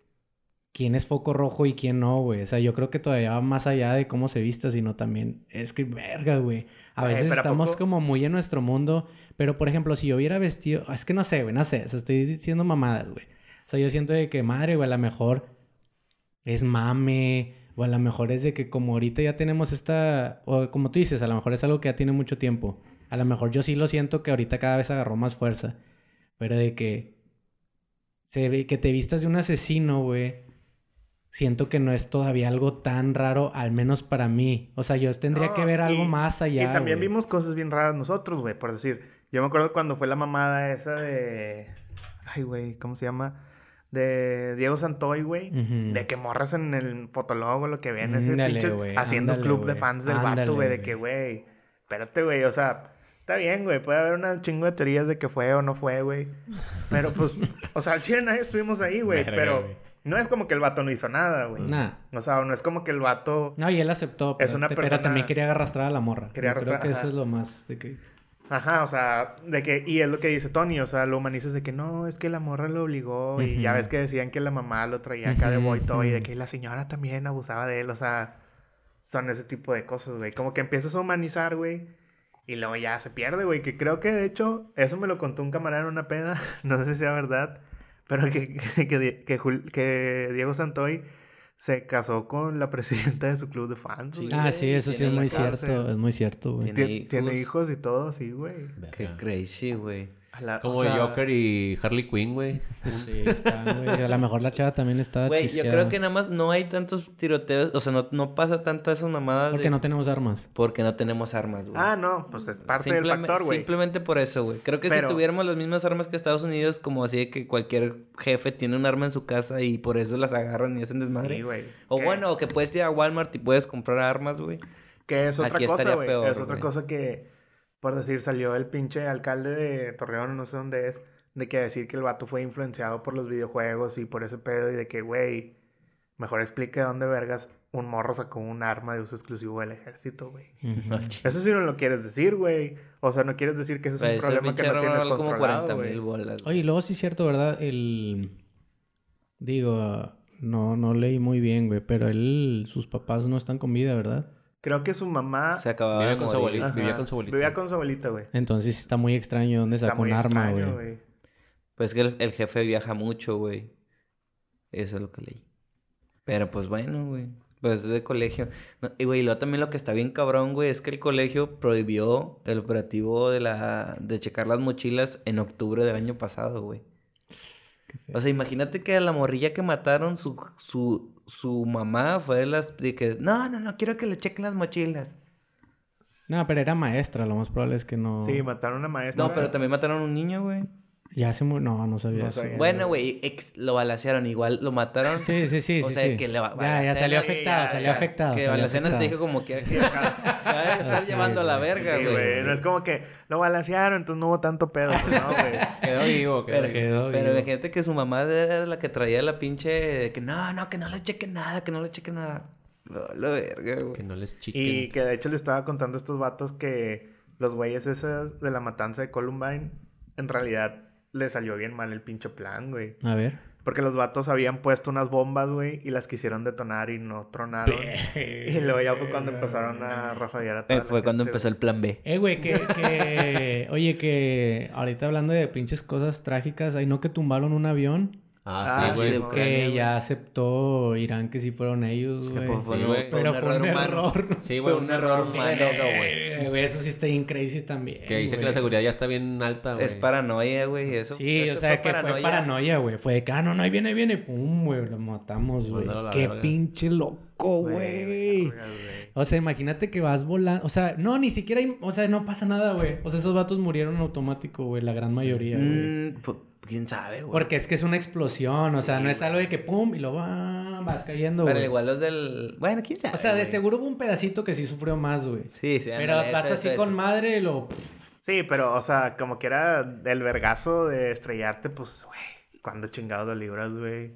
Speaker 4: ¿quién es foco rojo y quién no, güey? O sea, yo creo que todavía va más allá de cómo se vista, sino también, es que, verga, güey. A
Speaker 1: Güey,
Speaker 4: veces
Speaker 1: pero ¿a
Speaker 4: estamos
Speaker 1: poco?
Speaker 4: como muy en nuestro mundo, pero por ejemplo, si yo hubiera vestido, ah, es que no sé, güey, no sé, o sea, estoy diciendo mamadas, güey. O sea, yo siento de que, madre, güey, a lo mejor es mame. O a lo mejor es de que como ahorita ya tenemos esta... O como tú dices, a lo mejor es algo que ya tiene mucho tiempo. A lo mejor yo sí lo siento que ahorita cada vez agarró más fuerza. Pero de que... Se ve que te vistas de un asesino, güey. Siento que no es todavía algo tan raro, al menos para mí. O sea, yo tendría
Speaker 1: No,
Speaker 4: que ver algo
Speaker 1: y-
Speaker 4: más allá.
Speaker 1: Y también
Speaker 4: güey.
Speaker 1: vimos cosas bien raras nosotros, güey, por decir. Yo me acuerdo cuando fue la mamada esa de. Ay, güey, ¿cómo se llama? De Diego Santoy, güey.
Speaker 4: Ujú.
Speaker 1: De que morras en el fotólogo, lo que ven, ese
Speaker 4: Mm. Ándale,
Speaker 1: pinche.
Speaker 4: güey,
Speaker 1: haciendo
Speaker 4: ándale,
Speaker 1: club de
Speaker 4: güey,
Speaker 1: fans del
Speaker 4: ándale,
Speaker 1: vato, güey. De
Speaker 4: güey.
Speaker 1: que, güey, espérate, güey, o sea. Está bien, güey. Puede haber una chingo de teorías de que fue o no fue, güey. Pero pues, o sea, al chile nadie estuvimos ahí, güey.
Speaker 2: Verga,
Speaker 1: Pero
Speaker 2: güey.
Speaker 1: no es como que el vato no hizo nada, güey.
Speaker 4: Nah.
Speaker 1: O sea, no es como que el vato
Speaker 4: No, y él aceptó.
Speaker 1: Es
Speaker 4: Pero,
Speaker 1: una
Speaker 4: te- pero
Speaker 1: persona-
Speaker 4: también quería arrastrar a la morra.
Speaker 1: Quería
Speaker 4: Yo creo
Speaker 1: arrastrar,
Speaker 4: que
Speaker 1: ajá.
Speaker 4: eso es lo más... de que-
Speaker 1: Ajá, o sea, de que, y es lo que dice Tony, o sea, lo humanizas de que no, es que la morra lo obligó, y ya
Speaker 4: Ujú.
Speaker 1: ves que decían que la mamá lo traía acá de
Speaker 4: Ujú,
Speaker 1: boy toy, y de
Speaker 4: ujú.
Speaker 1: que la señora también abusaba de él, o sea, son ese tipo de cosas, güey. Como que empiezas a humanizar, güey, y luego ya se pierde, güey, que creo que de hecho, eso me lo contó un camarada en una peda, no sé si sea verdad, pero que, que, Di- que, Jul- que Diego Santoy se casó con la presidenta de su club de fans,
Speaker 3: Sí,
Speaker 1: güey.
Speaker 4: Ah,
Speaker 3: güey,
Speaker 4: sí, eso sí
Speaker 3: tiene
Speaker 4: es
Speaker 3: la
Speaker 4: muy
Speaker 1: cárcel.
Speaker 4: cierto. Es muy cierto, güey.
Speaker 3: Tiene-
Speaker 1: Tiene, tiene
Speaker 3: hijos.
Speaker 1: hijos y todo, sí, güey.
Speaker 3: Qué
Speaker 2: Verga.
Speaker 3: crazy, güey.
Speaker 1: A la- o
Speaker 2: Como
Speaker 1: sea,
Speaker 2: Joker y Harley Quinn, güey.
Speaker 4: Sí, están, güey. A lo mejor la chava también está
Speaker 3: Güey, yo creo
Speaker 4: chisqueada.
Speaker 3: que nada más no hay tantos tiroteos, o sea, no, no pasa tanto esas mamadas
Speaker 4: Porque
Speaker 3: de-
Speaker 4: no tenemos armas.
Speaker 3: porque no tenemos armas, güey.
Speaker 1: Ah, no, pues es parte del
Speaker 3: Simpleme-
Speaker 1: factor, güey.
Speaker 3: Simplemente por eso, güey. Creo que
Speaker 1: Pero-
Speaker 3: si tuviéramos las mismas armas que Estados Unidos, como así de que cualquier jefe tiene un arma en su casa y por eso las agarran y hacen desmadre.
Speaker 1: Sí, güey.
Speaker 3: o
Speaker 1: Que-
Speaker 3: bueno, o que puedes ir a Walmart y puedes comprar armas, güey.
Speaker 1: Que es otra
Speaker 3: aquí
Speaker 1: cosa,
Speaker 3: estaría
Speaker 1: güey.
Speaker 3: peor,
Speaker 1: Es otra
Speaker 3: güey.
Speaker 1: cosa que, por decir, salió el pinche alcalde de Torreón, no sé dónde es, de que decir que el vato fue influenciado por los videojuegos y por ese pedo y de que, güey, mejor explique dónde vergas un morro sacó un arma de uso exclusivo del ejército, güey. Eso sí no lo quieres decir, güey. O sea, no quieres decir que eso es
Speaker 3: Güey,
Speaker 1: un
Speaker 3: Pues, ese
Speaker 1: problema que
Speaker 3: pinche
Speaker 1: no
Speaker 3: arma
Speaker 1: tienes
Speaker 3: vale como
Speaker 1: controlado,
Speaker 3: 40,000
Speaker 1: güey.
Speaker 3: bolas. güey.
Speaker 4: Oye, y luego sí es cierto, ¿verdad? El... Digo, no, no leí muy bien, güey, pero él, sus papás no están con vida, ¿verdad?
Speaker 1: Creo que su mamá
Speaker 3: Se acababa
Speaker 2: Vivía
Speaker 3: de
Speaker 2: con su
Speaker 3: morir.
Speaker 2: abuelita.
Speaker 1: Ajá.
Speaker 2: Vivía con su abuelita.
Speaker 1: Vivía con su abuelita, güey.
Speaker 4: Entonces está muy extraño dónde
Speaker 1: Está
Speaker 4: sacó
Speaker 1: muy
Speaker 4: un arma,
Speaker 1: extraño,
Speaker 4: güey.
Speaker 3: Pues que el, el jefe viaja mucho, güey. Eso es lo que leí. Pero pues bueno, güey. Pues es de colegio. No, y güey, luego también lo que está bien cabrón, güey, es que el colegio prohibió el operativo de la de checar las mochilas en octubre del año pasado, güey. O sea, imagínate que a la morrilla que mataron su, su, su mamá fue de las de que, no, no, no, quiero que le chequen las mochilas.
Speaker 4: No, pero era maestra, lo más probable es que no.
Speaker 1: Sí, mataron a una maestra.
Speaker 3: No, pero también mataron a un niño, güey.
Speaker 4: Ya se mu- No, no sabía
Speaker 1: No
Speaker 4: eso.
Speaker 1: sabía.
Speaker 3: Bueno, güey, ex- lo balacearon, igual lo mataron.
Speaker 4: Sí, sí, sí.
Speaker 3: O
Speaker 4: sí,
Speaker 3: sea,
Speaker 4: sí.
Speaker 3: que le va-
Speaker 4: Ya, ya
Speaker 3: balacera,
Speaker 4: salió
Speaker 1: sí,
Speaker 4: afectado,
Speaker 1: ya,
Speaker 4: salió
Speaker 1: ya.
Speaker 4: afectado.
Speaker 3: Que
Speaker 4: salió
Speaker 3: Balacena te
Speaker 4: afectado.
Speaker 3: dijo como que
Speaker 1: Sí, acá.
Speaker 3: ya estás
Speaker 4: Así
Speaker 3: llevando a
Speaker 4: es,
Speaker 3: la
Speaker 4: güey.
Speaker 3: verga,
Speaker 1: Sí,
Speaker 3: güey.
Speaker 1: güey. No es como que lo balancearon, entonces no hubo tanto pedo. güey, No, güey.
Speaker 2: Quedó vivo, quedó
Speaker 3: Pero,
Speaker 2: vivo.
Speaker 4: quedó
Speaker 3: pero
Speaker 4: vivo.
Speaker 3: imagínate que su mamá era la que traía la pinche de que no, no, que no le chequen nada, que no le chequen nada. No, la verga,
Speaker 2: Que
Speaker 3: güey. Eh,
Speaker 2: no les chiquen.
Speaker 1: Y que de hecho le estaba contando a estos vatos que los güeyes esas de la matanza de Columbine, en realidad le salió bien mal el pinche plan, güey.
Speaker 4: A ver.
Speaker 1: Porque los vatos habían puesto unas bombas, güey, y las quisieron detonar y no tronaron. Y luego ya fue cuando empezaron a rafaguear a toda
Speaker 3: Eh,
Speaker 1: la
Speaker 3: Fue cuando
Speaker 1: gente,
Speaker 3: empezó el plan B.
Speaker 4: Eh, güey, que, que... Oye, que ahorita hablando de pinches cosas trágicas, ahí no que tumbaron un avión
Speaker 1: Ah,
Speaker 2: Ah, sí, güey.
Speaker 1: sí,
Speaker 3: de
Speaker 1: no.
Speaker 3: Ucrania,
Speaker 4: que
Speaker 3: güey.
Speaker 4: ya aceptó Irán que sí fueron ellos,
Speaker 3: Que,
Speaker 4: güey.
Speaker 3: pues, fue
Speaker 2: sí,
Speaker 3: un-
Speaker 2: güey.
Speaker 3: fue un
Speaker 4: Pero fue
Speaker 3: error
Speaker 4: un
Speaker 3: humano.
Speaker 4: error.
Speaker 2: Sí,
Speaker 3: Fue
Speaker 2: güey,
Speaker 3: un error humano, güey.
Speaker 4: Eh, güey, eso sí está bien crazy también.
Speaker 2: Que dice que
Speaker 4: güey.
Speaker 2: la seguridad ya está bien alta, güey.
Speaker 3: Es paranoia, güey. Eso,
Speaker 4: Sí,
Speaker 3: eso
Speaker 4: o sea, que fue paranoia, güey. Fue de que, ah, no, no, ahí viene, ahí viene. Pum, güey, lo matamos, güey.
Speaker 2: Mándalo a la
Speaker 4: Qué
Speaker 2: verga.
Speaker 4: pinche loco,
Speaker 3: Oh,
Speaker 1: Güey,
Speaker 4: güey.
Speaker 1: verga, güey.
Speaker 4: O sea, imagínate que vas volando. O sea, no, ni siquiera hay... O sea, no pasa nada, güey. O sea, esos vatos murieron automático, güey. La gran mayoría, güey.
Speaker 3: Mm, pu- ¿Quién sabe, güey?
Speaker 4: Porque es que es una explosión. O sea, no es algo de que pum y lo va- vas cayendo,
Speaker 3: Pero
Speaker 4: güey.
Speaker 3: igual los del... Bueno, quién sabe,
Speaker 4: O sea, de
Speaker 3: güey.
Speaker 4: seguro hubo un pedacito que sí sufrió más, güey.
Speaker 3: Sí, sí.
Speaker 4: Pero
Speaker 3: ándale, eso,
Speaker 4: vas
Speaker 3: eso,
Speaker 4: así
Speaker 3: eso.
Speaker 4: con madre y lo...
Speaker 1: Sí, pero, o sea, como que era el vergazo de estrellarte, pues, güey, cuando chingado de libras, güey.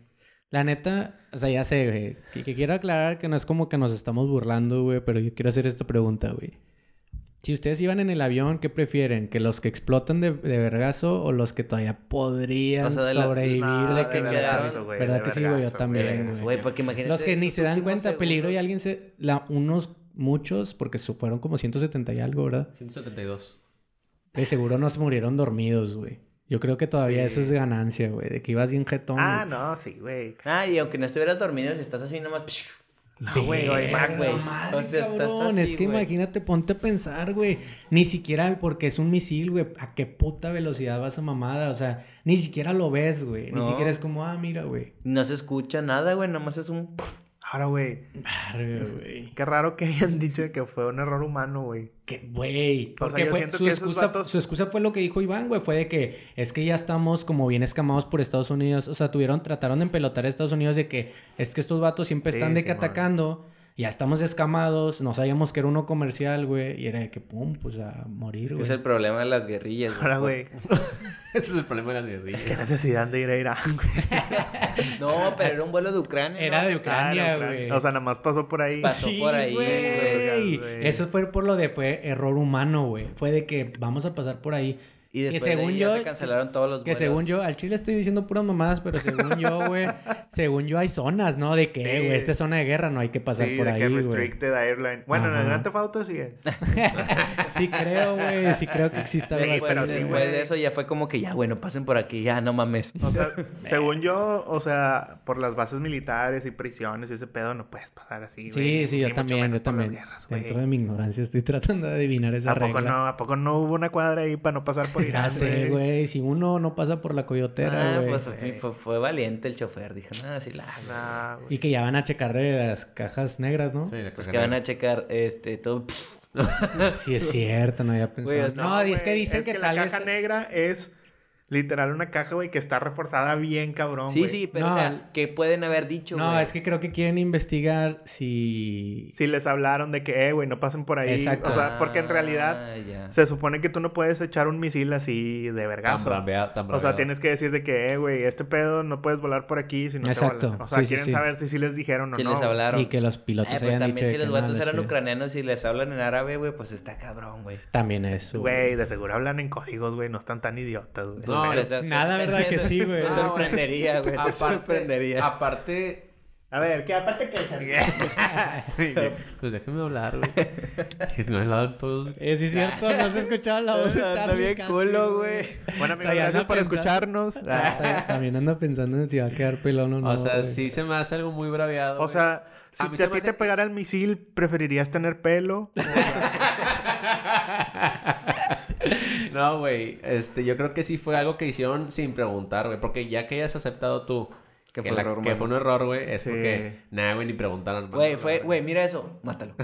Speaker 4: La neta, o sea, ya sé, güey. Que, que quiero aclarar que no es como que nos estamos burlando, güey, pero yo quiero hacer esta pregunta, güey. Si ustedes iban en el avión, ¿qué prefieren? ¿Que los que explotan de, de vergazo o los que todavía podrían
Speaker 3: O sea, de la-
Speaker 4: sobrevivir?
Speaker 1: No,
Speaker 4: de
Speaker 1: de
Speaker 4: que
Speaker 3: vergazo,
Speaker 4: quedaron?
Speaker 1: güey,
Speaker 4: ¿Verdad
Speaker 1: de
Speaker 4: que sí,
Speaker 1: vergazo,
Speaker 4: güey? Yo
Speaker 1: güey,
Speaker 4: también,
Speaker 1: de-
Speaker 4: güey.
Speaker 3: Güey, porque imagínate...
Speaker 4: Los que ni
Speaker 3: esos
Speaker 4: se dan
Speaker 3: últimos
Speaker 4: cuenta, peligro y
Speaker 3: segundos.
Speaker 4: alguien se... La, unos muchos, porque su- fueron como 170 y algo, ¿verdad?
Speaker 2: 172.
Speaker 4: De seguro nos murieron dormidos, güey. Yo creo que todavía
Speaker 1: Sí.
Speaker 4: eso es ganancia, güey. De que ibas bien jetón.
Speaker 1: Ah,
Speaker 4: güey.
Speaker 1: no, sí, güey.
Speaker 3: Ah, y aunque no estuvieras dormido, si estás así nomás... psh,
Speaker 1: No, güey, oye,
Speaker 3: Verga,
Speaker 1: man,
Speaker 3: güey.
Speaker 4: Madre,
Speaker 3: O sea, estás
Speaker 4: cabrón,
Speaker 3: así,
Speaker 4: es que
Speaker 3: güey.
Speaker 4: imagínate, ponte a pensar, güey. Ni siquiera porque es un misil, güey. ¿A qué puta velocidad vas a mamada? O sea, ni siquiera lo ves, güey. Ni
Speaker 3: No.
Speaker 4: siquiera es como, ah, mira, güey.
Speaker 3: No se escucha nada, güey. Nomás es un...
Speaker 1: Ahora, güey,
Speaker 4: Verga, güey.
Speaker 1: qué raro que hayan dicho de que fue un error humano, güey.
Speaker 4: Que, güey.
Speaker 1: O sea,
Speaker 4: Porque
Speaker 1: yo
Speaker 4: fue-
Speaker 1: siento
Speaker 4: su,
Speaker 1: que esos
Speaker 4: excusa,
Speaker 1: vatos-
Speaker 4: su excusa fue lo que dijo Iván, güey. Fue de que es que ya estamos como bien escamados por Estados Unidos. O sea, tuvieron, trataron de empelotar a Estados Unidos de que es que estos vatos siempre
Speaker 1: Sí,
Speaker 4: están de que
Speaker 1: Simón.
Speaker 4: atacando. Ya estamos escamados, no sabíamos que era uno comercial, güey. Y era de que pum, pues a morir,
Speaker 3: Es que
Speaker 4: güey.
Speaker 3: es el problema de las guerrillas.
Speaker 1: Ahora, güey,
Speaker 2: Ese es el problema de las
Speaker 1: qué
Speaker 2: guerrillas.
Speaker 1: necesidad de ir a Irán, güey.
Speaker 3: No, pero era un vuelo de Ucrania.
Speaker 4: Era
Speaker 3: ¿no?
Speaker 4: de Ucrania,
Speaker 1: Claro, claro.
Speaker 4: güey.
Speaker 1: O sea, nada más pasó por ahí.
Speaker 3: Pasó por ahí,
Speaker 4: güey.
Speaker 1: güey.
Speaker 4: Eso fue por lo de fue error humano, güey. Fue de que vamos a pasar por ahí.
Speaker 3: Y después
Speaker 4: que según
Speaker 3: de ahí ya
Speaker 4: yo-
Speaker 3: se cancelaron todos los
Speaker 4: Que
Speaker 3: vuelos.
Speaker 4: según yo, al chile estoy diciendo puras mamadas, pero según yo, güey, según yo hay zonas, ¿no? De que,
Speaker 1: Sí.
Speaker 4: güey, esta es zona de guerra, no hay que pasar
Speaker 1: Sí,
Speaker 4: por
Speaker 1: de que
Speaker 4: ahí, güey.
Speaker 1: restricted airline. Bueno, en
Speaker 4: Ajá.
Speaker 1: el Gran Tefauto sí es.
Speaker 4: Sí creo, güey, sí creo que existe algo
Speaker 3: Después,
Speaker 4: así.
Speaker 1: pero
Speaker 4: güey.
Speaker 1: sí,
Speaker 3: después
Speaker 1: güey.
Speaker 3: de eso ya fue como que ya, bueno, pasen por aquí, ya, no mames.
Speaker 1: O sea, según yo, o sea, por las bases militares y prisiones y ese pedo no puedes pasar así, güey.
Speaker 4: Sí, sí,
Speaker 1: Ni
Speaker 4: yo
Speaker 1: mucho
Speaker 4: también,
Speaker 1: menos
Speaker 4: yo
Speaker 1: por las
Speaker 4: también.
Speaker 1: guerras, güey.
Speaker 4: Dentro de mi ignorancia estoy tratando de adivinar esa
Speaker 1: ¿A poco,
Speaker 4: regla.
Speaker 1: no, ¿A poco no hubo una cuadra ahí para no pasar por Irán,
Speaker 4: Ya sé, güey, si uno no pasa por la coyotera,
Speaker 3: ah,
Speaker 4: güey. Pues
Speaker 3: pues fue, fue- fue valiente el chofer. Dijo, nada, sí, la...
Speaker 1: Nah, güey.
Speaker 4: Y que ya van a checar eh, las cajas negras, ¿no?
Speaker 2: Sí, la
Speaker 3: Pues
Speaker 2: caja
Speaker 3: que van
Speaker 2: negra.
Speaker 3: a checar, este, todo...
Speaker 4: Sí, es cierto, no había pensado.
Speaker 3: Güey, o sea,
Speaker 4: no, y es que
Speaker 1: güey,
Speaker 4: dicen
Speaker 1: es
Speaker 4: que, tal
Speaker 1: la
Speaker 4: vez.
Speaker 1: caja negra es literal una caja, güey, que está reforzada bien cabrón,
Speaker 3: Sí,
Speaker 1: güey.
Speaker 3: sí, pero
Speaker 4: No.
Speaker 3: o sea, ¿qué pueden haber dicho,
Speaker 4: No,
Speaker 3: güey?
Speaker 4: es que creo que quieren investigar si.
Speaker 1: Si les hablaron de que, eh, güey, no pasen por ahí.
Speaker 4: Exacto.
Speaker 1: O sea, porque en realidad
Speaker 3: Ah, ya.
Speaker 1: se supone que tú no puedes echar un misil así de
Speaker 2: Tan
Speaker 1: vergazo.
Speaker 2: braveado, tan
Speaker 1: O sea,
Speaker 2: braveado.
Speaker 1: tienes que decir de que, eh, güey, este pedo no puedes volar por aquí si no te
Speaker 4: Exacto.
Speaker 1: volan". O sea,
Speaker 4: Sí, sí,
Speaker 1: quieren
Speaker 4: sí.
Speaker 1: saber si sí les dijeron o
Speaker 3: Si
Speaker 1: no.
Speaker 3: les
Speaker 1: güey.
Speaker 3: hablaron.
Speaker 4: Y que los pilotos
Speaker 3: Eh, pues
Speaker 4: hayan dicho.
Speaker 3: también
Speaker 4: de
Speaker 3: si
Speaker 4: que
Speaker 3: los
Speaker 4: no,
Speaker 3: vatos
Speaker 4: no
Speaker 3: eran
Speaker 4: sé.
Speaker 3: ucranianos y les hablan en árabe, güey, pues está cabrón, güey.
Speaker 4: También eso.
Speaker 1: Güey, de seguro hablan en códigos, güey, no están tan idiotas, güey.
Speaker 3: No,
Speaker 2: No,
Speaker 3: te- te-
Speaker 4: nada, ¿verdad que sí, güey?
Speaker 3: Te
Speaker 4: Ah,
Speaker 3: sorprendería, güey. Te sorprendería.
Speaker 2: Aparte,
Speaker 1: A ver, ¿qué aparte que Charlie?
Speaker 2: pues déjenme hablar, güey. Que si no he hablado todo.
Speaker 4: Eh, sí, es cierto, no se escuchaba la voz de
Speaker 3: Anda
Speaker 4: Charlie
Speaker 3: bien
Speaker 4: casi,
Speaker 3: culo, güey.
Speaker 1: Bueno, amigos,
Speaker 4: Todavía
Speaker 1: gracias
Speaker 4: no
Speaker 1: por
Speaker 4: pensaba.
Speaker 1: escucharnos. Ah.
Speaker 4: Ta- También anda pensando en si va a quedar pelón o no.
Speaker 2: o sea,
Speaker 4: güey.
Speaker 2: sí se me hace algo muy braviado.
Speaker 1: O
Speaker 2: güey.
Speaker 1: sea, si
Speaker 2: A
Speaker 1: a,
Speaker 2: mí
Speaker 1: ti
Speaker 2: se me hace
Speaker 1: te
Speaker 2: que-
Speaker 1: pegara el misil, ¿preferirías tener pelo?
Speaker 2: No, güey. Este, yo creo que sí fue algo que hicieron sin preguntar, güey. Porque ya que hayas aceptado tú
Speaker 3: Que
Speaker 2: que,
Speaker 3: fue un
Speaker 2: la-
Speaker 3: error
Speaker 2: que
Speaker 3: humano.
Speaker 2: fue un error, güey, es
Speaker 1: Sí.
Speaker 2: porque nada, güey, ni preguntaron.
Speaker 3: Güey, fue, güey, mira eso. Mátalo.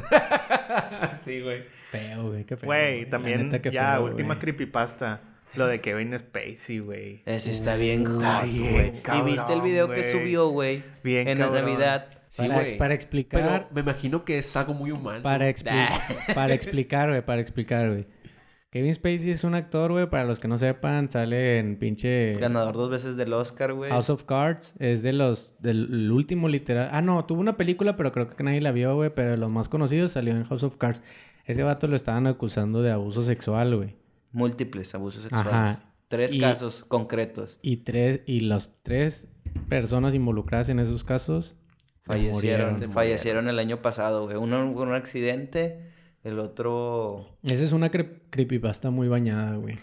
Speaker 2: sí, güey.
Speaker 4: Feo, güey, qué feo.
Speaker 1: Güey,
Speaker 4: La
Speaker 1: también
Speaker 4: neta, qué
Speaker 1: ya,
Speaker 4: feo,
Speaker 1: última
Speaker 4: güey.
Speaker 1: creepypasta. Lo de Kevin Spacey, güey.
Speaker 3: Ese está bien
Speaker 1: está
Speaker 3: hot,
Speaker 1: bien
Speaker 3: güey. Y
Speaker 1: cabrón,
Speaker 3: viste el video que
Speaker 1: güey.
Speaker 3: subió, güey.
Speaker 1: Bien
Speaker 3: En la
Speaker 1: cabrón.
Speaker 3: Navidad.
Speaker 2: Sí,
Speaker 4: para,
Speaker 2: güey.
Speaker 4: para
Speaker 2: Pero
Speaker 4: explicar,
Speaker 2: me imagino que es algo muy humano.
Speaker 4: para, expli-
Speaker 2: Ah.
Speaker 4: para explicar, güey, para explicar, güey. Kevin Spacey es un actor, güey, para los que no sepan, sale en pinche
Speaker 3: Ganador dos veces del Oscar, güey.
Speaker 4: House of Cards, es de los, del el último literal. Ah, no, tuvo una película, pero creo que nadie la vio, güey, pero de los más conocidos salió en House of Cards. Ese vato lo estaban acusando de abuso sexual, güey.
Speaker 3: Múltiples abusos
Speaker 4: Ajá.
Speaker 3: sexuales. Tres
Speaker 4: Y-
Speaker 3: casos concretos.
Speaker 4: Y tres, y las tres personas involucradas en esos casos
Speaker 3: Fallecieron.
Speaker 4: murieron.
Speaker 3: Fallecieron el año pasado, güey. Uno con un accidente, el otro
Speaker 4: Esa es una cre- creepypasta muy bañada, güey.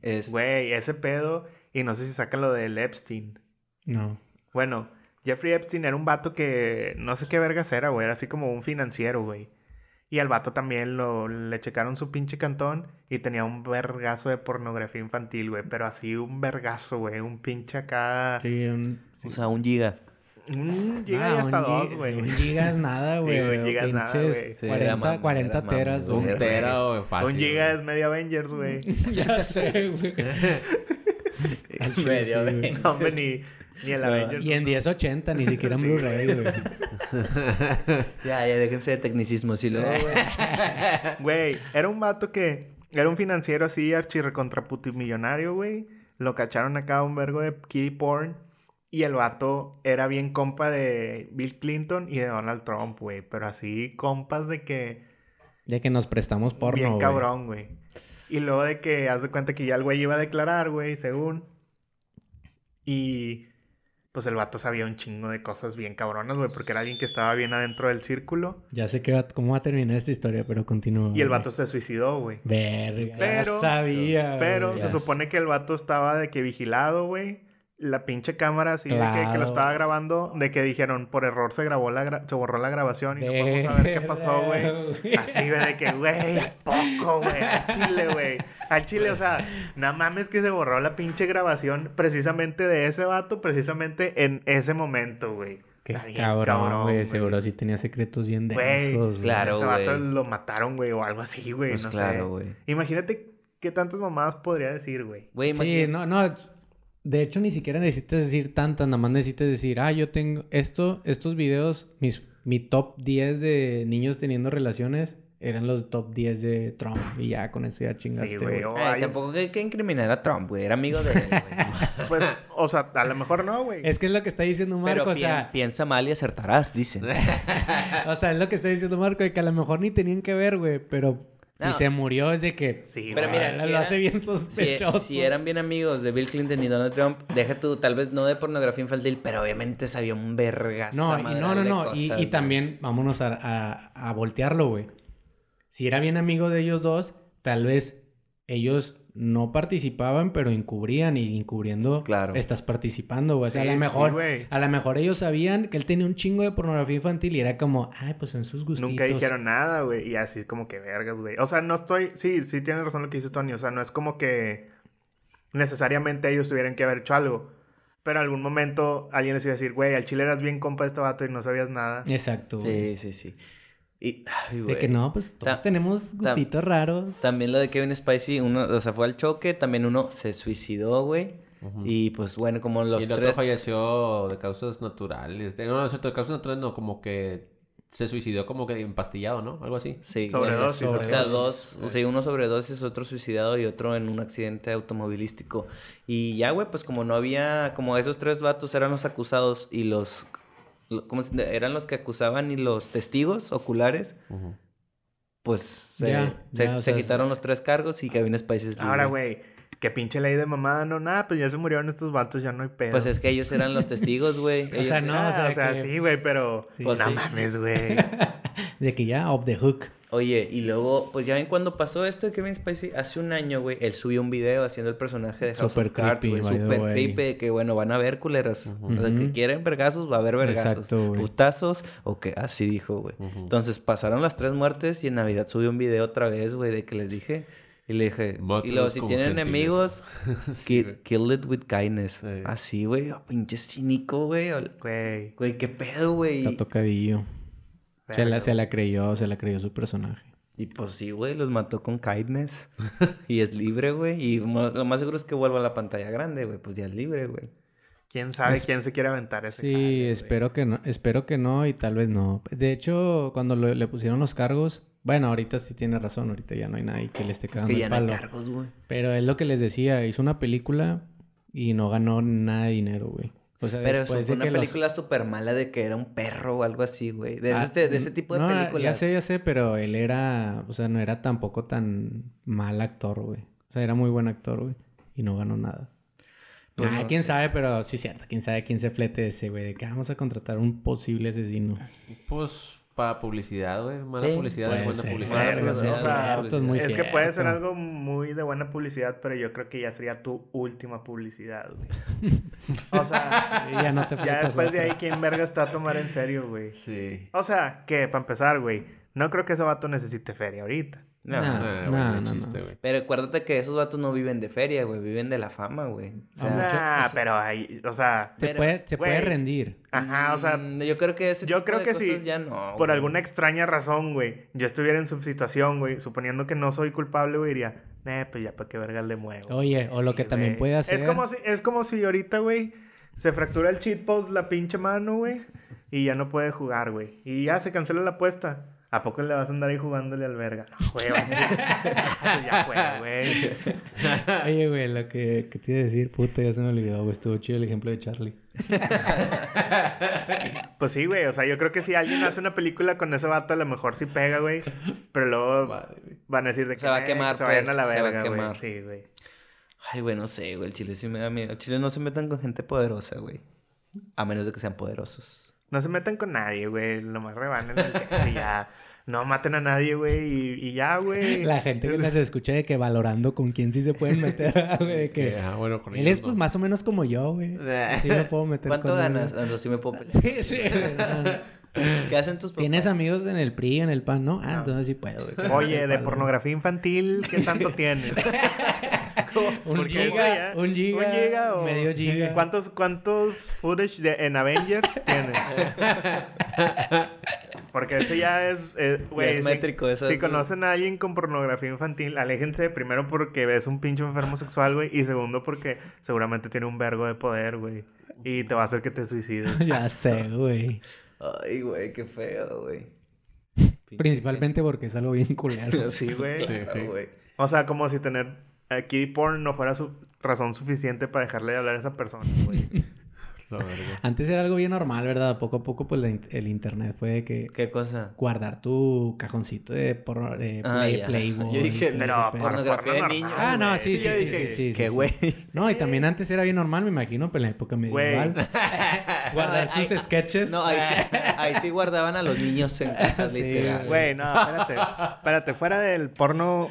Speaker 3: es...
Speaker 1: Güey, ese pedo. Y no sé si saca lo del Epstein.
Speaker 4: No.
Speaker 1: Bueno, Jeffrey Epstein era un vato que no sé qué vergas era, güey. Era así como un financiero, güey. Y al vato también lo, le checaron su pinche cantón y tenía un vergazo de pornografía infantil, güey. Pero así un vergazo, güey. Un pinche acá.
Speaker 4: Sí, un-
Speaker 3: O sea, un giga.
Speaker 1: Un giga y
Speaker 4: Ah,
Speaker 1: hasta
Speaker 4: un
Speaker 1: dos,
Speaker 4: gi-
Speaker 1: güey.
Speaker 4: Un giga es nada, güey.
Speaker 1: un giga es nada,
Speaker 4: pinches
Speaker 1: güey.
Speaker 3: Sí, era
Speaker 4: 40,
Speaker 3: mame,
Speaker 4: 40
Speaker 3: era mame,
Speaker 4: teras,
Speaker 3: güey.
Speaker 4: güey.
Speaker 2: Un tera, güey, fácil.
Speaker 1: Un giga
Speaker 2: güey.
Speaker 1: es medio Avengers, güey.
Speaker 4: ya sé, güey.
Speaker 3: Medio
Speaker 4: sí, güey.
Speaker 3: de...
Speaker 1: No, hombre, ni, ni el
Speaker 3: No,
Speaker 1: Avengers.
Speaker 4: Y en 1080, ni siquiera en Blu-ray, güey.
Speaker 3: Ya, ya, déjense de tecnicismo, sí,
Speaker 4: Eh,
Speaker 3: lo...
Speaker 1: Güey, era un vato que era un financiero así, archirrecontraputimillonario, güey. Lo cacharon acá un vergo de kiddie porn. Y el vato era bien compa de Bill Clinton y de Donald Trump, güey. Pero así, compas de que.
Speaker 4: Ya que nos prestamos porno,
Speaker 1: bien
Speaker 4: güey.
Speaker 1: cabrón, güey. Y luego de que haz de cuenta que ya el güey iba a declarar, güey, según. Y. Pues el vato sabía un chingo de cosas bien cabronas, güey, porque era alguien que estaba bien adentro del círculo.
Speaker 4: Ya sé que va, cómo va a terminar esta historia, pero continúa.
Speaker 1: Y el
Speaker 4: güey.
Speaker 1: vato se suicidó, güey.
Speaker 4: Verga.
Speaker 1: Pero-
Speaker 4: ya sabía.
Speaker 1: Pero
Speaker 4: güey,
Speaker 1: se
Speaker 4: ya
Speaker 1: supone que el vato estaba de que vigilado, güey. La pinche cámara así de que, que
Speaker 4: Claro.
Speaker 1: lo estaba grabando, de que dijeron, por error se grabó la gra- se borró la grabación y no podemos saber qué pasó, güey. Así, güey, de que, güey, ¿a poco, güey, al chile, güey. Al chile, o sea,
Speaker 4: Pues.
Speaker 1: no mames que se borró la pinche grabación precisamente de ese vato, precisamente en ese momento, güey.
Speaker 4: Qué
Speaker 1: Está bien
Speaker 4: cabrón, güey. Seguro
Speaker 1: güey.
Speaker 4: sí tenía secretos bien
Speaker 1: Güey,
Speaker 4: densos, güey.
Speaker 3: claro.
Speaker 1: Ese vato
Speaker 3: güey.
Speaker 1: lo mataron, güey, o algo así, güey.
Speaker 3: Pues
Speaker 1: no sé.
Speaker 3: claro, güey.
Speaker 1: Imagínate qué tantas mamadas podría decir, güey.
Speaker 3: Güey,
Speaker 4: Sí,
Speaker 3: imagínate.
Speaker 4: no, no. De hecho, ni siquiera necesitas decir tantas, nada más necesitas decir, ah, yo tengo esto, estos videos, mis, mi top 10 de niños teniendo relaciones eran los top 10 de Trump. Y ya con eso ya
Speaker 1: Sí,
Speaker 4: chingaste,
Speaker 1: güey.
Speaker 4: güey.
Speaker 1: o
Speaker 3: Ay,
Speaker 1: hay-
Speaker 3: eh, tampoco hay que incriminar a Trump, güey. Era amigo de él, güey.
Speaker 1: Pues, o sea, a lo mejor no, güey.
Speaker 4: Es que es lo que está diciendo
Speaker 3: Pero
Speaker 4: Marco, o
Speaker 3: pien-
Speaker 4: sea,
Speaker 3: piensa mal y acertarás, dicen.
Speaker 4: o sea, es lo que está diciendo Marco, de que a lo mejor ni tenían que ver, güey, pero
Speaker 3: No.
Speaker 4: si se murió es de que... Ah,
Speaker 1: Sí,
Speaker 3: Pero
Speaker 1: güey.
Speaker 3: mira,
Speaker 4: lo
Speaker 3: si
Speaker 4: lo
Speaker 3: era-
Speaker 4: hace bien
Speaker 3: Si,
Speaker 4: sospechoso.
Speaker 3: si eran bien amigos de Bill Clinton y Donald Trump, deja tú, tal vez no de pornografía infantil, pero obviamente sabía un vergas.
Speaker 4: No, y no, no, no. Y, y también, vámonos a, a- a voltearlo, güey. Si era bien amigo de ellos dos, tal vez ellos no participaban, pero encubrían y encubriendo
Speaker 3: Claro.
Speaker 4: estás participando, güey. O sea,
Speaker 1: Sí,
Speaker 4: a
Speaker 1: sí,
Speaker 4: lo mejor,
Speaker 1: güey.
Speaker 4: a lo mejor ellos sabían que él tenía un chingo de pornografía infantil y era como, ay, pues en sus gustitos.
Speaker 1: Nunca dijeron nada, güey. Y así como que vergas, güey. O sea, no estoy. Sí, sí tienes razón lo que dices, Tony. O sea, no es como que necesariamente ellos tuvieran que haber hecho algo. Pero en algún momento alguien les iba a decir, güey, al chile eras bien compa de este vato y no sabías nada.
Speaker 4: Exacto. güey.
Speaker 3: Sí, sí, sí. Y, ay,
Speaker 4: de
Speaker 3: güey.
Speaker 4: que no, pues todos
Speaker 3: Ta-
Speaker 4: tenemos gustitos raros.
Speaker 3: También lo de Kevin Spacey, uno, o sea, fue al choque, también uno se suicidó, güey. Y pues bueno, como los
Speaker 2: y el otro
Speaker 3: tres.
Speaker 2: falleció de causas naturales. Eh, No, no, es cierto, de causas naturales no, como que se suicidó como que empastillado, ¿no? Algo así.
Speaker 3: Sí,
Speaker 1: Sobredosis,
Speaker 3: O sea,
Speaker 1: sobredosis.
Speaker 3: dos, o sea, uno sobredosis, otro suicidado y otro en un accidente automovilístico. Y ya, güey, pues como no había, como esos tres vatos eran los acusados y los, lo- ¿cómo se dice? Eran los que acusaban y los testigos oculares, pues se,
Speaker 4: Ya,
Speaker 3: se-
Speaker 4: ya, o
Speaker 3: se
Speaker 4: sea,
Speaker 3: quitaron los tres cargos y Kevin Spacey es libre.
Speaker 1: Ahora, güey, Qué pinche ley de mamada, no, nada, pues ya se murieron estos vatos, ya no hay pedo.
Speaker 3: Pues es que ellos eran los testigos, güey.
Speaker 4: O
Speaker 3: Ellos-
Speaker 4: sea, no.
Speaker 1: Ah, o sea,
Speaker 4: o sea que-
Speaker 1: sí, güey, pero
Speaker 3: Pues
Speaker 1: no
Speaker 3: sí.
Speaker 1: mames, güey.
Speaker 4: De que ya, off the hook.
Speaker 3: Oye, y luego, pues ya ven cuando pasó esto de Kevin Spacey, hace un año, güey, él subió un video haciendo el personaje de House
Speaker 4: Súper
Speaker 3: of Cards,
Speaker 4: creepy,
Speaker 3: güey,
Speaker 4: by the
Speaker 3: súper
Speaker 4: way.
Speaker 3: creepy, de que bueno, van a ver culeras, o sea, que
Speaker 4: Ujú.
Speaker 3: quieren vergazos, va a haber vergazos,
Speaker 4: Exacto, güey.
Speaker 3: putazos, o que así dijo, güey.
Speaker 2: Ujú.
Speaker 3: Entonces pasaron las tres muertes y en Navidad subió un video otra vez, güey, de que les dije, y le dije, y
Speaker 2: Mótalos
Speaker 3: luego si
Speaker 2: con
Speaker 3: tienen
Speaker 2: gentileza".
Speaker 3: enemigos,
Speaker 2: Sí,
Speaker 3: ki-
Speaker 2: güey.
Speaker 3: kill it with kindness,
Speaker 2: Sí.
Speaker 3: así, güey, oh, pinche cínico, güey, o-
Speaker 1: Güey.
Speaker 3: güey, qué pedo, güey.
Speaker 4: Está tocadillo. Se
Speaker 1: verga,
Speaker 4: la, se la creyó, se la creyó su personaje.
Speaker 3: Y pues sí, güey, los mató con kindness. y es libre, güey. Y mo- lo más seguro es que vuelva a la pantalla grande, güey. Pues ya es libre, güey.
Speaker 1: ¿Quién sabe quién se quiere aventar ese
Speaker 4: Sí,
Speaker 1: jale, güey?
Speaker 4: espero que no, espero que no y tal vez no. De hecho, cuando lo- le pusieron los cargos, bueno, ahorita sí tiene razón, ahorita ya no hay nadie que le esté
Speaker 3: Es
Speaker 4: cagando
Speaker 3: que
Speaker 4: el
Speaker 3: ya no hay
Speaker 4: palo.
Speaker 3: cargos, güey.
Speaker 4: Pero es lo que les decía, hizo una película y no ganó nada de dinero, güey. O sea,
Speaker 3: Pero eso
Speaker 4: después
Speaker 3: fue
Speaker 4: de
Speaker 3: una
Speaker 4: Pues que los-
Speaker 3: película súper mala de que era un perro o algo así, güey. De,
Speaker 4: Ah,
Speaker 3: ese, este, de ese tipo de
Speaker 4: no,
Speaker 3: películas.
Speaker 4: Ya sé, ya sé, pero él era, o sea, no era tampoco tan mal actor, güey. O sea, era muy buen actor, güey. Y no ganó nada.
Speaker 3: Pues
Speaker 4: ah,
Speaker 3: no
Speaker 4: quién
Speaker 3: sé.
Speaker 4: sabe, pero sí es cierto, quién sabe quién se flete ese, güey. De que vamos a contratar un posible asesino.
Speaker 2: Pues para publicidad, güey. Mala
Speaker 3: Sí,
Speaker 2: publicidad
Speaker 4: puede
Speaker 2: es buena
Speaker 4: ser.
Speaker 2: publicidad. pues,
Speaker 1: Bueno,
Speaker 2: güey.
Speaker 1: o sea,
Speaker 2: Mala publicidad.
Speaker 4: muy
Speaker 1: Es que puede ser
Speaker 4: cierto.
Speaker 1: algo muy de buena publicidad, pero yo creo que ya sería tu última publicidad, güey. O sea,
Speaker 4: Y ya no te
Speaker 1: ya
Speaker 4: fletas
Speaker 1: después de
Speaker 4: otra.
Speaker 1: ahí, ¿quién verga está a tomar en serio, güey?
Speaker 2: Sí.
Speaker 1: O sea, que para empezar, güey, no creo que ese vato necesite feria ahorita.
Speaker 3: No.
Speaker 4: Nah.
Speaker 2: Ah,
Speaker 4: No,
Speaker 2: bueno,
Speaker 4: no, no.
Speaker 2: chiste, güey.
Speaker 3: Pero acuérdate que esos vatos no viven de feria, güey. Viven de la fama, güey. O sea,
Speaker 4: Ah, mucho-
Speaker 1: nah,
Speaker 4: o sea-
Speaker 1: pero ahí, o sea,
Speaker 4: Te
Speaker 3: Pero,
Speaker 4: puede, te puede
Speaker 1: güey.
Speaker 4: rendir.
Speaker 1: ajá, o sea,
Speaker 3: mm, yo creo que ese
Speaker 1: yo
Speaker 3: tipo
Speaker 1: creo
Speaker 3: de
Speaker 1: que
Speaker 3: cosas
Speaker 1: sí,
Speaker 3: ya no.
Speaker 1: por
Speaker 3: güey.
Speaker 1: alguna extraña razón, güey, yo estuviera en su situación, güey, suponiendo que no soy culpable, güey, diría, eh, pues ya para qué verga le muevo.
Speaker 4: Oye, o lo
Speaker 1: Sí,
Speaker 4: que también
Speaker 1: güey.
Speaker 4: puede hacer.
Speaker 1: Es como si, es como si ahorita, güey, se fractura el cheat post la pinche mano, güey, y ya no puede jugar, güey. Y ya se cancela la apuesta. ¿A poco le vas a andar ahí jugándole al verga? No, güey, vas a- ya fue, güey.
Speaker 4: Oye, güey, lo que, que te iba a decir, puta, ya se me olvidó, güey. Estuvo chido el ejemplo de Charlie.
Speaker 1: Pues sí, güey. O sea, yo creo que si alguien hace una película con ese vato, a lo mejor sí pega, güey. Pero luego
Speaker 2: Madre, güey.
Speaker 1: van a decir de que
Speaker 3: Se va a
Speaker 1: "Eh,
Speaker 3: quemar,
Speaker 1: que se vayan
Speaker 3: pues,
Speaker 1: a la
Speaker 3: se va a
Speaker 1: verga, güey.
Speaker 3: quemar.
Speaker 1: Sí, güey.
Speaker 3: Ay, güey, no sé, güey. El chile sí me da miedo. El chile no se metan con gente poderosa, güey. A menos de que sean poderosos.
Speaker 1: No se metan con nadie, güey. Nomás rebanen el que ya. No maten a nadie, güey. Y, y ya, güey.
Speaker 4: La gente que nos escucha de que valorando con quién sí se pueden meter, güey, de que...
Speaker 2: Ah, bueno, con
Speaker 4: Él es
Speaker 2: ellos
Speaker 4: pues
Speaker 2: no.
Speaker 4: más o menos como yo, güey. Sí me puedo meter
Speaker 3: ¿Cuánto
Speaker 4: con él,
Speaker 3: ganas?
Speaker 4: güey.
Speaker 3: Ah, no, sí me puedo pensar.
Speaker 4: Sí, sí. güey. Ah,
Speaker 3: ¿Qué hacen tus papás?
Speaker 4: ¿Tienes amigos en el PRI, en el PAN, no? Ah, entonces sí puedo, güey.
Speaker 1: Oye, de
Speaker 4: Palo.
Speaker 1: pornografía infantil, ¿qué tanto tienes?
Speaker 4: Un
Speaker 1: Porque
Speaker 4: giga,
Speaker 1: esa ya-
Speaker 4: un giga,
Speaker 1: un giga o-
Speaker 4: medio giga.
Speaker 1: ¿Cuántos, cuántos footage de, en Avengers tienes? Porque ese ya es... eh, güey,
Speaker 3: es
Speaker 1: si-
Speaker 3: métrico, eso
Speaker 1: Si
Speaker 3: es-
Speaker 1: conocen a alguien con pornografía infantil, aléjense primero porque es un pinche enfermo sexual, güey. Y segundo porque seguramente tiene un vergo de poder, güey. Y te va a hacer que te suicides.
Speaker 4: Ya sé, güey.
Speaker 3: Ay, güey, qué feo, güey.
Speaker 4: Principalmente porque es algo bien culero.
Speaker 3: Sí, güey.
Speaker 1: Sí,
Speaker 3: claro,
Speaker 2: sí.
Speaker 3: güey.
Speaker 1: O sea, como si tener aquí porn no fuera su razón suficiente para dejarle de hablar a esa persona, güey.
Speaker 2: La verga.
Speaker 4: Antes era algo bien normal, ¿verdad? Poco a poco, pues, la in- el internet fue de que
Speaker 3: ¿Qué cosa?
Speaker 4: guardar tu cajoncito de porno, de
Speaker 3: Ah,
Speaker 4: play,
Speaker 3: ya.
Speaker 4: Playboy.
Speaker 3: Yo dije,
Speaker 4: todo
Speaker 1: pero
Speaker 4: ese pedo.
Speaker 1: por-
Speaker 3: Pornografía de
Speaker 1: porno
Speaker 3: niños.
Speaker 1: normal,
Speaker 4: Ah, no,
Speaker 1: güey.
Speaker 4: sí,
Speaker 3: Yo
Speaker 4: sí, sí,
Speaker 3: dije,
Speaker 4: sí, sí,
Speaker 3: Qué
Speaker 4: sí.
Speaker 3: güey.
Speaker 4: No, y también antes era bien normal, me imagino, pero en la época medieval. Guardar
Speaker 3: Ay,
Speaker 4: sus sketches.
Speaker 3: No, ahí sí, ahí sí guardaban a los niños en cajas
Speaker 4: Sí,
Speaker 3: literal.
Speaker 4: güey.
Speaker 1: Güey, no, espérate. Espérate, fuera del porno,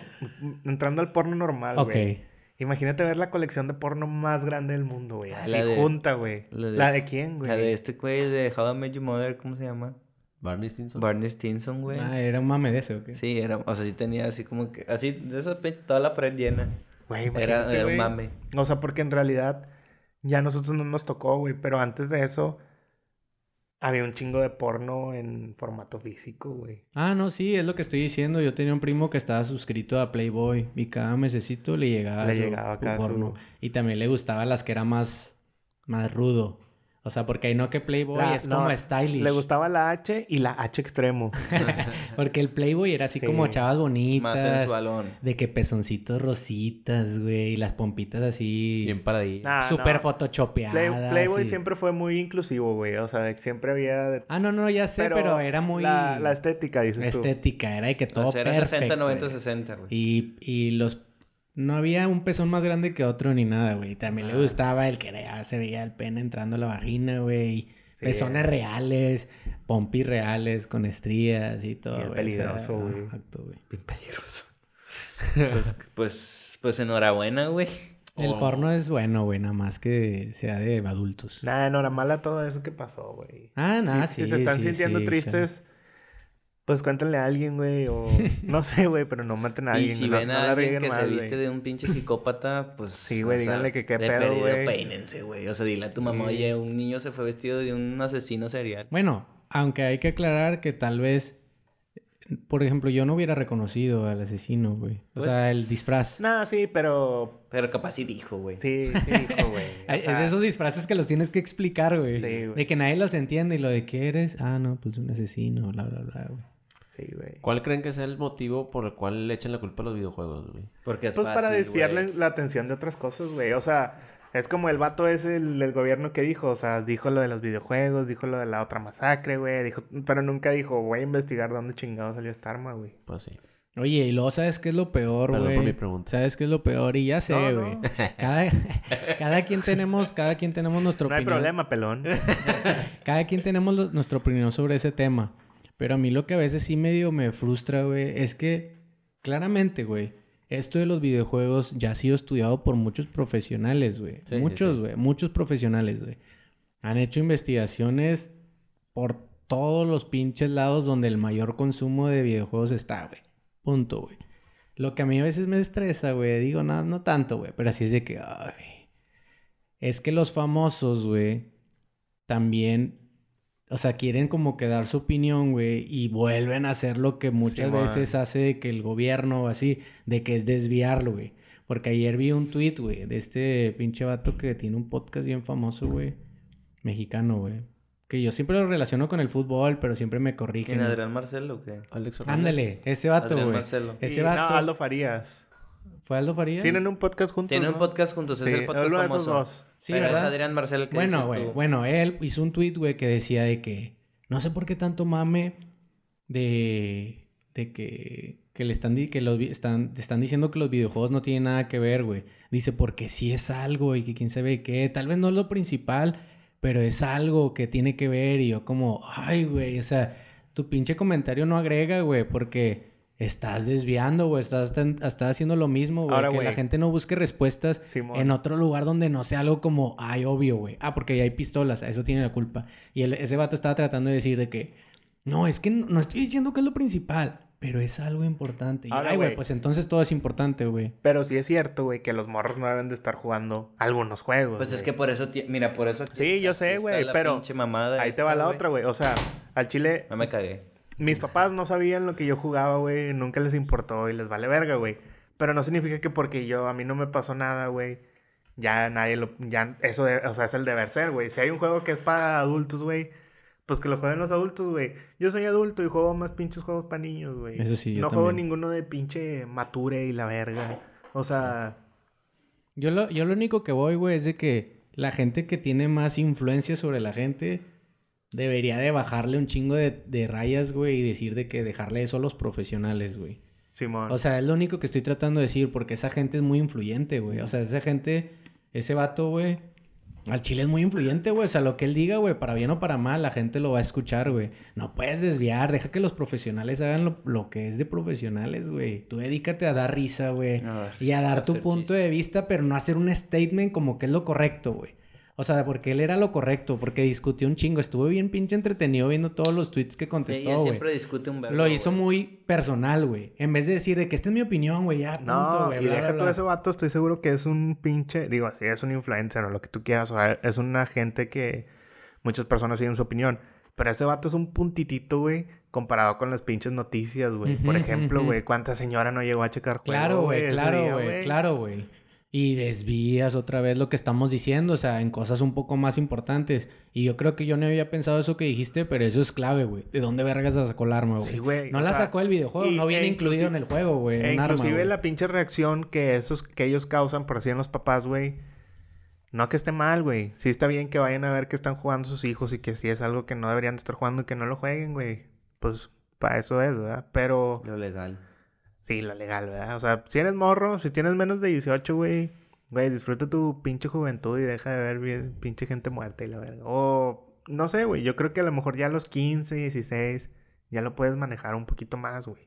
Speaker 1: entrando al porno normal,
Speaker 4: Ok.
Speaker 1: güey. Imagínate ver la colección de porno más grande del mundo, güey.
Speaker 3: Ah,
Speaker 1: Así
Speaker 3: la de-
Speaker 1: junta, güey.
Speaker 3: la
Speaker 1: La
Speaker 3: de-
Speaker 1: de, quién, güey?
Speaker 3: La de este güey de How I Met Your Mother, ¿cómo se llama?
Speaker 2: Barney Stinson.
Speaker 3: Barney Stinson, güey.
Speaker 4: Ah, era un mame de ese, ¿o qué?
Speaker 3: Sí, era, o sea, sí tenía así como que, así, de esa pe- toda la pared llena.
Speaker 1: Güey,
Speaker 3: Era-
Speaker 1: imagínate,
Speaker 3: era un
Speaker 1: güey.
Speaker 3: mame.
Speaker 1: O sea, porque en realidad ya a nosotros no nos tocó, güey. Pero antes de eso, había un chingo de porno en formato físico, güey.
Speaker 4: Ah, no, sí, es lo que estoy diciendo. Yo tenía un primo que estaba suscrito a Playboy y cada mesecito le llegaba,
Speaker 1: Le
Speaker 4: su-
Speaker 1: llegaba
Speaker 4: su
Speaker 1: acá su-
Speaker 4: porno. Y también le gustaban las que era más, más rudo. O sea, porque ahí no que Playboy
Speaker 1: La-
Speaker 4: es
Speaker 1: no,
Speaker 4: como stylish.
Speaker 1: Le gustaba la H y la H extremo.
Speaker 4: Porque el Playboy era así
Speaker 1: Sí.
Speaker 4: como chavas
Speaker 3: Más
Speaker 4: bonitas.
Speaker 3: sensualón.
Speaker 4: De que pezoncitos rositas, güey, y las pompitas así
Speaker 2: Bien para ahí.
Speaker 1: Nah, Ah, no.
Speaker 4: súper
Speaker 1: Play-
Speaker 4: photoshopeadas.
Speaker 1: Playboy
Speaker 4: y-
Speaker 1: siempre fue muy inclusivo, güey. O sea, de que siempre había de
Speaker 4: Ah, no, no, ya sé, pero, era muy
Speaker 1: La, la estética, dices tú.
Speaker 4: estética, era de que todo
Speaker 3: O sea, era
Speaker 4: perfecto.
Speaker 3: 60, 90,
Speaker 4: güey.
Speaker 3: 60, güey.
Speaker 4: Y, y los no había un pezón más grande que otro ni nada, güey. También le gustaba el que ya se veía el pene entrando a la vagina, güey.
Speaker 1: Sí.
Speaker 4: Pezones reales, pompis reales, con estrías y todo.
Speaker 1: Bien
Speaker 4: güey. O sea,
Speaker 1: peligroso, güey.
Speaker 4: exacto, güey.
Speaker 3: Bien peligroso. pues, pues, pues enhorabuena, güey.
Speaker 4: El
Speaker 2: Oh.
Speaker 4: porno es bueno, güey, nada más que sea de adultos.
Speaker 1: Nada, no, era mala todo eso que pasó, güey.
Speaker 4: Ah,
Speaker 1: Si-
Speaker 4: nada,
Speaker 1: si,
Speaker 4: sí.
Speaker 1: se están
Speaker 4: sí,
Speaker 1: sintiendo
Speaker 4: sí, claro.
Speaker 1: tristes, pues cuéntenle a alguien, güey, o no sé, güey, pero no maten a
Speaker 3: Y
Speaker 1: alguien.
Speaker 3: si
Speaker 1: no,
Speaker 3: ven
Speaker 1: no
Speaker 3: a
Speaker 1: la
Speaker 3: alguien
Speaker 1: rieguen
Speaker 3: que
Speaker 1: más,
Speaker 3: se
Speaker 1: güey.
Speaker 3: viste de un pinche psicópata, pues.
Speaker 1: Sí,
Speaker 3: o
Speaker 1: güey,
Speaker 3: sea,
Speaker 1: díganle que qué
Speaker 3: de
Speaker 1: pedo,
Speaker 3: perdido,
Speaker 1: güey.
Speaker 3: peínense, güey. O sea, dile a tu mamá,
Speaker 1: Sí.
Speaker 3: oye, un niño se fue vestido de un asesino serial.
Speaker 4: Bueno, aunque hay que aclarar que tal vez, por ejemplo, yo no hubiera reconocido al asesino, güey. O
Speaker 3: Pues,
Speaker 4: sea, el disfraz.
Speaker 1: No, sí, pero
Speaker 3: Pero capaz sí dijo, güey.
Speaker 1: sí, sí, dijo, güey. O
Speaker 4: Ay, es
Speaker 1: sea,
Speaker 4: de esos disfraces que los tienes que explicar, güey.
Speaker 1: Sí, güey.
Speaker 4: De que nadie los entiende y lo de qué eres. Ah, no, pues un asesino, bla, bla, bla, güey.
Speaker 1: Sí, güey.
Speaker 2: ¿Cuál creen que sea el motivo por el cual le echan la culpa a los videojuegos, güey?
Speaker 3: Porque es
Speaker 1: Pues
Speaker 3: fácil,
Speaker 1: para desviarle
Speaker 3: güey.
Speaker 1: la atención de otras cosas, güey. O sea, es como el vato es el, el gobierno que dijo, o sea, dijo lo de los videojuegos, dijo lo de la otra masacre, güey, dijo, pero nunca dijo, voy a investigar dónde chingado salió esta arma, güey.
Speaker 2: Pues sí.
Speaker 4: Oye, y luego, ¿sabes qué es lo peor,
Speaker 2: Perdón
Speaker 4: güey?
Speaker 2: por mi pregunta.
Speaker 4: ¿Sabes qué es lo peor? Y ya sé,
Speaker 1: No, no.
Speaker 4: güey. Cada, cada quien tenemos, cada quien tenemos nuestra
Speaker 1: No hay
Speaker 4: opinión.
Speaker 1: problema, pelón.
Speaker 4: Cada quien tenemos lo- nuestra opinión sobre ese tema. Pero a mí lo que a veces sí medio me frustra, güey, es que claramente, güey, esto de los videojuegos ya ha sido estudiado por muchos profesionales, güey.
Speaker 2: Sí, sí,
Speaker 4: muchos,
Speaker 2: sí.
Speaker 4: güey, muchos profesionales, güey. Han hecho investigaciones por todos los pinches lados donde el mayor consumo de videojuegos está, güey. Punto, güey. Lo que a mí a veces me estresa, güey, digo, no, no tanto, güey, pero así es de que, ay, es que los famosos, güey, también, o sea, quieren como que dar su opinión, güey, y vuelven a hacer lo que muchas
Speaker 1: Simón.
Speaker 4: veces hace de que el gobierno o así, de que es desviarlo, güey. Porque ayer vi un tweet, güey, de este pinche vato que tiene un podcast bien famoso, güey, mexicano, güey. Que yo siempre lo relaciono con el fútbol, pero siempre me corrigen.
Speaker 3: ¿Quién, Adrián Marcelo o qué?
Speaker 2: Alex Fernández.
Speaker 4: Ándale, ese vato,
Speaker 3: Adrián
Speaker 4: güey.
Speaker 3: Marcelo.
Speaker 4: Ese
Speaker 1: Y,
Speaker 4: vato.
Speaker 1: No, Aldo Farías.
Speaker 4: ¿Fue Aldo Farías?
Speaker 1: Tienen un podcast juntos.
Speaker 3: Tiene un
Speaker 1: ¿no?
Speaker 3: podcast juntos, es
Speaker 1: Sí,
Speaker 3: el podcast
Speaker 1: uno de
Speaker 3: famoso.
Speaker 1: esos dos.
Speaker 4: Sí,
Speaker 3: Pero es
Speaker 4: ¿verdad?
Speaker 3: Adrián Marcelo el que
Speaker 4: Bueno,
Speaker 3: dices
Speaker 4: güey.
Speaker 3: tú.
Speaker 4: Bueno, él hizo un tweet, güey, que decía de que no sé por qué tanto mame de de que que le están di- que los vi- están te están diciendo que los videojuegos no tienen nada que ver, güey. Dice porque sí es algo y que quién sabe qué, tal vez no es lo principal, pero es algo que tiene que ver y yo como, ay, güey, o sea, tu pinche comentario no agrega, güey, porque estás desviando, güey, estás, tan- estás haciendo lo mismo, güey,
Speaker 1: Ahora,
Speaker 4: que la
Speaker 1: güey.
Speaker 4: gente no busque respuestas
Speaker 1: Simón.
Speaker 4: en otro lugar donde no sea algo como, ay, obvio, güey. Ah, porque ahí hay pistolas, a eso tiene la culpa. Y el- ese vato estaba tratando de decir de que, no, es que no, no estoy diciendo que es lo principal, pero es algo importante. Y,
Speaker 1: Ahora,
Speaker 4: ay, güey,
Speaker 1: güey.
Speaker 4: pues entonces todo es importante, güey.
Speaker 1: Pero sí es cierto, güey, que los morros no deben de estar jugando algunos juegos.
Speaker 3: Pues es
Speaker 1: güey.
Speaker 3: que por eso, ti- mira, por eso. aquí-
Speaker 1: Sí, yo sé,
Speaker 3: aquí está
Speaker 1: güey,
Speaker 3: la
Speaker 1: pero
Speaker 3: pinche mamada
Speaker 1: Ahí te
Speaker 3: esta,
Speaker 1: va la
Speaker 3: güey.
Speaker 1: otra, güey. O sea, al chile,
Speaker 3: No me cagué.
Speaker 1: mis papás no sabían lo que yo jugaba, güey. Nunca les importó y les vale verga, güey. Pero no significa que porque yo, a mí no me pasó nada, güey. Ya nadie lo. Ya, eso, de- o sea, es el deber ser, güey. Si hay un juego que es para adultos, güey. Pues que lo jueguen los adultos, güey. Yo soy adulto y juego más pinches juegos para niños, güey.
Speaker 4: Eso sí, yo
Speaker 1: No juego
Speaker 4: también.
Speaker 1: ninguno de pinche Mature y la verga. O sea,
Speaker 4: Yo lo, yo lo único que voy, güey, es de que la gente que tiene más influencia sobre la gente debería de bajarle un chingo de, de rayas, güey, y decir de que dejarle eso a los profesionales, güey.
Speaker 1: Simón.
Speaker 4: O sea, es lo único que estoy tratando de decir, porque esa gente es muy influyente, güey. O sea, esa gente, ese vato, güey, al chile es muy influyente, güey. O sea, lo que él diga, güey, para bien o para mal, la gente lo va a escuchar, güey. No puedes desviar, deja que los profesionales hagan lo, lo que es de profesionales, güey. Tú dedícate a dar risa, güey.
Speaker 3: A ver,
Speaker 4: Y a dar tu
Speaker 3: Ah, hacer
Speaker 4: punto de vista, pero no hacer un statement como que es lo correcto, güey. O sea, porque él era lo correcto, porque discutió un chingo. Estuve bien pinche entretenido viendo todos los tweets que
Speaker 3: chistes.
Speaker 4: contestó,
Speaker 3: Sí, él
Speaker 4: güey.
Speaker 3: siempre discute un verbo.
Speaker 4: Lo hizo
Speaker 3: güey.
Speaker 4: muy personal, güey. En vez de decir de que esta es mi opinión, güey, ya. punto,
Speaker 1: No,
Speaker 4: güey,
Speaker 1: y
Speaker 4: bla,
Speaker 1: deja
Speaker 4: bla,
Speaker 1: todo
Speaker 4: bla.
Speaker 1: ese vato, estoy seguro que es un pinche, digo, así es un influencer o lo que tú quieras, o sea, es una gente que muchas personas siguen su opinión, pero ese vato es un puntitito, güey, comparado con las pinches noticias, güey. Por
Speaker 4: Ujú,
Speaker 1: ejemplo,
Speaker 4: ujú.
Speaker 1: güey, cuánta señora no llegó a checar juego,
Speaker 4: Claro, güey,
Speaker 1: ese
Speaker 4: claro,
Speaker 1: día,
Speaker 4: güey, claro, güey. Y desvías otra vez lo que estamos diciendo, o sea, en cosas un poco más importantes. Y yo creo que yo no había pensado eso que dijiste, pero eso es clave, güey. ¿De dónde vergas la sacó el arma, güey?
Speaker 1: Sí, güey,
Speaker 4: No
Speaker 1: o
Speaker 4: la
Speaker 1: sea,
Speaker 4: sacó el videojuego,
Speaker 1: y-
Speaker 4: no viene
Speaker 1: e
Speaker 4: incluido en el juego, güey.
Speaker 1: E
Speaker 4: un arma,
Speaker 1: inclusive
Speaker 4: güey.
Speaker 1: la pinche reacción que esos que ellos causan por así en los papás, güey. No que esté mal, güey. Sí está bien que vayan a ver que están jugando sus hijos y que si es algo que no deberían estar jugando y que no lo jueguen, güey. Pues para eso es, ¿verdad? Pero
Speaker 3: Lo legal.
Speaker 1: Sí, la legal, ¿verdad? O sea, si eres morro, si tienes menos de 18, güey, güey, disfruta tu pinche juventud y deja de ver bien- pinche gente muerta y la verga. O, no sé, güey, yo creo que a lo mejor ya a los 15, 16, ya lo puedes manejar un poquito más, güey.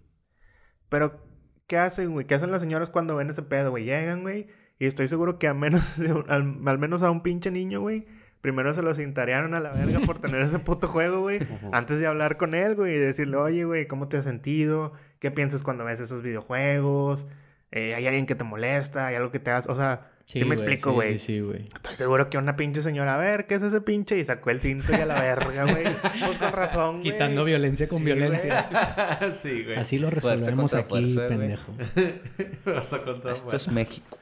Speaker 1: Pero, ¿qué hacen, güey? ¿Qué hacen las señoras cuando ven ese pedo, güey? Llegan, güey, y estoy seguro que a menos de un- al, al menos a un pinche niño, güey, primero se lo cintarearon a la verga por tener ese puto juego, güey, antes de hablar con él, güey, y decirle, oye, güey, ¿cómo te has sentido? ¿Qué piensas cuando ves esos videojuegos? Eh, ¿Hay alguien que te molesta? ¿Hay algo que te hagas? O sea, sí, me explico, güey.
Speaker 4: Sí, sí, güey.
Speaker 1: Estoy seguro que una pinche señora, a ver, ¿qué es ese pinche? Y sacó el cinto y a la verga, güey. Pues con razón, güey.
Speaker 4: Quitando violencia con
Speaker 1: Sí,
Speaker 4: violencia.
Speaker 1: güey.
Speaker 2: sí, güey.
Speaker 4: Así lo
Speaker 3: Fuerza
Speaker 4: resolvemos
Speaker 3: contra
Speaker 4: aquí,
Speaker 3: fuerza, güey.
Speaker 4: pendejo.
Speaker 2: Me vas a contar,
Speaker 3: Esto
Speaker 2: güey.
Speaker 3: es México.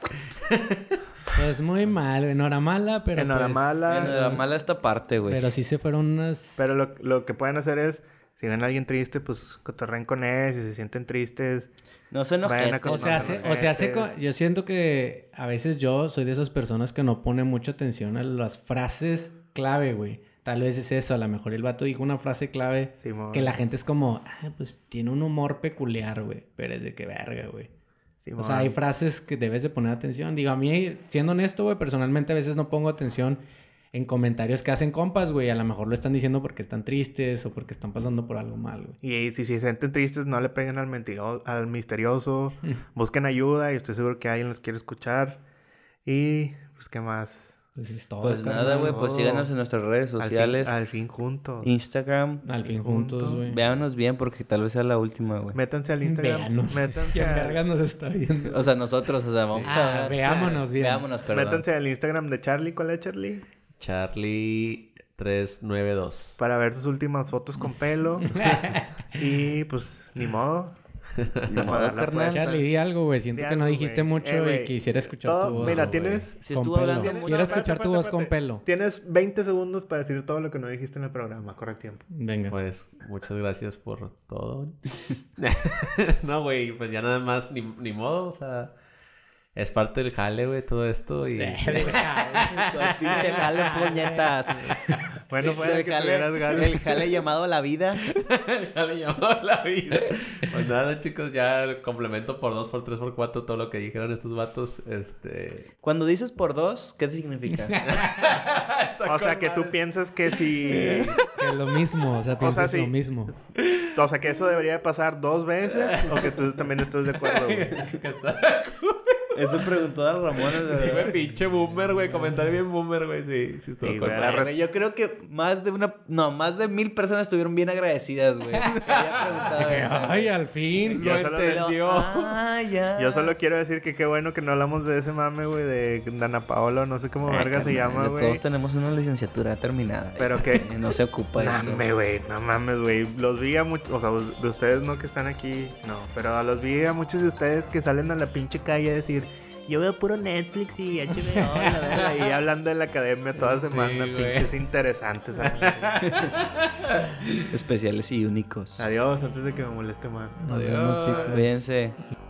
Speaker 4: Pues muy mal, güey. Enhoramala, pero. pues,
Speaker 1: Enhoramala.
Speaker 3: Bueno, era mala esta parte, güey.
Speaker 4: Pero sí se fueron unas.
Speaker 1: Pero lo, lo que pueden hacer es, si ven a alguien triste, pues cotorren con él. Si se sienten tristes,
Speaker 3: No se
Speaker 1: Vayan a
Speaker 3: enojen.
Speaker 1: con-
Speaker 4: O
Speaker 1: no,
Speaker 4: sea,
Speaker 1: no,
Speaker 4: se-
Speaker 1: no,
Speaker 4: o sea se
Speaker 1: este-
Speaker 4: co- yo siento que a veces yo soy de esas personas que no pone mucha atención a las frases clave, güey. Tal vez es eso, a lo mejor el vato dijo una frase clave
Speaker 1: Simón.
Speaker 4: que la gente es como, ah, pues tiene un humor peculiar, güey, pero es de que verga, güey.
Speaker 1: Simón.
Speaker 4: O sea, hay frases que debes de poner atención. Digo, a mí, siendo honesto, güey, personalmente a veces no pongo atención en comentarios que hacen compas, güey. A lo mejor lo están diciendo porque están tristes o porque están pasando por algo mal, güey.
Speaker 1: Y si se sienten tristes, no le peguen al mentiroso, al misterioso.
Speaker 4: Mm.
Speaker 1: Busquen ayuda y estoy seguro que alguien los quiere escuchar. Y, pues, ¿qué más?
Speaker 4: Pues es todo.
Speaker 3: Pues
Speaker 4: carnal.
Speaker 3: nada, güey. Pues
Speaker 1: no.
Speaker 3: síganos en nuestras redes
Speaker 1: Al fin-
Speaker 3: sociales.
Speaker 1: Al fin, juntos.
Speaker 3: Instagram.
Speaker 4: Al fin
Speaker 1: Juntos,
Speaker 4: juntos, güey.
Speaker 3: Véanos bien porque tal vez sea la última, güey.
Speaker 1: Métanse al Instagram.
Speaker 4: Véanos.
Speaker 1: Métanse,
Speaker 4: ¿Quién
Speaker 1: al-
Speaker 4: verga nos está viendo?
Speaker 3: O sea, nosotros, o sea, vamos
Speaker 4: Ah,
Speaker 3: a...
Speaker 4: veámonos bien.
Speaker 3: Veámonos, perdón.
Speaker 1: métanse al Instagram de Charlie. ¿Cuál es Charlie?
Speaker 2: Charlie 392.
Speaker 1: Para ver sus últimas fotos con pelo. y, pues, ni modo. Ni
Speaker 3: modo, carnal.
Speaker 4: Charlie, di algo, güey. Siento
Speaker 1: Di
Speaker 4: que no
Speaker 1: algo,
Speaker 4: dijiste
Speaker 1: güey.
Speaker 4: mucho
Speaker 1: Eh,
Speaker 4: y
Speaker 1: güey,
Speaker 4: quisiera escuchar
Speaker 1: todo-
Speaker 4: tu voz.
Speaker 1: mira,
Speaker 4: güey.
Speaker 1: tienes-
Speaker 3: Sí
Speaker 4: Con
Speaker 3: estuvo
Speaker 4: pelo.
Speaker 3: hablando
Speaker 1: Tienes-
Speaker 3: mucho.
Speaker 4: Quiero
Speaker 1: no,
Speaker 4: escuchar
Speaker 1: espérate,
Speaker 4: tu voz
Speaker 1: espérate,
Speaker 4: con
Speaker 1: espérate.
Speaker 4: pelo.
Speaker 1: Tienes 20 segundos para decir todo lo que no dijiste en el programa. Corre tiempo.
Speaker 4: Venga.
Speaker 2: Pues muchas gracias por todo. no, güey, pues ya nada más, ni, ni modo, o sea, es parte del jale, güey, todo esto. Y
Speaker 3: Con pinche jale, puñetas.
Speaker 1: Bueno, fue
Speaker 3: el,
Speaker 1: que tuvieras
Speaker 3: jale,
Speaker 1: ganas.
Speaker 3: el jale llamado la vida.
Speaker 2: ya le llamó la vida. Pues nada, chicos, ya complemento por dos, por tres, por cuatro todo lo que dijeron estos vatos. Este.
Speaker 3: Cuando dices por dos, ¿qué significa?
Speaker 1: O sea, que tú piensas que si...
Speaker 4: Es lo mismo, o sea,
Speaker 1: O sea,
Speaker 4: piensas
Speaker 1: sí.
Speaker 4: lo mismo.
Speaker 1: O sea, que eso debería de pasar dos veces o que tú también estás de acuerdo, güey.
Speaker 2: que está.
Speaker 3: Eso preguntó a Ramón. de
Speaker 2: Sí,
Speaker 3: verdad.
Speaker 2: güey, pinche boomer, güey. Comentario bien boomer, güey. Sí, sí, estuvo
Speaker 1: Sí,
Speaker 2: con
Speaker 1: güey,
Speaker 2: madre.
Speaker 1: la
Speaker 3: Bueno, yo creo que más de una... No, más de mil personas estuvieron bien agradecidas, güey. que Había preguntado eso.
Speaker 4: Ay, al fin.
Speaker 1: Yo
Speaker 2: Lo
Speaker 1: solo-
Speaker 2: entendió.
Speaker 3: Ah, ya.
Speaker 1: Yo solo quiero decir que qué bueno que no hablamos de ese mame, güey, de Dana Paola, o no sé cómo
Speaker 3: Ay,
Speaker 1: verga se
Speaker 3: Ah, carnal,
Speaker 1: llama, güey.
Speaker 3: Todos tenemos una licenciatura terminada.
Speaker 1: Pero que...
Speaker 3: No se ocupa eso.
Speaker 1: Mames, güey, no mames, güey. Los vi a muchos, o sea, de ustedes no que están aquí, no, pero los vi a muchos de ustedes que salen a la pinche calle a decir, yo veo puro Netflix y HBO, la verga", y hablando de la academia toda
Speaker 2: Sí,
Speaker 1: semana,
Speaker 2: güey.
Speaker 1: pinches interesantes. a la verga.
Speaker 3: Especiales y únicos.
Speaker 1: Adiós, antes de que me moleste más.
Speaker 2: Adiós.
Speaker 3: Cuídense.